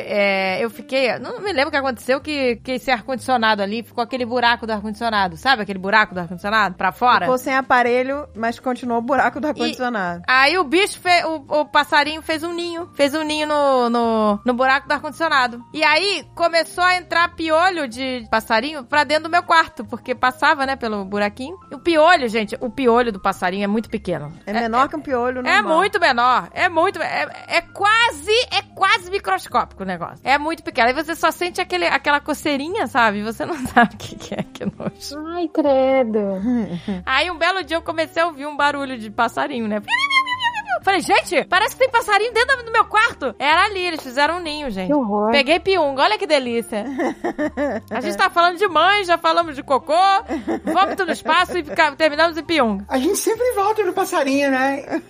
Speaker 1: é, eu fiquei. Não me lembro o que aconteceu, que, que esse ar-condicionado ali ficou aquele buraco do ar-condicionado. Sabe aquele buraco do ar-condicionado? Pra fora?
Speaker 2: Ficou sem aparelho, mas continuou o buraco do ar-condicionado.
Speaker 1: Aí o bicho, fe... o, o passarinho fez um ninho. Fez um ninho no, no, no buraco do ar-condicionado. E aí começou a entrar piolho de passarinho pra dentro do meu quarto, porque passava, né, pelo buraquinho. E o piolho, gente, o piolho do passarinho é muito pequeno.
Speaker 2: É menor que um piolho, não
Speaker 1: É muito menor, é muito, é, é quase, é quase microscópico o negócio. É muito pequeno. Aí você só sente aquele, aquela coceirinha, sabe? Você não *laughs* sabe o que, que é, que nojo.
Speaker 4: Ai, *laughs* credo.
Speaker 1: Aí um belo dia eu comecei a ouvir um barulho de passarinho, né? Falei, gente, parece que tem passarinho dentro do meu quarto. Era ali, eles fizeram um ninho, gente.
Speaker 4: Que horror.
Speaker 1: Peguei piunga, olha que
Speaker 2: *laughs*
Speaker 1: delícia. A gente tá falando de mãe, já falamos de cocô, vômito no espaço e fica- terminamos em piunga.
Speaker 3: A gente sempre volta no passarinho, né?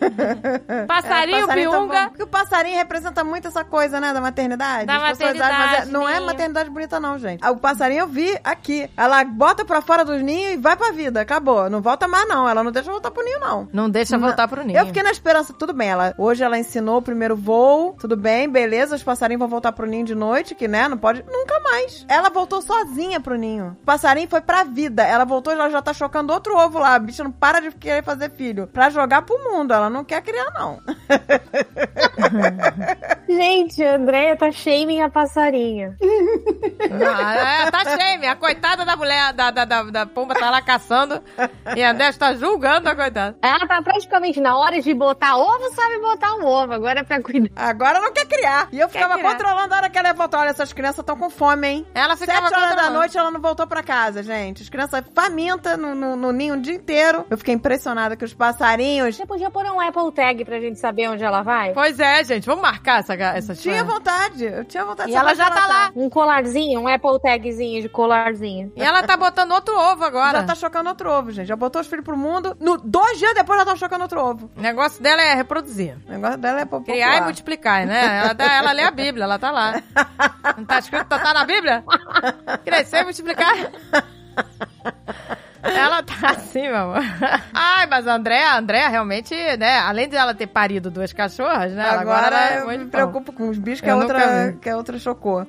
Speaker 1: Passarinho,
Speaker 2: tão
Speaker 1: piunga.
Speaker 2: É, tá bom. Porque o passarinho representa muito essa coisa, né? Da maternidade.
Speaker 1: Da
Speaker 2: As pessoas
Speaker 1: maternidade,
Speaker 2: acham, mas é- não é
Speaker 1: ninho.
Speaker 2: maternidade bonita, não, gente. Ah, O passarinho eu vi aqui. Ela bota pra fora dos ninhos e vai pra vida. Acabou. Não volta mais, não. Ela não deixa voltar pro ninho, não.
Speaker 1: Não deixa voltar pro ninho.
Speaker 2: Eu fiquei na esperança, tudo bem, ela hoje ela ensinou o primeiro voo, tudo bem, beleza, os passarinhos vão voltar pro ninho de noite, que né, não pode, nunca mais. Ela voltou sozinha pro ninho. O passarinho foi pra vida, ela voltou e ela já tá chocando outro ovo lá, a bicha não para de querer fazer filho, pra jogar pro mundo, ela não quer criar não.
Speaker 4: Gente, a Andréia tá shaming a passarinho.
Speaker 1: Não, é, tá cheio, minha coitada da mulher, da, da, da, da pomba tá lá caçando e a André tá julgando a coitada.
Speaker 4: Ela tá praticamente na hora de botar ovo, sabe botar um ovo. Agora é pra cuidar.
Speaker 2: Agora não quer criar. E eu
Speaker 1: Quer
Speaker 2: ficava
Speaker 1: criar.
Speaker 2: controlando a hora que ela ia voltar, olha, essas crianças estão com fome, hein.
Speaker 1: Ela ficava
Speaker 2: Sete horas da
Speaker 1: controlando.
Speaker 2: noite ela não voltou pra casa, gente. As crianças famintas no, no, no ninho o dia inteiro. Eu fiquei impressionada que os passarinhos
Speaker 4: Você podia pôr um Apple Tag pra gente saber onde ela vai?
Speaker 1: Pois é, gente, vamos marcar essa pegar essa
Speaker 2: Tinha vontade, eu tinha vontade
Speaker 1: E
Speaker 2: de só
Speaker 1: ela já
Speaker 2: relatar.
Speaker 1: tá lá.
Speaker 4: Um colarzinho, um Apple tagzinho de colarzinho.
Speaker 1: E ela tá botando outro ovo agora.
Speaker 2: Já tá chocando outro ovo, gente. Já botou os filhos pro mundo. No, dois dias depois já tá chocando outro ovo.
Speaker 1: O negócio dela é reproduzir.
Speaker 2: O negócio dela é popular.
Speaker 1: Criar e multiplicar, né? Ela, dá- ela lê a Bíblia, ela tá lá. Não tá escrito, tá, tá na Bíblia? Crescer e multiplicar. Ela tá assim, meu amor. Ai, mas a Andréa, a Andréa realmente, né? Além de ela ter parido duas cachorras, né? ela
Speaker 2: Agora,
Speaker 1: agora é
Speaker 2: eu
Speaker 1: muito
Speaker 2: me preocupo com os bichos que
Speaker 1: Eu
Speaker 2: a
Speaker 1: nunca
Speaker 2: outra,
Speaker 1: vi.
Speaker 2: que a outra chocou.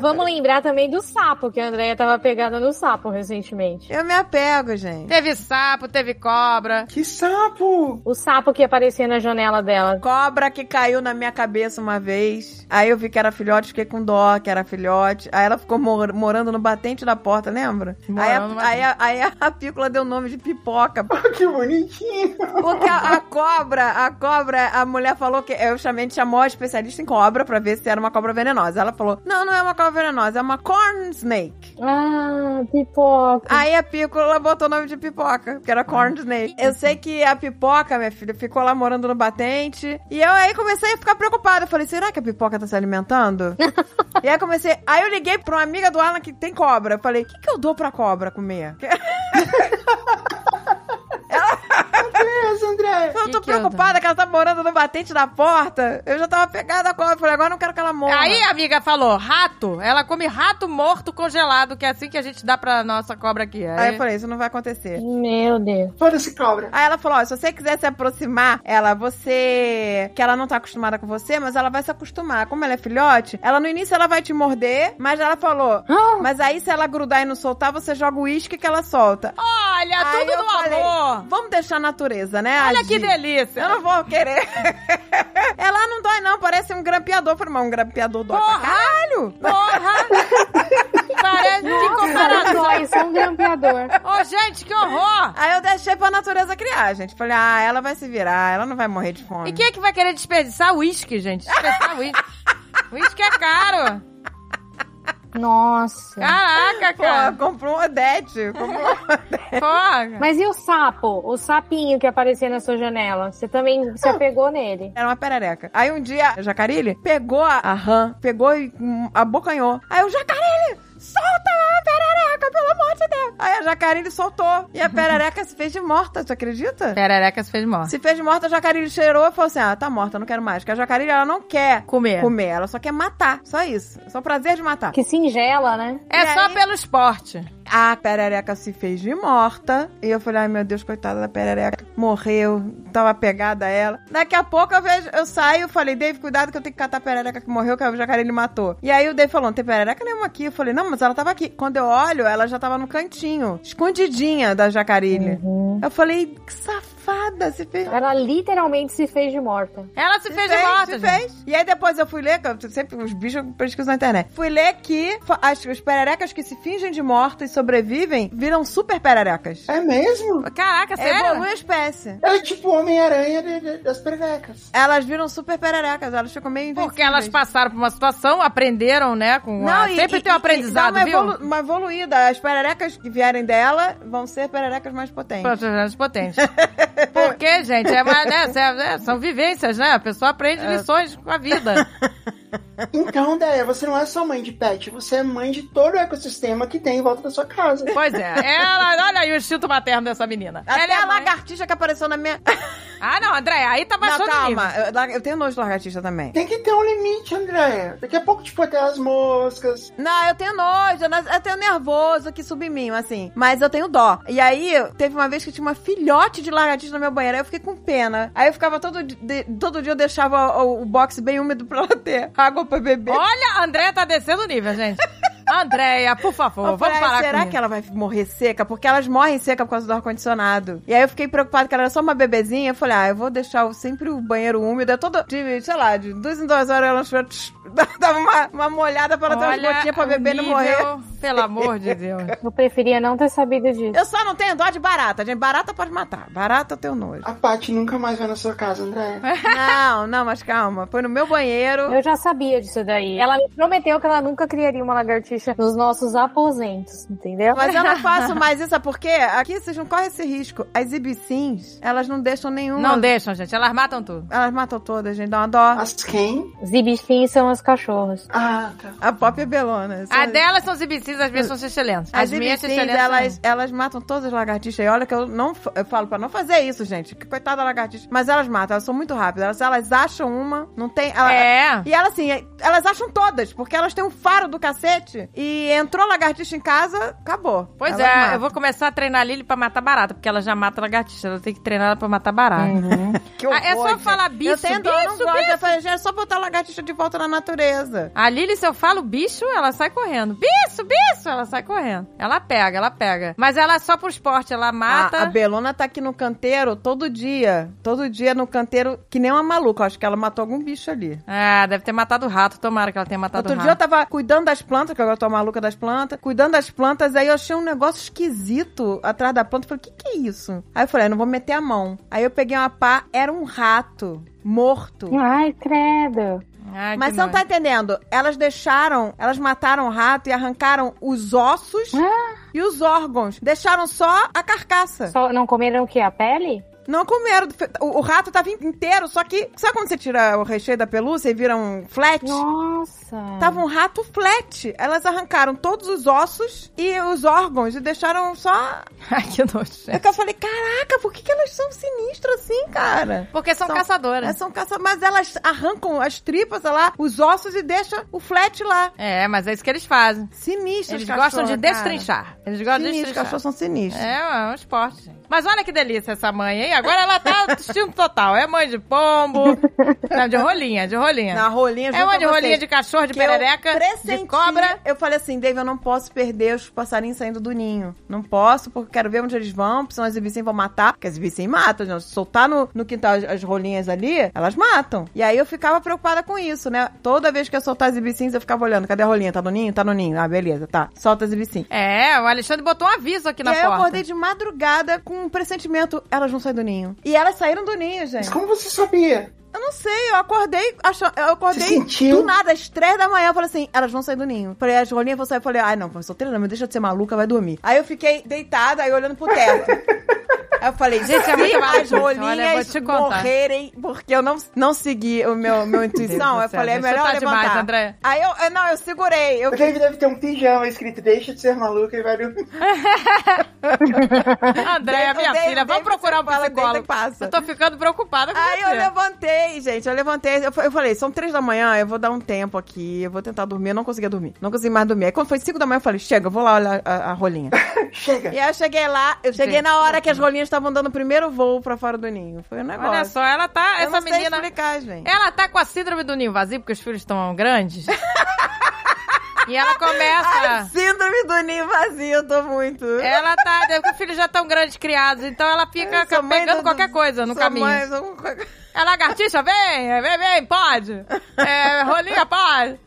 Speaker 4: Vamos lembrar também do sapo, que a Andrea tava pegada no sapo recentemente.
Speaker 2: Eu me apego, gente.
Speaker 1: Teve sapo, teve cobra.
Speaker 3: Que sapo! *laughs*
Speaker 4: O sapo que aparecia na janela dela.
Speaker 2: Cobra que caiu na minha cabeça uma vez. Aí eu vi que era filhote, fiquei com dó, que era filhote. Aí ela ficou mor- morando no batente da porta, lembra? Aí
Speaker 1: Morando no
Speaker 2: a, aí, a, aí a pícola deu o nome de pipoca.
Speaker 3: Que bonitinho!
Speaker 2: Porque a, a cobra, a cobra, a mulher falou que. Eu chamei, chamou a especialista em cobra pra ver se era uma cobra venenosa. Ela falou: não, não é uma cobra venenosa, é uma corn snake.
Speaker 4: Ah, pipoca.
Speaker 2: Aí a Pícola botou o nome de pipoca, que era Corn
Speaker 1: Ah.
Speaker 2: Snake. Eu sei que a pipoca, minha filha, ficou lá morando no batente. E eu aí comecei a ficar preocupada. Eu falei, será que a pipoca tá se
Speaker 1: *laughs*
Speaker 2: alimentando? e aí comecei. Aí eu liguei pra uma amiga do Alan que tem cobra. Eu falei, o que, que eu dou pra cobra comer? *laughs*
Speaker 3: Deus, André!
Speaker 2: Eu
Speaker 1: Que
Speaker 2: tô
Speaker 1: que eu
Speaker 2: preocupada que ela tá morando no batente da porta. Eu já tava pegada a cobra. Eu falei, agora eu não quero que ela morra.
Speaker 1: Aí a amiga falou, rato. Ela come rato morto congelado, que é assim que a gente dá pra nossa cobra aqui.
Speaker 2: Aí eu falei, isso não vai
Speaker 4: Ah.
Speaker 2: acontecer.
Speaker 4: Meu Deus.
Speaker 3: Foda-se, cobra!
Speaker 2: Aí ela falou: ó, se você quiser se aproximar, ela, você. Que ela não tá acostumada com você, mas ela vai se acostumar. Como ela é filhote, ela no início ela vai te morder, mas ela falou.
Speaker 4: Ah,
Speaker 2: Mas aí, se ela grudar e não soltar, você joga o uísque que ela solta.
Speaker 1: Olha,
Speaker 2: Aí
Speaker 1: tudo
Speaker 2: eu
Speaker 1: no
Speaker 2: falei,
Speaker 1: amor.
Speaker 2: Vamos deixar a natureza, né?
Speaker 1: Olha
Speaker 2: agir.
Speaker 1: que delícia.
Speaker 2: Eu não vou querer. *laughs* ela "Ah, não dói, não. Parece um grampeador. Eu Falei, mas um grampeador dói pra
Speaker 1: Porra!
Speaker 2: caralho.
Speaker 1: Porra! Parece
Speaker 4: Ah,
Speaker 1: que
Speaker 4: cara,
Speaker 1: comparação.
Speaker 4: só isso é um grampeador.
Speaker 1: Ô, gente, que horror!
Speaker 2: Aí eu deixei pra natureza criar, gente. Falei, ah, ela vai se virar, ela não vai morrer de fome.
Speaker 1: E quem é que vai querer desperdiçar uísque, gente? Desperdiçar uísque. Uísque é caro.
Speaker 4: Nossa.
Speaker 1: Caraca,
Speaker 2: Pô,
Speaker 1: cara.
Speaker 2: comprou um Odete. Comprou um
Speaker 1: Porra.
Speaker 4: Mas e o sapo? O sapinho que aparecia na sua janela? Você também se apegou nele?
Speaker 2: Era uma perereca. Aí um dia, o Jacarilli pegou a, a rã, pegou e hum, abocanhou. Aí o Jacarilli, solta a perereca, pelo amor de Deus. Aí a Jacarilli soltou. E a perereca se fez de morta, tu acredita?
Speaker 1: Perereca se fez morta.
Speaker 2: Se fez de morta, a Jacarilli cheirou e falou assim, ah, tá morta, não quero mais. Porque a Jacarilli, ela não quer
Speaker 1: Comer.
Speaker 2: comer, ela só quer matar. Só isso. É Só o prazer de matar.
Speaker 4: Que singela, né?
Speaker 1: É
Speaker 2: E
Speaker 1: só
Speaker 2: aí?
Speaker 1: pelo esporte.
Speaker 2: A perereca se fez de morta. E eu falei, ai meu Deus, coitada da perereca. Morreu, tava pegada a ela. Daqui a pouco eu, vejo, eu saio, eu falei, Dave, cuidado que eu tenho que catar a perereca que morreu, que o jacaré ele matou. E aí o Dave falou, não tem perereca nenhuma aqui. Eu falei, não, mas ela tava aqui. Quando eu olho, ela já tava no cantinho, escondidinha da jacarilha. Eu falei, que safada, se fez.
Speaker 4: Ela literalmente se fez de morta.
Speaker 1: Ela se, fez, de morta,
Speaker 2: se
Speaker 1: gente.
Speaker 2: fez. E aí depois eu fui ler, que eu sempre os bichos eu pesquiso na internet. Fui ler que fa- as, os pererecas que se fingem de mortas e sobrevivem viram super pererecas.
Speaker 3: É mesmo?
Speaker 2: É
Speaker 1: Caraca, sério?
Speaker 2: Evolui a espécie.
Speaker 3: Ela é tipo o Homem-Aranha de- de- das
Speaker 2: *laughs*
Speaker 3: perecas.
Speaker 2: Elas viram super pererecas, elas ficam meio invencíveis.
Speaker 1: Porque elas passaram por uma situação, aprenderam, né? Com a-
Speaker 2: e-
Speaker 1: Sempre
Speaker 2: e-
Speaker 1: tem um
Speaker 2: e-
Speaker 1: aprendizado,
Speaker 2: dá uma
Speaker 1: viu?
Speaker 2: evolu- uma evoluída. As pererecas que vierem dela vão ser pererecas mais potentes.
Speaker 1: Protestantes potentes. Porque, gente, é, uma- né, *laughs* é- é- são vivências, né? A pessoa aprende
Speaker 2: É.
Speaker 1: lições com a vida.
Speaker 3: Então, Deia, você não é só mãe de pet, você é mãe de todo o ecossistema que tem em volta da sua casa.
Speaker 1: Pois é. Ela, olha aí o instinto materno dessa menina.
Speaker 2: Até
Speaker 1: Ela é
Speaker 2: a
Speaker 1: mãe.
Speaker 2: lagartixa que apareceu na minha...
Speaker 1: Ah, não, André, aí tá
Speaker 2: Não,
Speaker 1: baixando o nível.
Speaker 2: calma. Eu, eu tenho nojo de lagartixa também.
Speaker 3: Tem que ter um limite, Andréia. Daqui a pouco, tipo, até as moscas.
Speaker 2: Não, eu tenho nojo, eu nas- eu tenho nervoso que subi mim, assim. Mas eu tenho dó. E aí, teve uma vez que tinha uma filhote de lagartixa no meu banheiro, aí eu fiquei com pena. Aí eu ficava todo, di- de- todo dia, eu deixava o, o box bem úmido pra ela ter água pra beber.
Speaker 1: Olha, a Andréia tá descendo o nível, gente. Andréia, por favor,
Speaker 2: Eu falei,
Speaker 1: vamos parar
Speaker 2: "Ai, será
Speaker 1: comigo.
Speaker 2: que ela vai morrer seca? Porque elas morrem seca por causa do ar-condicionado. E aí eu fiquei preocupada que ela era só uma bebezinha. Eu falei, ah, eu vou deixar o- sempre o banheiro úmido. É todo, de, sei lá, de duas em duas horas ela tch, *laughs* dava uma, uma molhada pra ela ter umas
Speaker 1: Olha
Speaker 2: gotinhas pra
Speaker 1: o
Speaker 2: beber e não
Speaker 1: nível.
Speaker 2: morrer
Speaker 1: Pelo amor de
Speaker 2: *laughs*
Speaker 1: Deus.
Speaker 4: Eu preferia não ter sabido disso.
Speaker 2: Eu só não tenho dó de barata, gente. Barata pode matar. Barata eu tenho
Speaker 1: *laughs*
Speaker 2: nojo.
Speaker 3: A Paty nunca mais vai na sua casa, André.
Speaker 2: É. Não, não, mas calma. Foi no meu banheiro.
Speaker 4: Eu já sabia disso daí. Ela me prometeu que ela nunca criaria uma lagartixa nos nossos aposentos, entendeu?
Speaker 2: Mas eu não faço mais isso, sabe por quê? Aqui vocês não correm esse risco. As ibicins, elas não deixam nenhuma.
Speaker 1: Não deixam, gente. Elas matam tudo.
Speaker 2: Elas matam todas, gente. Dá uma dó.
Speaker 3: As quem?
Speaker 4: Zibistins são os cachorros.
Speaker 3: Ah, tá.
Speaker 2: A pop é belona.
Speaker 1: A delas são zibicis, as minhas são xixelentas.
Speaker 2: As
Speaker 1: As, minhas
Speaker 2: ibicins,
Speaker 1: xixelentas.
Speaker 2: elas, elas matam todas as lagartixas. E olha que eu não f- eu falo pra não fazer isso, gente. Que coitada da lagartixa. Mas elas matam, elas são muito rápidas. Elas, elas acham uma, não tem. ela-
Speaker 1: É.
Speaker 2: E elas, assim, elas acham todas, porque elas têm um faro do cacete. E entrou lagartixa em casa, acabou.
Speaker 1: Pois
Speaker 2: Elas
Speaker 1: é,
Speaker 2: matam.
Speaker 1: eu vou começar a treinar a Lily pra matar barata, porque ela já mata lagartixa. Ela tem que treinar ela pra matar barata.
Speaker 2: Uhum. Que
Speaker 1: Ah, é
Speaker 2: horror,
Speaker 1: só
Speaker 2: gente.
Speaker 1: falar bicho,
Speaker 2: eu tenho dó, eu não
Speaker 1: bicho,
Speaker 2: gosto.
Speaker 1: bicho.
Speaker 2: Eu falei, gente, é só botar a lagartixa de volta na natureza.
Speaker 1: A Lily, se eu falo bicho, ela sai correndo. Bicho, bicho! Ela sai correndo. Ela pega, ela pega. Mas ela é só pro esporte, ela mata.
Speaker 2: A, a Belona tá aqui no canteiro todo dia. Todo dia no canteiro, que nem uma maluca. Acho que ela matou algum bicho ali.
Speaker 1: Ah, deve ter matado o rato. Tomara que ela tenha matado
Speaker 2: Outro
Speaker 1: o
Speaker 2: dia eu
Speaker 1: rato.
Speaker 2: tava cuidando das plantas, que agora eu tô maluca das plantas, cuidando das plantas, aí eu achei um negócio esquisito atrás da planta. Eu Falei, o que que é isso? Aí eu falei, não vou meter a mão. Aí eu peguei uma pá, era um rato morto.
Speaker 4: Ai, credo.
Speaker 1: Ai, que
Speaker 2: Mas você não
Speaker 1: nojo.
Speaker 2: tá entendendo. Elas deixaram, elas mataram o rato e arrancaram os ossos
Speaker 4: Ah,
Speaker 2: e os órgãos. Deixaram só a carcaça.
Speaker 4: Só não comeram o quê? A pele?
Speaker 2: Não comeram. O, o rato tava inteiro, só que. Sabe quando você tira o recheio da pelúcia e vira um flat?
Speaker 4: Nossa.
Speaker 2: Tava um rato flat. Elas arrancaram todos os ossos e os órgãos e deixaram só.
Speaker 1: Ai, que nojo.
Speaker 2: É que eu falei: caraca, por que, que elas são sinistras assim, cara?
Speaker 1: Porque são,
Speaker 2: São-
Speaker 1: caçadoras.
Speaker 2: Elas são caça... Mas elas arrancam as tripas, sei lá, os ossos e deixam o flat lá.
Speaker 1: É, mas é isso que eles fazem.
Speaker 2: Sinistras,
Speaker 1: Eles
Speaker 2: cachorro,
Speaker 1: gostam de
Speaker 2: cara.
Speaker 1: destrinchar. Eles gostam de
Speaker 2: Sinistros,
Speaker 1: destrinchar.
Speaker 2: cachorros são sinistros.
Speaker 1: É, é um esporte, gente. Mas olha que delícia essa mãe, hein? Agora ela tá *laughs* estilo total. É mãe de
Speaker 2: *laughs*
Speaker 1: pombo. Não, de rolinha, de rolinha.
Speaker 2: Na rolinha,
Speaker 1: é mãe de rolinha, de cachorro, de perereca,
Speaker 2: eu
Speaker 1: de cobra.
Speaker 2: Eu falei assim, Dave, eu não posso perder os passarinhos saindo do ninho. Não posso, porque quero ver onde eles vão, porque senão as ibicins vão matar. Porque as ibicins matam, gente. Se soltar no, no quintal as, as rolinhas ali, elas matam. E aí eu ficava preocupada com isso, né? Toda vez que eu soltar as ibicins, eu ficava olhando. Cadê a rolinha? Tá no ninho? Tá no ninho. Ah, beleza, tá. Solta as ibicins.
Speaker 1: É, o Alexandre botou um aviso aqui
Speaker 2: E
Speaker 1: na
Speaker 2: aí eu
Speaker 1: porta.
Speaker 2: acordei de madrugada com um pressentimento, elas vão sair do ninho. E elas saíram do ninho, gente.
Speaker 3: Mas como você sabia?
Speaker 2: Eu não sei, eu acordei, achando, eu acordei
Speaker 3: Você sentiu?
Speaker 2: do nada, às três da manhã, eu falei assim, elas vão sair do ninho. Falei, as rolinhas vão sair. Eu falei, ai não, solteira não, me deixa de ser maluca, vai dormir. Aí eu fiquei deitada, aí olhando pro
Speaker 3: *laughs*
Speaker 2: teto. Aí eu falei,
Speaker 1: Gente, é
Speaker 2: se
Speaker 1: muito maluco.
Speaker 2: as rolinhas
Speaker 1: Olha, eu vou te contar.
Speaker 2: morrerem, porque eu não, não segui o meu, meu intuição,
Speaker 1: do
Speaker 2: eu
Speaker 1: céu,
Speaker 2: falei, é
Speaker 1: gente, você
Speaker 2: melhor
Speaker 1: tá
Speaker 2: levantar.
Speaker 1: demais, André.
Speaker 2: *laughs* Aí eu, eu- não, eu segurei, eu
Speaker 3: O David deve ter um pijama escrito Deixa de ser maluca e vai dormir. *laughs*
Speaker 1: Andréia, minha
Speaker 2: Dei-
Speaker 1: filha,
Speaker 2: dei-
Speaker 1: vamos
Speaker 2: dei-
Speaker 1: procurar um
Speaker 2: você fala,
Speaker 1: psicólogo.
Speaker 2: deita e passa.
Speaker 1: Eu tô ficando preocupada com
Speaker 2: *laughs* Aí
Speaker 1: você.
Speaker 2: eu levantei, gente, eu levantei. Eu, fa- eu falei, são três da manhã, eu vou dar um tempo aqui, eu vou tentar dormir. Eu não conseguia dormir, não consegui mais dormir. Aí quando foi cinco da manhã, eu falei, chega, eu vou lá olhar a, a rolinha.
Speaker 3: Chega.
Speaker 2: *laughs* e aí eu cheguei lá, eu cheguei
Speaker 1: Gente,
Speaker 2: na hora que as rolinhas estavam dando o primeiro voo pra fora do ninho. Foi um negócio.
Speaker 1: Olha só, ela tá,
Speaker 2: eu
Speaker 1: essa
Speaker 2: não sei
Speaker 1: menina...
Speaker 2: explicar, gente.
Speaker 1: Ela tá com a síndrome do ninho vazio, porque os filhos estão
Speaker 2: *laughs*
Speaker 1: grandes. e ela
Speaker 2: Ai,
Speaker 1: começa...
Speaker 2: síndrome do ninho vazio, eu tô muito.
Speaker 1: Ela tá... Porque os filhos já estão grandes criados, então ela fica
Speaker 2: Eu sou mãe
Speaker 1: pegando
Speaker 2: do-
Speaker 1: qualquer coisa no
Speaker 2: sou
Speaker 1: caminho.
Speaker 2: mãe, sou um-
Speaker 1: É lagartixa, vem, vem, vem, pode. É, rolinha, pode.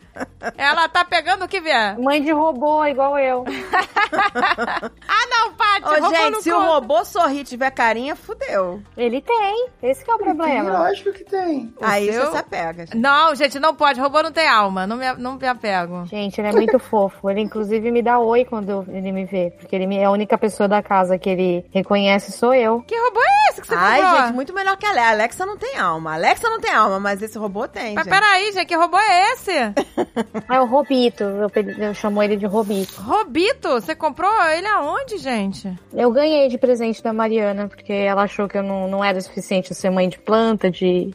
Speaker 1: Ela tá pegando o que vier.
Speaker 4: Mãe de robô, igual eu.
Speaker 1: Ah, não, Paty,
Speaker 2: Ô,
Speaker 1: robô
Speaker 2: gente,
Speaker 1: não
Speaker 2: se o
Speaker 1: conta.
Speaker 2: robô sorrir e tiver carinha, fudeu.
Speaker 4: Ele tem. Esse que é o
Speaker 3: Tem,
Speaker 4: problema.
Speaker 3: lógico que tem.
Speaker 2: Aí
Speaker 1: seu?
Speaker 2: você se apega, gente.
Speaker 1: Não, gente, não pode. Robô não tem alma. Não me, não me apego.
Speaker 4: Gente, ele é *laughs* muito fofo. Ele, inclusive, me dá oi quando ele me vê. Porque ele me- é a única pessoa da casa que ele reconhece, sou eu.
Speaker 1: Que robô é esse que você
Speaker 2: Ai,
Speaker 1: comprou?
Speaker 2: gente, muito melhor que a Alexa. A Alexa não tem alma. A Alexa não tem alma, mas esse robô tem,
Speaker 1: Mas
Speaker 2: gente.
Speaker 1: peraí, gente, que robô é esse?
Speaker 4: É o Robito. Eu, pe- eu chamo ele de Robito.
Speaker 1: Robito, você comprou ele aonde, gente?
Speaker 4: Eu ganhei de presente da Mariana, porque ela achou que eu não, não era suficiente eu ser mãe de
Speaker 3: *laughs*
Speaker 4: planta, de,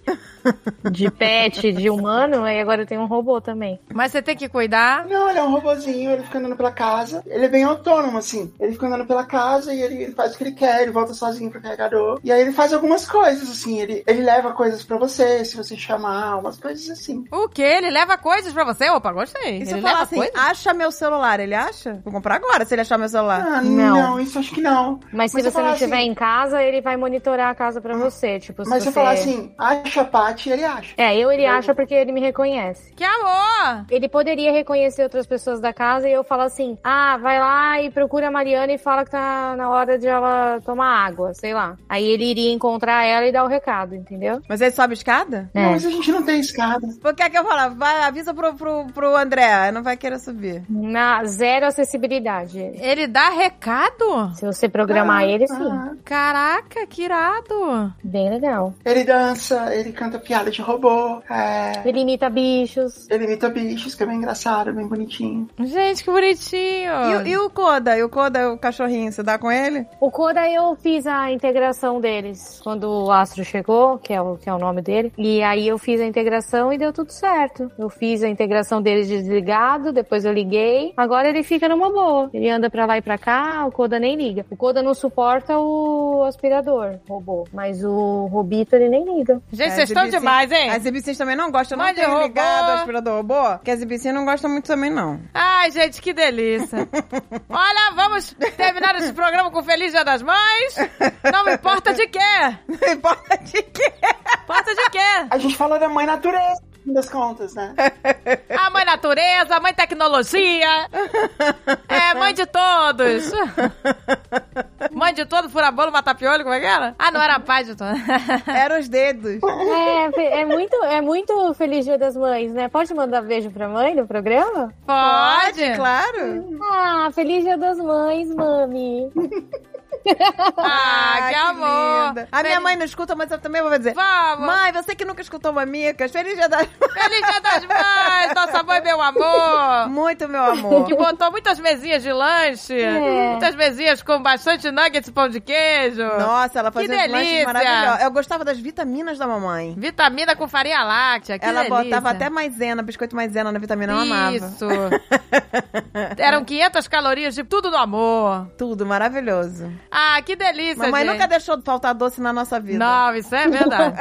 Speaker 4: de pet, de humano, e agora eu tenho um robô também.
Speaker 1: Mas você tem que cuidar.
Speaker 3: Não, ele é um robozinho, ele fica andando pela casa. Ele é bem autônomo, assim. Ele fica andando pela casa e ele, ele faz o que ele quer, ele volta sozinho pro carregador. E aí ele faz algumas coisas, assim. Ele, ele leva coisas pra você, se você chamar, umas coisas assim.
Speaker 1: O quê? Ele leva coisas pra você? Opa, gostei.
Speaker 2: E se
Speaker 1: ele
Speaker 2: eu falar
Speaker 1: leva
Speaker 2: assim,
Speaker 1: coisas?
Speaker 2: acha meu celular, ele acha? Vou comprar agora se ele achar meu celular.
Speaker 3: Ah,
Speaker 4: Não.
Speaker 3: não, isso acho que não.
Speaker 4: Mas
Speaker 3: Mas
Speaker 4: se
Speaker 3: se eu
Speaker 4: você não
Speaker 3: falar assim-
Speaker 4: estiver em casa, ele vai monitorar a casa pra você. Tipo, se
Speaker 3: Mas se
Speaker 4: você
Speaker 3: eu falar assim, acha a Tati, ele acha.
Speaker 4: É, eu ele acha porque ele me reconhece.
Speaker 1: Que amor!
Speaker 4: Ele poderia reconhecer outras pessoas da casa e eu falar assim: ah, vai lá e procura a Mariana e fala que tá na hora de ela tomar água, sei lá. Aí ele iria encontrar ela e dar o recado, entendeu?
Speaker 2: Mas ele sobe escada?
Speaker 4: É.
Speaker 3: Não, mas a gente não tem escada.
Speaker 2: Porque é que eu falava, vai, avisa pro, pro, pro André, não vai querer subir.
Speaker 4: Na zero acessibilidade.
Speaker 1: Ele dá recado?
Speaker 4: Se você programar ele, sim.
Speaker 3: Ah,
Speaker 1: Caraca, que irado!
Speaker 4: Bem legal.
Speaker 3: ele dança, ele canta piada de robô. É.
Speaker 4: Ele imita bichos.
Speaker 3: Ele imita bichos, que é bem engraçado, bem bonitinho.
Speaker 1: Gente, que bonitinho!
Speaker 2: E, o- e o Koda? E o Koda, o cachorrinho, você dá com ele?
Speaker 4: O Koda, eu fiz a integração deles quando o Astro chegou, que é o, que é o nome dele. E aí eu fiz a integração e deu tudo certo. Eu fiz a integração deles desligado, depois eu liguei. Agora ele fica numa boa. Ele anda pra lá e pra cá, o Koda nem liga. O Koda não suporta o aspirador, robô. Mas o Robito, ele nem liga.
Speaker 1: Gente,
Speaker 2: É,
Speaker 1: vocês estão
Speaker 2: exibici-
Speaker 1: demais, hein?
Speaker 2: As ibicins também não gostam, não
Speaker 1: Mas de
Speaker 2: tem
Speaker 1: robô.
Speaker 2: ligado ao aspirador robô, que as ibicins não gostam muito também, *laughs* não.
Speaker 1: Ai, gente, que
Speaker 2: *laughs*
Speaker 1: delícia. Olha, vamos terminar esse programa com Feliz Dia das Mães. Não me importa de quê.
Speaker 2: Não importa de quê.
Speaker 1: Importa de quê?
Speaker 3: A gente fala da mãe natureza, no fim das contas, né?
Speaker 1: A mãe natureza, a mãe tecnologia. É, mãe de todos. Mãe de todo, furabolo, matapiolho, como é que era? Ah, não, era a paz de todos. *laughs*
Speaker 2: Eram os dedos.
Speaker 4: É, fe- é muito, é muito Feliz Dia das Mães, né? Pode mandar beijo pra mãe no programa?
Speaker 1: Pode?
Speaker 2: Claro.
Speaker 4: Ah, Feliz Dia das Mães, mami.
Speaker 1: Ah, que amor.
Speaker 2: linda. A minha mãe não escuta, mas eu também vou dizer.
Speaker 1: Vamos.
Speaker 2: Mãe, você que nunca escutou mamicas, feliz dia da...
Speaker 1: Feliz Dia das Mães, É nossa mãe, meu amor.
Speaker 2: Muito, meu
Speaker 1: *laughs*
Speaker 2: amor.
Speaker 1: Que botou muitas mesinhas de lanche,
Speaker 4: É.
Speaker 1: muitas mesinhas com bastante nuggets e pão de queijo.
Speaker 2: Nossa, ela fazia
Speaker 1: Que
Speaker 2: uns lanches
Speaker 1: delícia.
Speaker 2: maravilhosos. Eu gostava das vitaminas da mamãe.
Speaker 1: Vitamina com farinha láctea, que
Speaker 2: ela
Speaker 1: delícia.
Speaker 2: botava até maisena, biscoito maisena na vitamina, eu amava.
Speaker 1: Isso. Eram 500 calorias de tudo do amor.
Speaker 2: Tudo maravilhoso.
Speaker 1: Ah, que delícia,
Speaker 2: mamãe
Speaker 1: gente.
Speaker 2: nunca deixou de faltar doce na nossa vida. *laughs*
Speaker 1: Não, isso é verdade.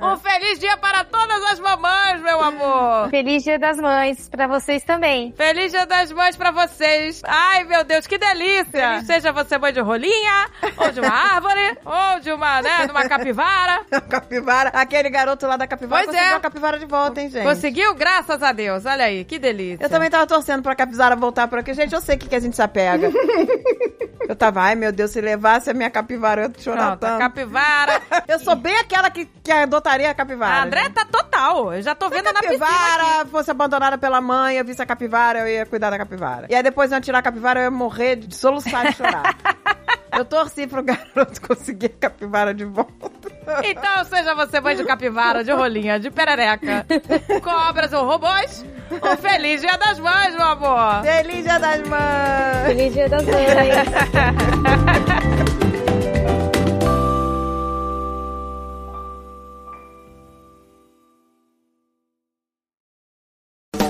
Speaker 1: um feliz dia para todas as mamães, meu amor.
Speaker 4: Feliz Dia das Mães pra vocês também.
Speaker 1: Feliz Dia das Mães pra vocês. Ai, meu Deus, que delícia. Seja você mãe de rolinha, ou de
Speaker 2: *laughs*
Speaker 1: uma árvore, ou de uma, né, de uma capivara.
Speaker 2: capivara. Aquele garoto lá da capivara
Speaker 1: Pois
Speaker 2: conseguiu
Speaker 1: é.
Speaker 2: a capivara de volta, hein, gente?
Speaker 1: Conseguiu? Graças a Deus. Olha aí, que delícia.
Speaker 2: Eu também tava torcendo pra capivara voltar por aqui. Gente, eu sei que, que a gente
Speaker 1: *laughs*
Speaker 2: se apega. eu tava, ai meu Deus, se levasse a minha capivara, eu ia chorar
Speaker 1: Pronto, a
Speaker 2: tanto.
Speaker 1: capivara.
Speaker 2: *laughs* Eu sou bem aquela que, que adotaria a capivara.
Speaker 1: A André tá total. Eu já tô vendo
Speaker 2: Se a
Speaker 1: na piscina. aqui.
Speaker 2: capivara fosse abandonada pela mãe, eu visse a capivara, eu ia cuidar da capivara. E aí depois eu ia tirar a capivara, eu ia morrer de soluçar e
Speaker 1: *laughs*
Speaker 2: chorar. eu torci pro garoto *laughs* conseguir a capivara de volta.
Speaker 1: Então, seja você mãe de capivara, de rolinha, de perereca, cobras ou robôs, um feliz Dia das Mães, meu amor.
Speaker 2: Feliz Dia das Mães!
Speaker 4: Feliz Dia das Mães.